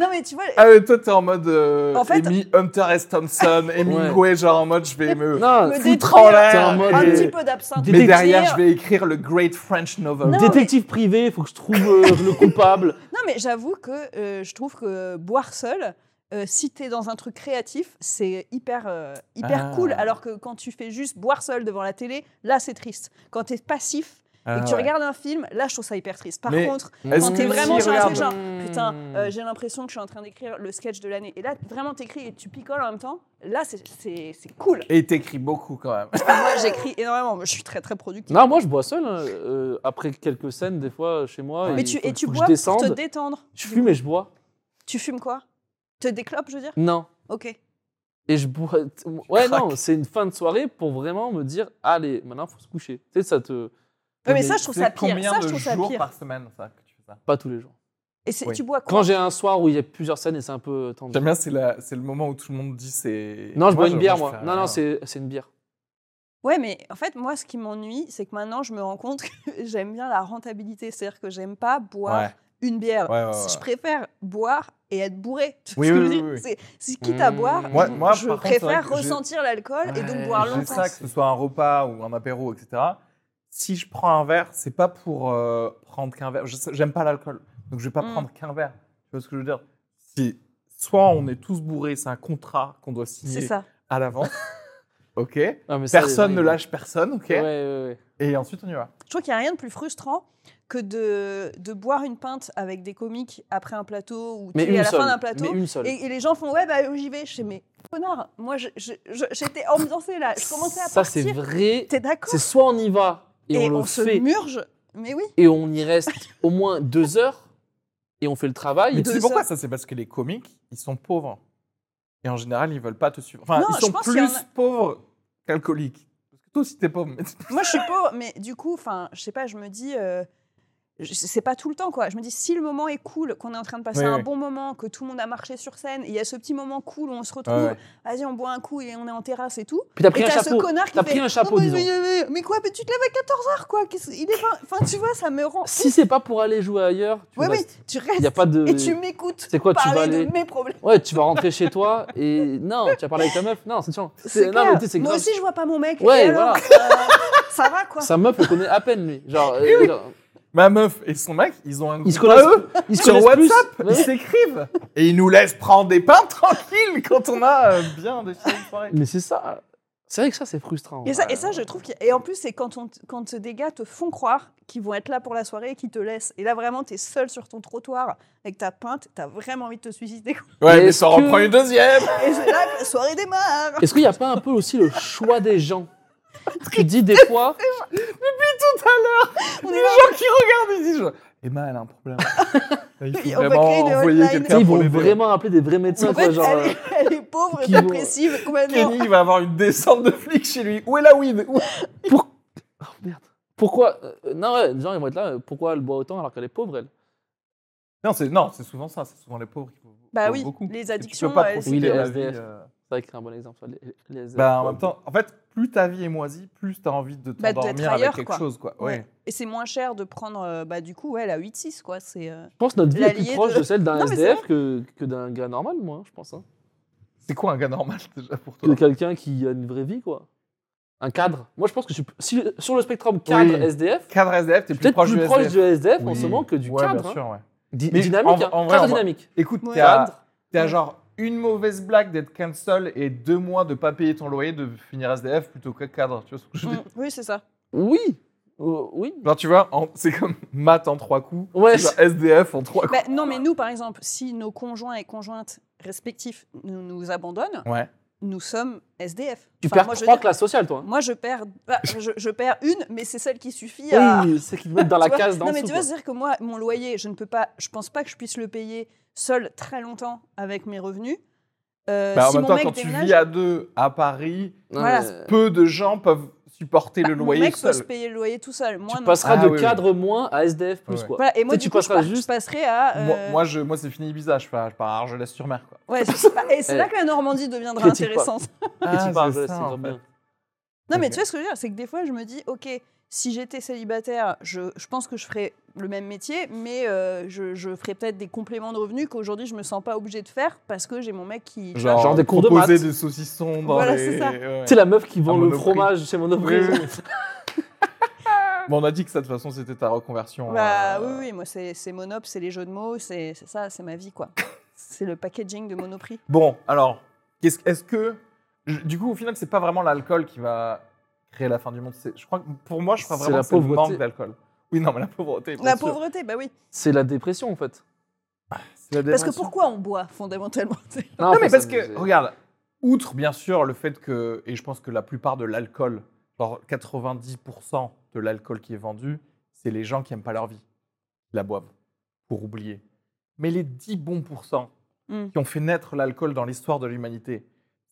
Speaker 1: Non, mais tu vois.
Speaker 2: Ah ouais, toi t'es en mode euh,
Speaker 1: En fait-
Speaker 2: Amy- Hunter S. Thompson, Hemingway, genre en mode je vais me
Speaker 3: Non,
Speaker 1: me
Speaker 2: Ah, foutre en
Speaker 1: détruire,
Speaker 3: t'es en
Speaker 2: l'air.
Speaker 3: mode,
Speaker 1: un
Speaker 2: et-
Speaker 1: petit peu d'absinthe.
Speaker 2: Mais
Speaker 3: détective.
Speaker 2: derrière je vais écrire le Great French Novel.
Speaker 1: Non,
Speaker 3: détective privé, il faut que je trouve euh, le coupable.
Speaker 1: Non, mais j'avoue que euh, je trouve que boire seul, euh, si t'es dans un truc créatif, c'est hyper, euh, hyper
Speaker 2: Ah.
Speaker 1: cool. Alors que quand tu fais juste boire seul devant la télé, là, c'est triste. Quand t'es passif, et
Speaker 2: Ah
Speaker 1: que tu
Speaker 2: ouais.
Speaker 1: regardes un film, là, je trouve ça hyper triste. Par
Speaker 2: Mais
Speaker 1: contre,
Speaker 2: Est-ce
Speaker 1: quand
Speaker 2: que
Speaker 1: t'es
Speaker 2: si,
Speaker 1: vraiment sur un truc
Speaker 2: regarde.
Speaker 1: genre, putain,
Speaker 3: Hmm.
Speaker 1: euh, j'ai l'impression que je suis en train d'écrire le sketch de l'année. Et là, vraiment, t'écris et tu picoles en même temps. Là, c'est- c'est c'est cool.
Speaker 2: Et t'écris beaucoup quand même.
Speaker 1: Moi, j'écris énormément. Je suis très, très productive.
Speaker 3: Hmm. Non, moi je bois seul hein, euh, après quelques scènes des fois chez moi.
Speaker 1: mais
Speaker 3: il
Speaker 1: tu,
Speaker 3: faut-
Speaker 1: et tu
Speaker 3: faut que
Speaker 1: bois
Speaker 3: je
Speaker 1: pour te
Speaker 3: descende.
Speaker 1: détendre.
Speaker 3: Je fume et je bois.
Speaker 1: Tu fumes quoi Te déclopes, je veux dire
Speaker 3: Non.
Speaker 1: Ok.
Speaker 3: Et je bois. Ouais,
Speaker 2: craques.
Speaker 3: non, c'est une fin de soirée pour vraiment me dire allez, maintenant faut se coucher. Tu sais, ça te.
Speaker 1: Ouais, mais ça, je trouve
Speaker 2: C'est
Speaker 1: ça pire.
Speaker 2: Combien
Speaker 1: Ça,
Speaker 2: de
Speaker 1: je trouve ça
Speaker 2: jours
Speaker 1: pire.
Speaker 2: par semaine ça que tu fais ça
Speaker 3: Pas tous les jours.
Speaker 1: Et c'est-
Speaker 2: Oui.
Speaker 1: tu bois quoi
Speaker 3: Quand j'ai un soir où il y a plusieurs scènes et c'est un peu euh, tendu.
Speaker 2: J'aime bien, c'est la- c'est le moment où tout le monde dit c'est.
Speaker 3: Non, je bois une bière,
Speaker 2: je
Speaker 3: moi.
Speaker 2: fais
Speaker 3: Non,
Speaker 2: rien.
Speaker 3: non, c'est c'est une bière.
Speaker 1: Ouais, mais en fait, moi, ce qui m'ennuie, c'est que maintenant, je me rends compte que j'aime bien la rentabilité. C'est-à-dire que j'aime pas boire
Speaker 2: Ouais.
Speaker 1: une bière.
Speaker 2: Ouais, ouais,
Speaker 1: Si
Speaker 2: ouais.
Speaker 1: Je préfère boire et être bourré. Tu
Speaker 2: Oui,
Speaker 1: vois ce que
Speaker 2: oui,
Speaker 1: je veux
Speaker 2: oui,
Speaker 1: dire C'est- c'est- Quitte à
Speaker 3: Mmh.
Speaker 1: boire,
Speaker 2: Moi- moi,
Speaker 1: je
Speaker 2: par contre, c'est vrai
Speaker 1: préfère
Speaker 2: que j'ai-
Speaker 1: ressentir l'alcool et donc
Speaker 3: Ouais,
Speaker 1: boire
Speaker 2: J'ai
Speaker 1: longtemps.
Speaker 2: ça, que ce soit un repas ou un apéro, etc. Si je prends un verre, c'est pas pour euh, prendre qu'un verre. Je sais- J'aime pas l'alcool, donc je vais pas
Speaker 1: Mm.
Speaker 2: prendre qu'un verre. Tu vois ce que je veux dire Si soit on est tous bourrés, c'est un contrat qu'on doit
Speaker 1: C'est
Speaker 2: signer
Speaker 1: ça.
Speaker 2: à l'avance. ok.
Speaker 3: Non, mais ça,
Speaker 2: Personne
Speaker 3: les-
Speaker 2: ne lâche personne, ok.
Speaker 3: Ouais, ouais, ouais.
Speaker 2: Et ensuite on y va.
Speaker 1: Je trouve qu'il n'y a rien de plus frustrant que de, de boire une pinte avec des comiques après un plateau ou tu
Speaker 3: Mais
Speaker 1: es à
Speaker 3: une
Speaker 1: la
Speaker 3: seule.
Speaker 1: fin d'un plateau.
Speaker 3: Mais une seule.
Speaker 1: Et, et les gens font ouais bah j'y vais. Je sais mais connard, moi je- je- je- j'étais ambiancée là. Je commençais à
Speaker 3: Ça, c'est
Speaker 1: partir.
Speaker 3: vrai.
Speaker 1: T'es d'accord
Speaker 3: C'est soit on y va et,
Speaker 1: Et,
Speaker 3: on le
Speaker 1: on se
Speaker 3: fait
Speaker 1: murge. Mais oui.
Speaker 3: et on y reste au moins deux heures et on fait le travail.
Speaker 2: Mais tu
Speaker 1: deux
Speaker 2: sais pourquoi ça C'est parce que les comiques, ils sont pauvres. Et en général, ils veulent pas te suivre. Enfin,
Speaker 1: Non,
Speaker 2: ils
Speaker 1: je
Speaker 2: sont
Speaker 1: pense
Speaker 2: plus
Speaker 1: qu'il y en a-
Speaker 2: pauvres qu'alcooliques. Parce que toi aussi, t'es pauvre. mais-
Speaker 1: Moi je suis pauvre, mais du coup enfin je sais pas. Je me dis euh, je- c'est pas tout le temps quoi. Je me dis si le moment est cool, qu'on est en train de passer
Speaker 2: Oui,
Speaker 1: un
Speaker 2: oui.
Speaker 1: bon moment, que tout le monde a marché sur scène, et il y a ce petit moment cool où on se retrouve.
Speaker 2: Ouais, ouais.
Speaker 1: Vas-y on boit un coup et on est en terrasse et tout.
Speaker 3: Puis t'as
Speaker 1: Et
Speaker 3: pris un
Speaker 1: t'as ce
Speaker 3: chapeau.
Speaker 1: connard qui
Speaker 3: T'as
Speaker 1: fait,
Speaker 3: pris un chapeau,
Speaker 1: Non, mais,
Speaker 3: disons.
Speaker 1: mais- mais- mais quoi Mais tu te lèves à 14h, quoi Qu'est-ce- Il est vingt- Enfin, tu vois, ça me rend...
Speaker 3: Si c'est pas pour aller jouer ailleurs, tu
Speaker 1: Ouais,
Speaker 3: restes.
Speaker 1: oui, tu restes
Speaker 3: Il y a pas de.
Speaker 1: et tu m'écoutes
Speaker 3: C'est quoi Tu vas
Speaker 1: parler
Speaker 3: aller.
Speaker 1: de mes problèmes.
Speaker 3: Ouais, tu vas rentrer chez toi et non, tu as parlé avec ta meuf. Non, c'est chiant.
Speaker 1: C'est
Speaker 3: Non,
Speaker 1: clair.
Speaker 3: mais tu sais, c'est
Speaker 1: Moi
Speaker 3: grave.
Speaker 1: aussi, je vois pas mon mec.
Speaker 3: Ouais,
Speaker 1: et alors, euh, ça va, quoi
Speaker 3: Sa meuf, on connaît à peine lui. Genre, euh, genre,
Speaker 2: Ma meuf et son mec, ils ont un
Speaker 3: ils se
Speaker 2: groupe à
Speaker 3: connaissent.
Speaker 1: Bah
Speaker 2: eux.
Speaker 3: Ils se
Speaker 2: Sur
Speaker 3: connaissent plus. Bah Ouais.
Speaker 2: Ils s'écrivent et ils nous laissent prendre des pains tranquilles quand on a euh, bien défini une soirée.
Speaker 3: Mais c'est ça. C'est vrai que ça, c'est frustrant.
Speaker 1: et
Speaker 2: euh,
Speaker 1: ça, et ça, je trouve qu'il y a- Et en plus, c'est quand, on t- quand des gars te font croire qu'ils vont être là pour la soirée et qu'ils te laissent. Et là, vraiment, t'es seul sur ton trottoir avec ta pinte, t'as vraiment envie de te suicider. quoi.
Speaker 2: Ouais, mais
Speaker 3: Est-ce
Speaker 2: ça
Speaker 3: que-
Speaker 2: reprend une deuxième.
Speaker 1: Et c'est là que la soirée démarre
Speaker 3: Est-ce qu'il n'y a pas un peu aussi le choix des gens Tu dis des fois,
Speaker 1: On
Speaker 2: Les
Speaker 1: est là,
Speaker 2: gens qui regardent, ils disent genre, Emma, elle a un problème. Il
Speaker 1: Oui,
Speaker 2: faut
Speaker 1: on va
Speaker 2: vraiment
Speaker 1: créer une
Speaker 2: envoyer
Speaker 1: hotline.
Speaker 3: tu sais,
Speaker 2: quelqu'un
Speaker 3: ils
Speaker 2: pour
Speaker 3: vont
Speaker 2: les
Speaker 3: vraiment appeler des vrais médecins.
Speaker 1: en
Speaker 3: quoi,
Speaker 1: fait,
Speaker 3: genre, euh,
Speaker 1: elle, est, elle est pauvre,
Speaker 3: qui vont-
Speaker 1: dépressive, complètement.
Speaker 2: Kenny, il va avoir une descente de flics chez lui. Où est la weed Où-
Speaker 3: euh, pour- Oh, merde. Pourquoi euh, Non, ouais, les gens, ils vont être là. euh, Pourquoi elle boit autant alors qu'elle est pauvre, elle
Speaker 2: Non, c'est non, c'est souvent ça. C'est souvent les pauvres qui vont-
Speaker 1: Bah
Speaker 2: vont
Speaker 1: oui,
Speaker 2: beaucoup.
Speaker 1: les
Speaker 2: Et tu peux
Speaker 1: addictions,
Speaker 2: pas
Speaker 1: euh,
Speaker 2: profiter
Speaker 3: Oui, les
Speaker 2: de la
Speaker 3: SDF.
Speaker 2: vie, euh.
Speaker 3: C'est vrai que c'est un bon exemple. ça, les- les-
Speaker 2: Bah, en même temps, en fait, plus ta vie est moisie, plus t'as envie de
Speaker 1: Bah, d'être
Speaker 2: t'endormir
Speaker 1: ailleurs,
Speaker 2: avec quelque
Speaker 1: quoi.
Speaker 2: chose, quoi.
Speaker 1: Ouais.
Speaker 2: Ouais.
Speaker 1: Et c'est moins cher de prendre, euh, bah, du coup, ouais, la 8-6, quoi. C'est, euh,
Speaker 3: Je pense que notre vie est
Speaker 1: L'allié
Speaker 3: plus proche
Speaker 1: de-
Speaker 3: de celle d'un
Speaker 1: Non, mais c'est
Speaker 3: SDF que, que d'un gars normal, moi, je pense. hein.
Speaker 2: C'est quoi un gars normal déjà pour
Speaker 3: Que
Speaker 2: toi
Speaker 3: quelqu'un qui a une vraie vie, quoi. Un cadre. Moi, je pense que je suis, si- sur le spectrum cadre
Speaker 2: Oui.
Speaker 3: SDF,
Speaker 2: Cadre SDF, t'es
Speaker 3: je suis
Speaker 2: plus
Speaker 3: peut-être
Speaker 2: proche
Speaker 3: plus
Speaker 2: du
Speaker 3: proche
Speaker 2: SDF.
Speaker 3: du SDF en
Speaker 2: Oui.
Speaker 3: ce moment que du
Speaker 2: Ouais,
Speaker 3: cadre.
Speaker 2: bien
Speaker 3: hein.
Speaker 2: sûr, ouais.
Speaker 3: Di-
Speaker 2: Mais
Speaker 3: dynamique,
Speaker 2: en-
Speaker 3: hein.
Speaker 2: en vrai,
Speaker 3: Cadre
Speaker 2: en vrai.
Speaker 3: dynamique.
Speaker 2: Écoute,
Speaker 1: Ouais.
Speaker 2: t'es à,
Speaker 3: Cadre.
Speaker 2: t'es à genre une mauvaise blague d'être cancel et deux mois de pas payer ton loyer, de finir SDF plutôt que cadre. Tu vois ce que je veux
Speaker 1: mm,
Speaker 2: dire
Speaker 1: oui, c'est ça.
Speaker 3: Oui. Euh, oui.
Speaker 2: Genre, tu vois, en- c'est comme maths en trois coups,
Speaker 3: Ouais, bah,
Speaker 2: c'est genre SDF en trois coups.
Speaker 1: Bah, non, mais nous, par exemple, si nos conjoints et conjointes respectifs nous, nous abandonnent,
Speaker 2: Ouais.
Speaker 1: nous sommes SDF.
Speaker 3: Tu
Speaker 1: Enfin,
Speaker 3: perds
Speaker 1: moi, je veux
Speaker 3: trois
Speaker 1: dire,
Speaker 3: classes sociales, toi. hein.
Speaker 1: moi, je perds, bah, je, je perds une, mais c'est celle qui suffit à.
Speaker 3: Oui, c'est qu'ils te mettent dans la
Speaker 1: tu vois.
Speaker 3: case d'en
Speaker 1: Non, mais
Speaker 3: dessous.
Speaker 1: tu vois,
Speaker 3: quoi.
Speaker 1: c'est-à-dire que moi, mon loyer, je ne peux pas, je pense pas que je puisse le payer seul très longtemps avec mes revenus. Euh,
Speaker 2: Bah, en
Speaker 1: si
Speaker 2: même
Speaker 1: mon
Speaker 2: temps,
Speaker 1: mec
Speaker 2: quand tu
Speaker 1: déménage-
Speaker 2: vis à deux à Paris,
Speaker 3: Non,
Speaker 1: voilà.
Speaker 3: mais, euh,
Speaker 2: peu de gens peuvent supporter le
Speaker 1: Bah,
Speaker 2: loyer
Speaker 1: Mon mec
Speaker 2: seul.
Speaker 1: peut se payer le loyer tout seul. Moi,
Speaker 3: Tu
Speaker 1: non.
Speaker 3: passeras
Speaker 2: Ah,
Speaker 3: de
Speaker 2: oui, oui.
Speaker 3: cadre moins à SDF plus,
Speaker 2: Ouais.
Speaker 3: quoi.
Speaker 1: Voilà, et moi,
Speaker 3: Tu sais,
Speaker 1: du
Speaker 3: tu
Speaker 1: coup, je,
Speaker 3: passeras
Speaker 1: par- je
Speaker 3: juste-
Speaker 1: passerai à.
Speaker 2: Moi,
Speaker 1: euh,
Speaker 2: moi, je, moi c'est fini Ibiza, je pars, je pars à Argelès-sur-Mer. quoi.
Speaker 1: Ouais, c'est pas- et c'est
Speaker 3: Eh.
Speaker 1: là que la Normandie deviendra
Speaker 3: Critique pas.
Speaker 1: intéressante.
Speaker 3: Et tu parles,
Speaker 2: Ah, c'est
Speaker 3: voilà,
Speaker 2: ça,
Speaker 3: c'est
Speaker 2: en
Speaker 3: vraiment
Speaker 2: fait.
Speaker 3: bien.
Speaker 1: Non, mais
Speaker 2: Ok.
Speaker 1: tu vois ce que je veux dire, c'est que des fois, je me dis, ok, si j'étais célibataire, je, je pense que je ferais le même métier, mais euh, je, je ferais peut-être des compléments de revenus qu'aujourd'hui, je me sens pas obligée de faire parce que j'ai mon mec qui. tu
Speaker 2: Genre,
Speaker 3: Genre des cours de
Speaker 2: proposer
Speaker 3: maths.
Speaker 2: des saucissons dans
Speaker 1: Voilà,
Speaker 2: les...
Speaker 1: c'est ça.
Speaker 2: ouais.
Speaker 3: Tu sais, la meuf qui vend le
Speaker 2: Monoprix.
Speaker 3: fromage chez Monoprix.
Speaker 2: Oui, oui. Bon, on a dit que ça, de toute façon, c'était ta reconversion.
Speaker 1: vois. Bah
Speaker 2: euh,
Speaker 1: oui, oui, moi, c'est c'est Monop, c'est les jeux de mots, c'est c'est ça, c'est ma vie, quoi. c'est le packaging de Monoprix.
Speaker 2: Bon, alors, qu'est-ce- est-ce que. je- Du coup, au final, c'est pas vraiment l'alcool qui va créer la fin du monde. C'est- Je crois que pour moi, je crois
Speaker 3: C'est
Speaker 2: vraiment
Speaker 3: la
Speaker 2: que c'est le
Speaker 3: pauvreté.
Speaker 2: manque d'alcool. Oui, non, mais la pauvreté. bien
Speaker 1: La
Speaker 2: sûr.
Speaker 1: pauvreté, bah oui.
Speaker 3: C'est la dépression, en fait.
Speaker 2: C'est la
Speaker 1: Parce que
Speaker 2: dépression.
Speaker 1: pourquoi on boit fondamentalement tu sais
Speaker 2: Non, mais
Speaker 3: faut
Speaker 2: parce que,
Speaker 3: s'amuser.
Speaker 2: regarde, outre bien sûr le fait que, et je pense que la plupart de l'alcool, genre 90% de l'alcool qui est vendu, c'est les gens qui n'aiment pas leur vie, qui la boivent, pour oublier. Mais les 10 bons pourcents
Speaker 1: Mm.
Speaker 2: qui ont fait naître l'alcool dans l'histoire de l'humanité,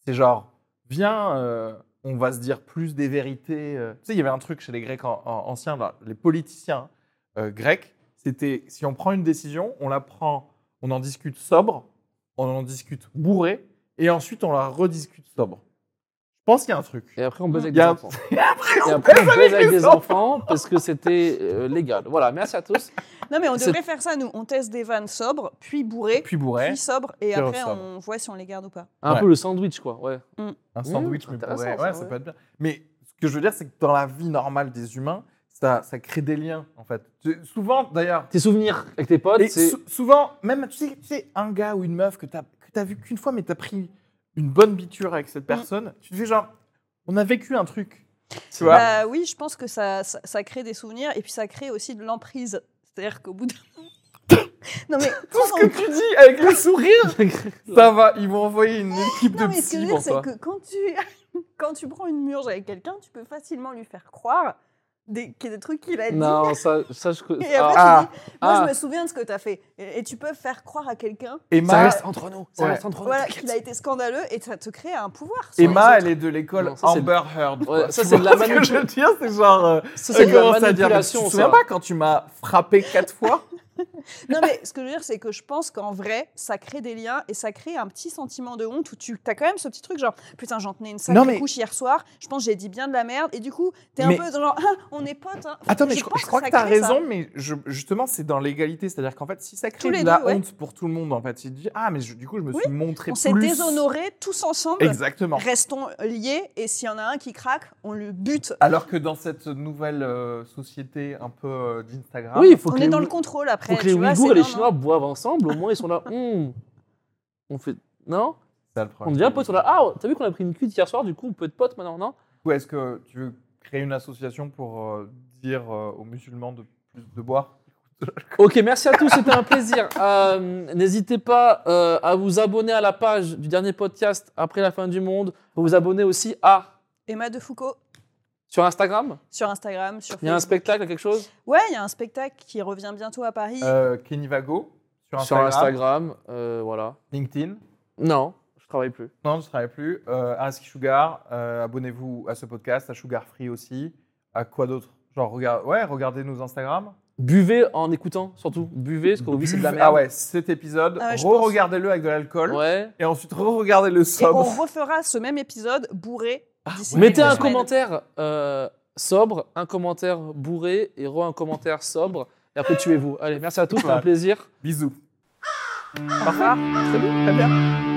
Speaker 2: c'est genre, viens, euh, on va se dire plus des vérités. euh. Tu sais, il y avait un truc chez les Grecs an- an- anciens, là, les politiciens euh, grecs, c'était si on prend une décision, on la prend, on en discute sobre, on en discute bourré, et ensuite on la rediscute sobre. Je pense qu'il y a un truc.
Speaker 3: Et après, on baise avec
Speaker 2: Il y
Speaker 3: des
Speaker 2: a-
Speaker 3: enfants. Et après, on baise avec des
Speaker 2: enfants.
Speaker 3: enfants parce que c'était euh, légal. Voilà, merci à tous.
Speaker 1: Non, mais on
Speaker 3: C'est-
Speaker 1: devrait faire ça, nous. On teste des vannes sobres, puis bourrées, puis,
Speaker 2: Puis bourré,
Speaker 1: sobres, et
Speaker 2: puis
Speaker 1: après
Speaker 2: sobre.
Speaker 1: on voit si on les garde ou pas.
Speaker 3: Un
Speaker 2: Ouais.
Speaker 3: peu le sandwich, quoi. Ouais.
Speaker 2: un sandwich,
Speaker 3: Mmh,
Speaker 2: mais
Speaker 3: intéressant,
Speaker 2: bourré. Ouais,
Speaker 3: ça,
Speaker 2: ça
Speaker 3: ouais.
Speaker 2: peut être bien. Mais ce que je veux dire, c'est que dans la vie normale des humains, ça, ça crée des liens, en fait. Tu- Souvent, d'ailleurs,
Speaker 3: Tes souvenirs avec tes potes,
Speaker 2: Et
Speaker 3: c'est.
Speaker 2: sou- souvent, même, tu sais, tu sais, un gars ou une meuf que t'as que t'as vu qu'une fois, mais t'as pris une bonne biture avec
Speaker 3: Mm.
Speaker 2: cette personne, tu te fais genre, on a vécu un truc. Tu vois
Speaker 1: Bah oui, je pense que ça, ça, ça crée des souvenirs, et puis ça crée aussi de l'emprise. C'est-à-dire qu'au bout d'un Non, mais
Speaker 2: Tout ce que tu dis avec le sourire, ça va, ils vont envoyer une équipe
Speaker 1: Non,
Speaker 2: de
Speaker 1: mais ce que je
Speaker 2: psy
Speaker 1: veux dire,
Speaker 2: pour
Speaker 1: c'est
Speaker 2: toi.
Speaker 1: que quand tu, quand tu prends une murge avec quelqu'un, tu peux facilement lui faire croire des, qu'il y a des trucs qu'il a dit.
Speaker 3: Non, ça, ça je.
Speaker 1: Et après,
Speaker 2: Ah,
Speaker 1: tu dis, moi,
Speaker 3: ah.
Speaker 1: je me souviens de ce que tu as fait. Et, et tu peux faire croire à quelqu'un
Speaker 3: Ça
Speaker 2: Emma,
Speaker 3: reste entre nous.
Speaker 2: Ah,
Speaker 3: Ça
Speaker 2: Ouais.
Speaker 3: reste entre nous.
Speaker 1: voilà,
Speaker 3: t'inquiète.
Speaker 1: qu'il a été scandaleux et ça te crée un pouvoir. sur
Speaker 2: Emma
Speaker 1: les
Speaker 2: elle est de l'école
Speaker 3: Non, ça, c'est-
Speaker 2: Amber Heard. quoi.
Speaker 3: Ouais, ça,
Speaker 2: Tu
Speaker 3: c'est
Speaker 2: vois
Speaker 3: de la
Speaker 2: ce que
Speaker 3: manip-
Speaker 2: je veux dire, c'est genre, euh,
Speaker 3: Ça, c'est de la
Speaker 2: commence à dire, mais tu
Speaker 3: manipulation.
Speaker 2: te
Speaker 3: ça.
Speaker 2: souviens pas quand tu m'as frappé quatre fois
Speaker 1: autres. Non, mais ce que je veux dire, c'est que je pense qu'en vrai, ça crée des liens et ça crée un petit sentiment de honte où tu as quand même ce petit truc genre, putain, j'en tenais une sacrée
Speaker 2: Non, mais-
Speaker 1: couche hier soir, je pense que j'ai dit bien de la merde. Et du coup, t'es un
Speaker 2: Mais-
Speaker 1: peu genre, Ah, on est potes. hein.
Speaker 2: Attends, mais je,
Speaker 1: Je
Speaker 2: cro-
Speaker 1: pense
Speaker 2: je crois
Speaker 1: que
Speaker 2: que,
Speaker 1: ça
Speaker 2: tu as
Speaker 1: crée ça.
Speaker 2: raison, mais je- justement, c'est dans l'égalité. C'est-à-dire qu'en fait, si ça crée
Speaker 1: Tous les
Speaker 2: de la
Speaker 1: deux, ouais.
Speaker 2: honte pour tout le monde, en fait, il dit Ah, mais je- du coup, je me
Speaker 1: Oui,
Speaker 2: suis montré
Speaker 1: On
Speaker 2: plus.
Speaker 1: s'est déshonorés tous ensemble.
Speaker 2: Exactement.
Speaker 1: Restons liés et s'il y en a un qui craque, on le bute.
Speaker 2: Alors que dans cette nouvelle euh, société un peu euh, d'Instagram,
Speaker 3: Oui, il faut
Speaker 1: on
Speaker 3: que
Speaker 1: est
Speaker 3: les
Speaker 1: dans le
Speaker 3: Ouï-
Speaker 1: contrôle après.
Speaker 3: faut que les
Speaker 1: tu vois,
Speaker 3: Ouïghours
Speaker 1: c'est
Speaker 3: et les
Speaker 1: non, non.
Speaker 3: Chinois boivent ensemble. Au moins, ils sont là. Hum, On fait. Non
Speaker 2: c'est ça le
Speaker 3: On
Speaker 2: problème.
Speaker 3: devient potes. On est là. Ah, t'as vu qu'on a pris une cuite hier soir, du coup, on peut être potes maintenant, non
Speaker 2: Ou est-ce que tu veux créer une association pour euh, dire euh, aux musulmans de plus de boire
Speaker 3: Ok, merci à tous, c'était un plaisir. Euh, N'hésitez pas euh, à vous abonner à la page du dernier podcast après la fin du monde. Vous vous abonnez aussi à
Speaker 1: Emma de Foucault
Speaker 3: sur Instagram.
Speaker 1: sur Instagram, sur
Speaker 3: Il y a un
Speaker 1: Facebook.
Speaker 3: spectacle, il y a quelque chose
Speaker 1: Ouais, il y a un spectacle qui revient bientôt à Paris.
Speaker 2: Euh, Kenny Vago sur
Speaker 3: sur
Speaker 2: Instagram,
Speaker 3: Instagram. euh, voilà.
Speaker 2: LinkedIn.
Speaker 3: Non, je travaille plus.
Speaker 2: Non, je ne travaille plus. Euh, à Ask Sugar, euh, abonnez-vous à ce podcast, à Sugar Free aussi. À quoi d'autre Genre, regarde, ouais, regardez nos Instagram.
Speaker 3: Buvez en écoutant, surtout. Buvez, parce qu'on vit c'est de la
Speaker 2: Buvez-
Speaker 3: merde.
Speaker 2: Ah ouais, cet épisode,
Speaker 1: Ah ouais, je
Speaker 2: re-regardez-le avec de l'alcool.
Speaker 3: Ouais.
Speaker 2: Et ensuite, re-regardez-le
Speaker 1: et on
Speaker 2: sobre.
Speaker 1: refera ce même épisode bourré d'ici
Speaker 3: Ah Mettez
Speaker 1: quelques
Speaker 3: un
Speaker 1: semaines.
Speaker 3: commentaire euh, sobre, un commentaire bourré et re un commentaire sobre. Et après, tuez-vous. Allez, merci à tous, c'était un plaisir.
Speaker 2: Bisous.
Speaker 1: Au revoir.
Speaker 2: Très bien.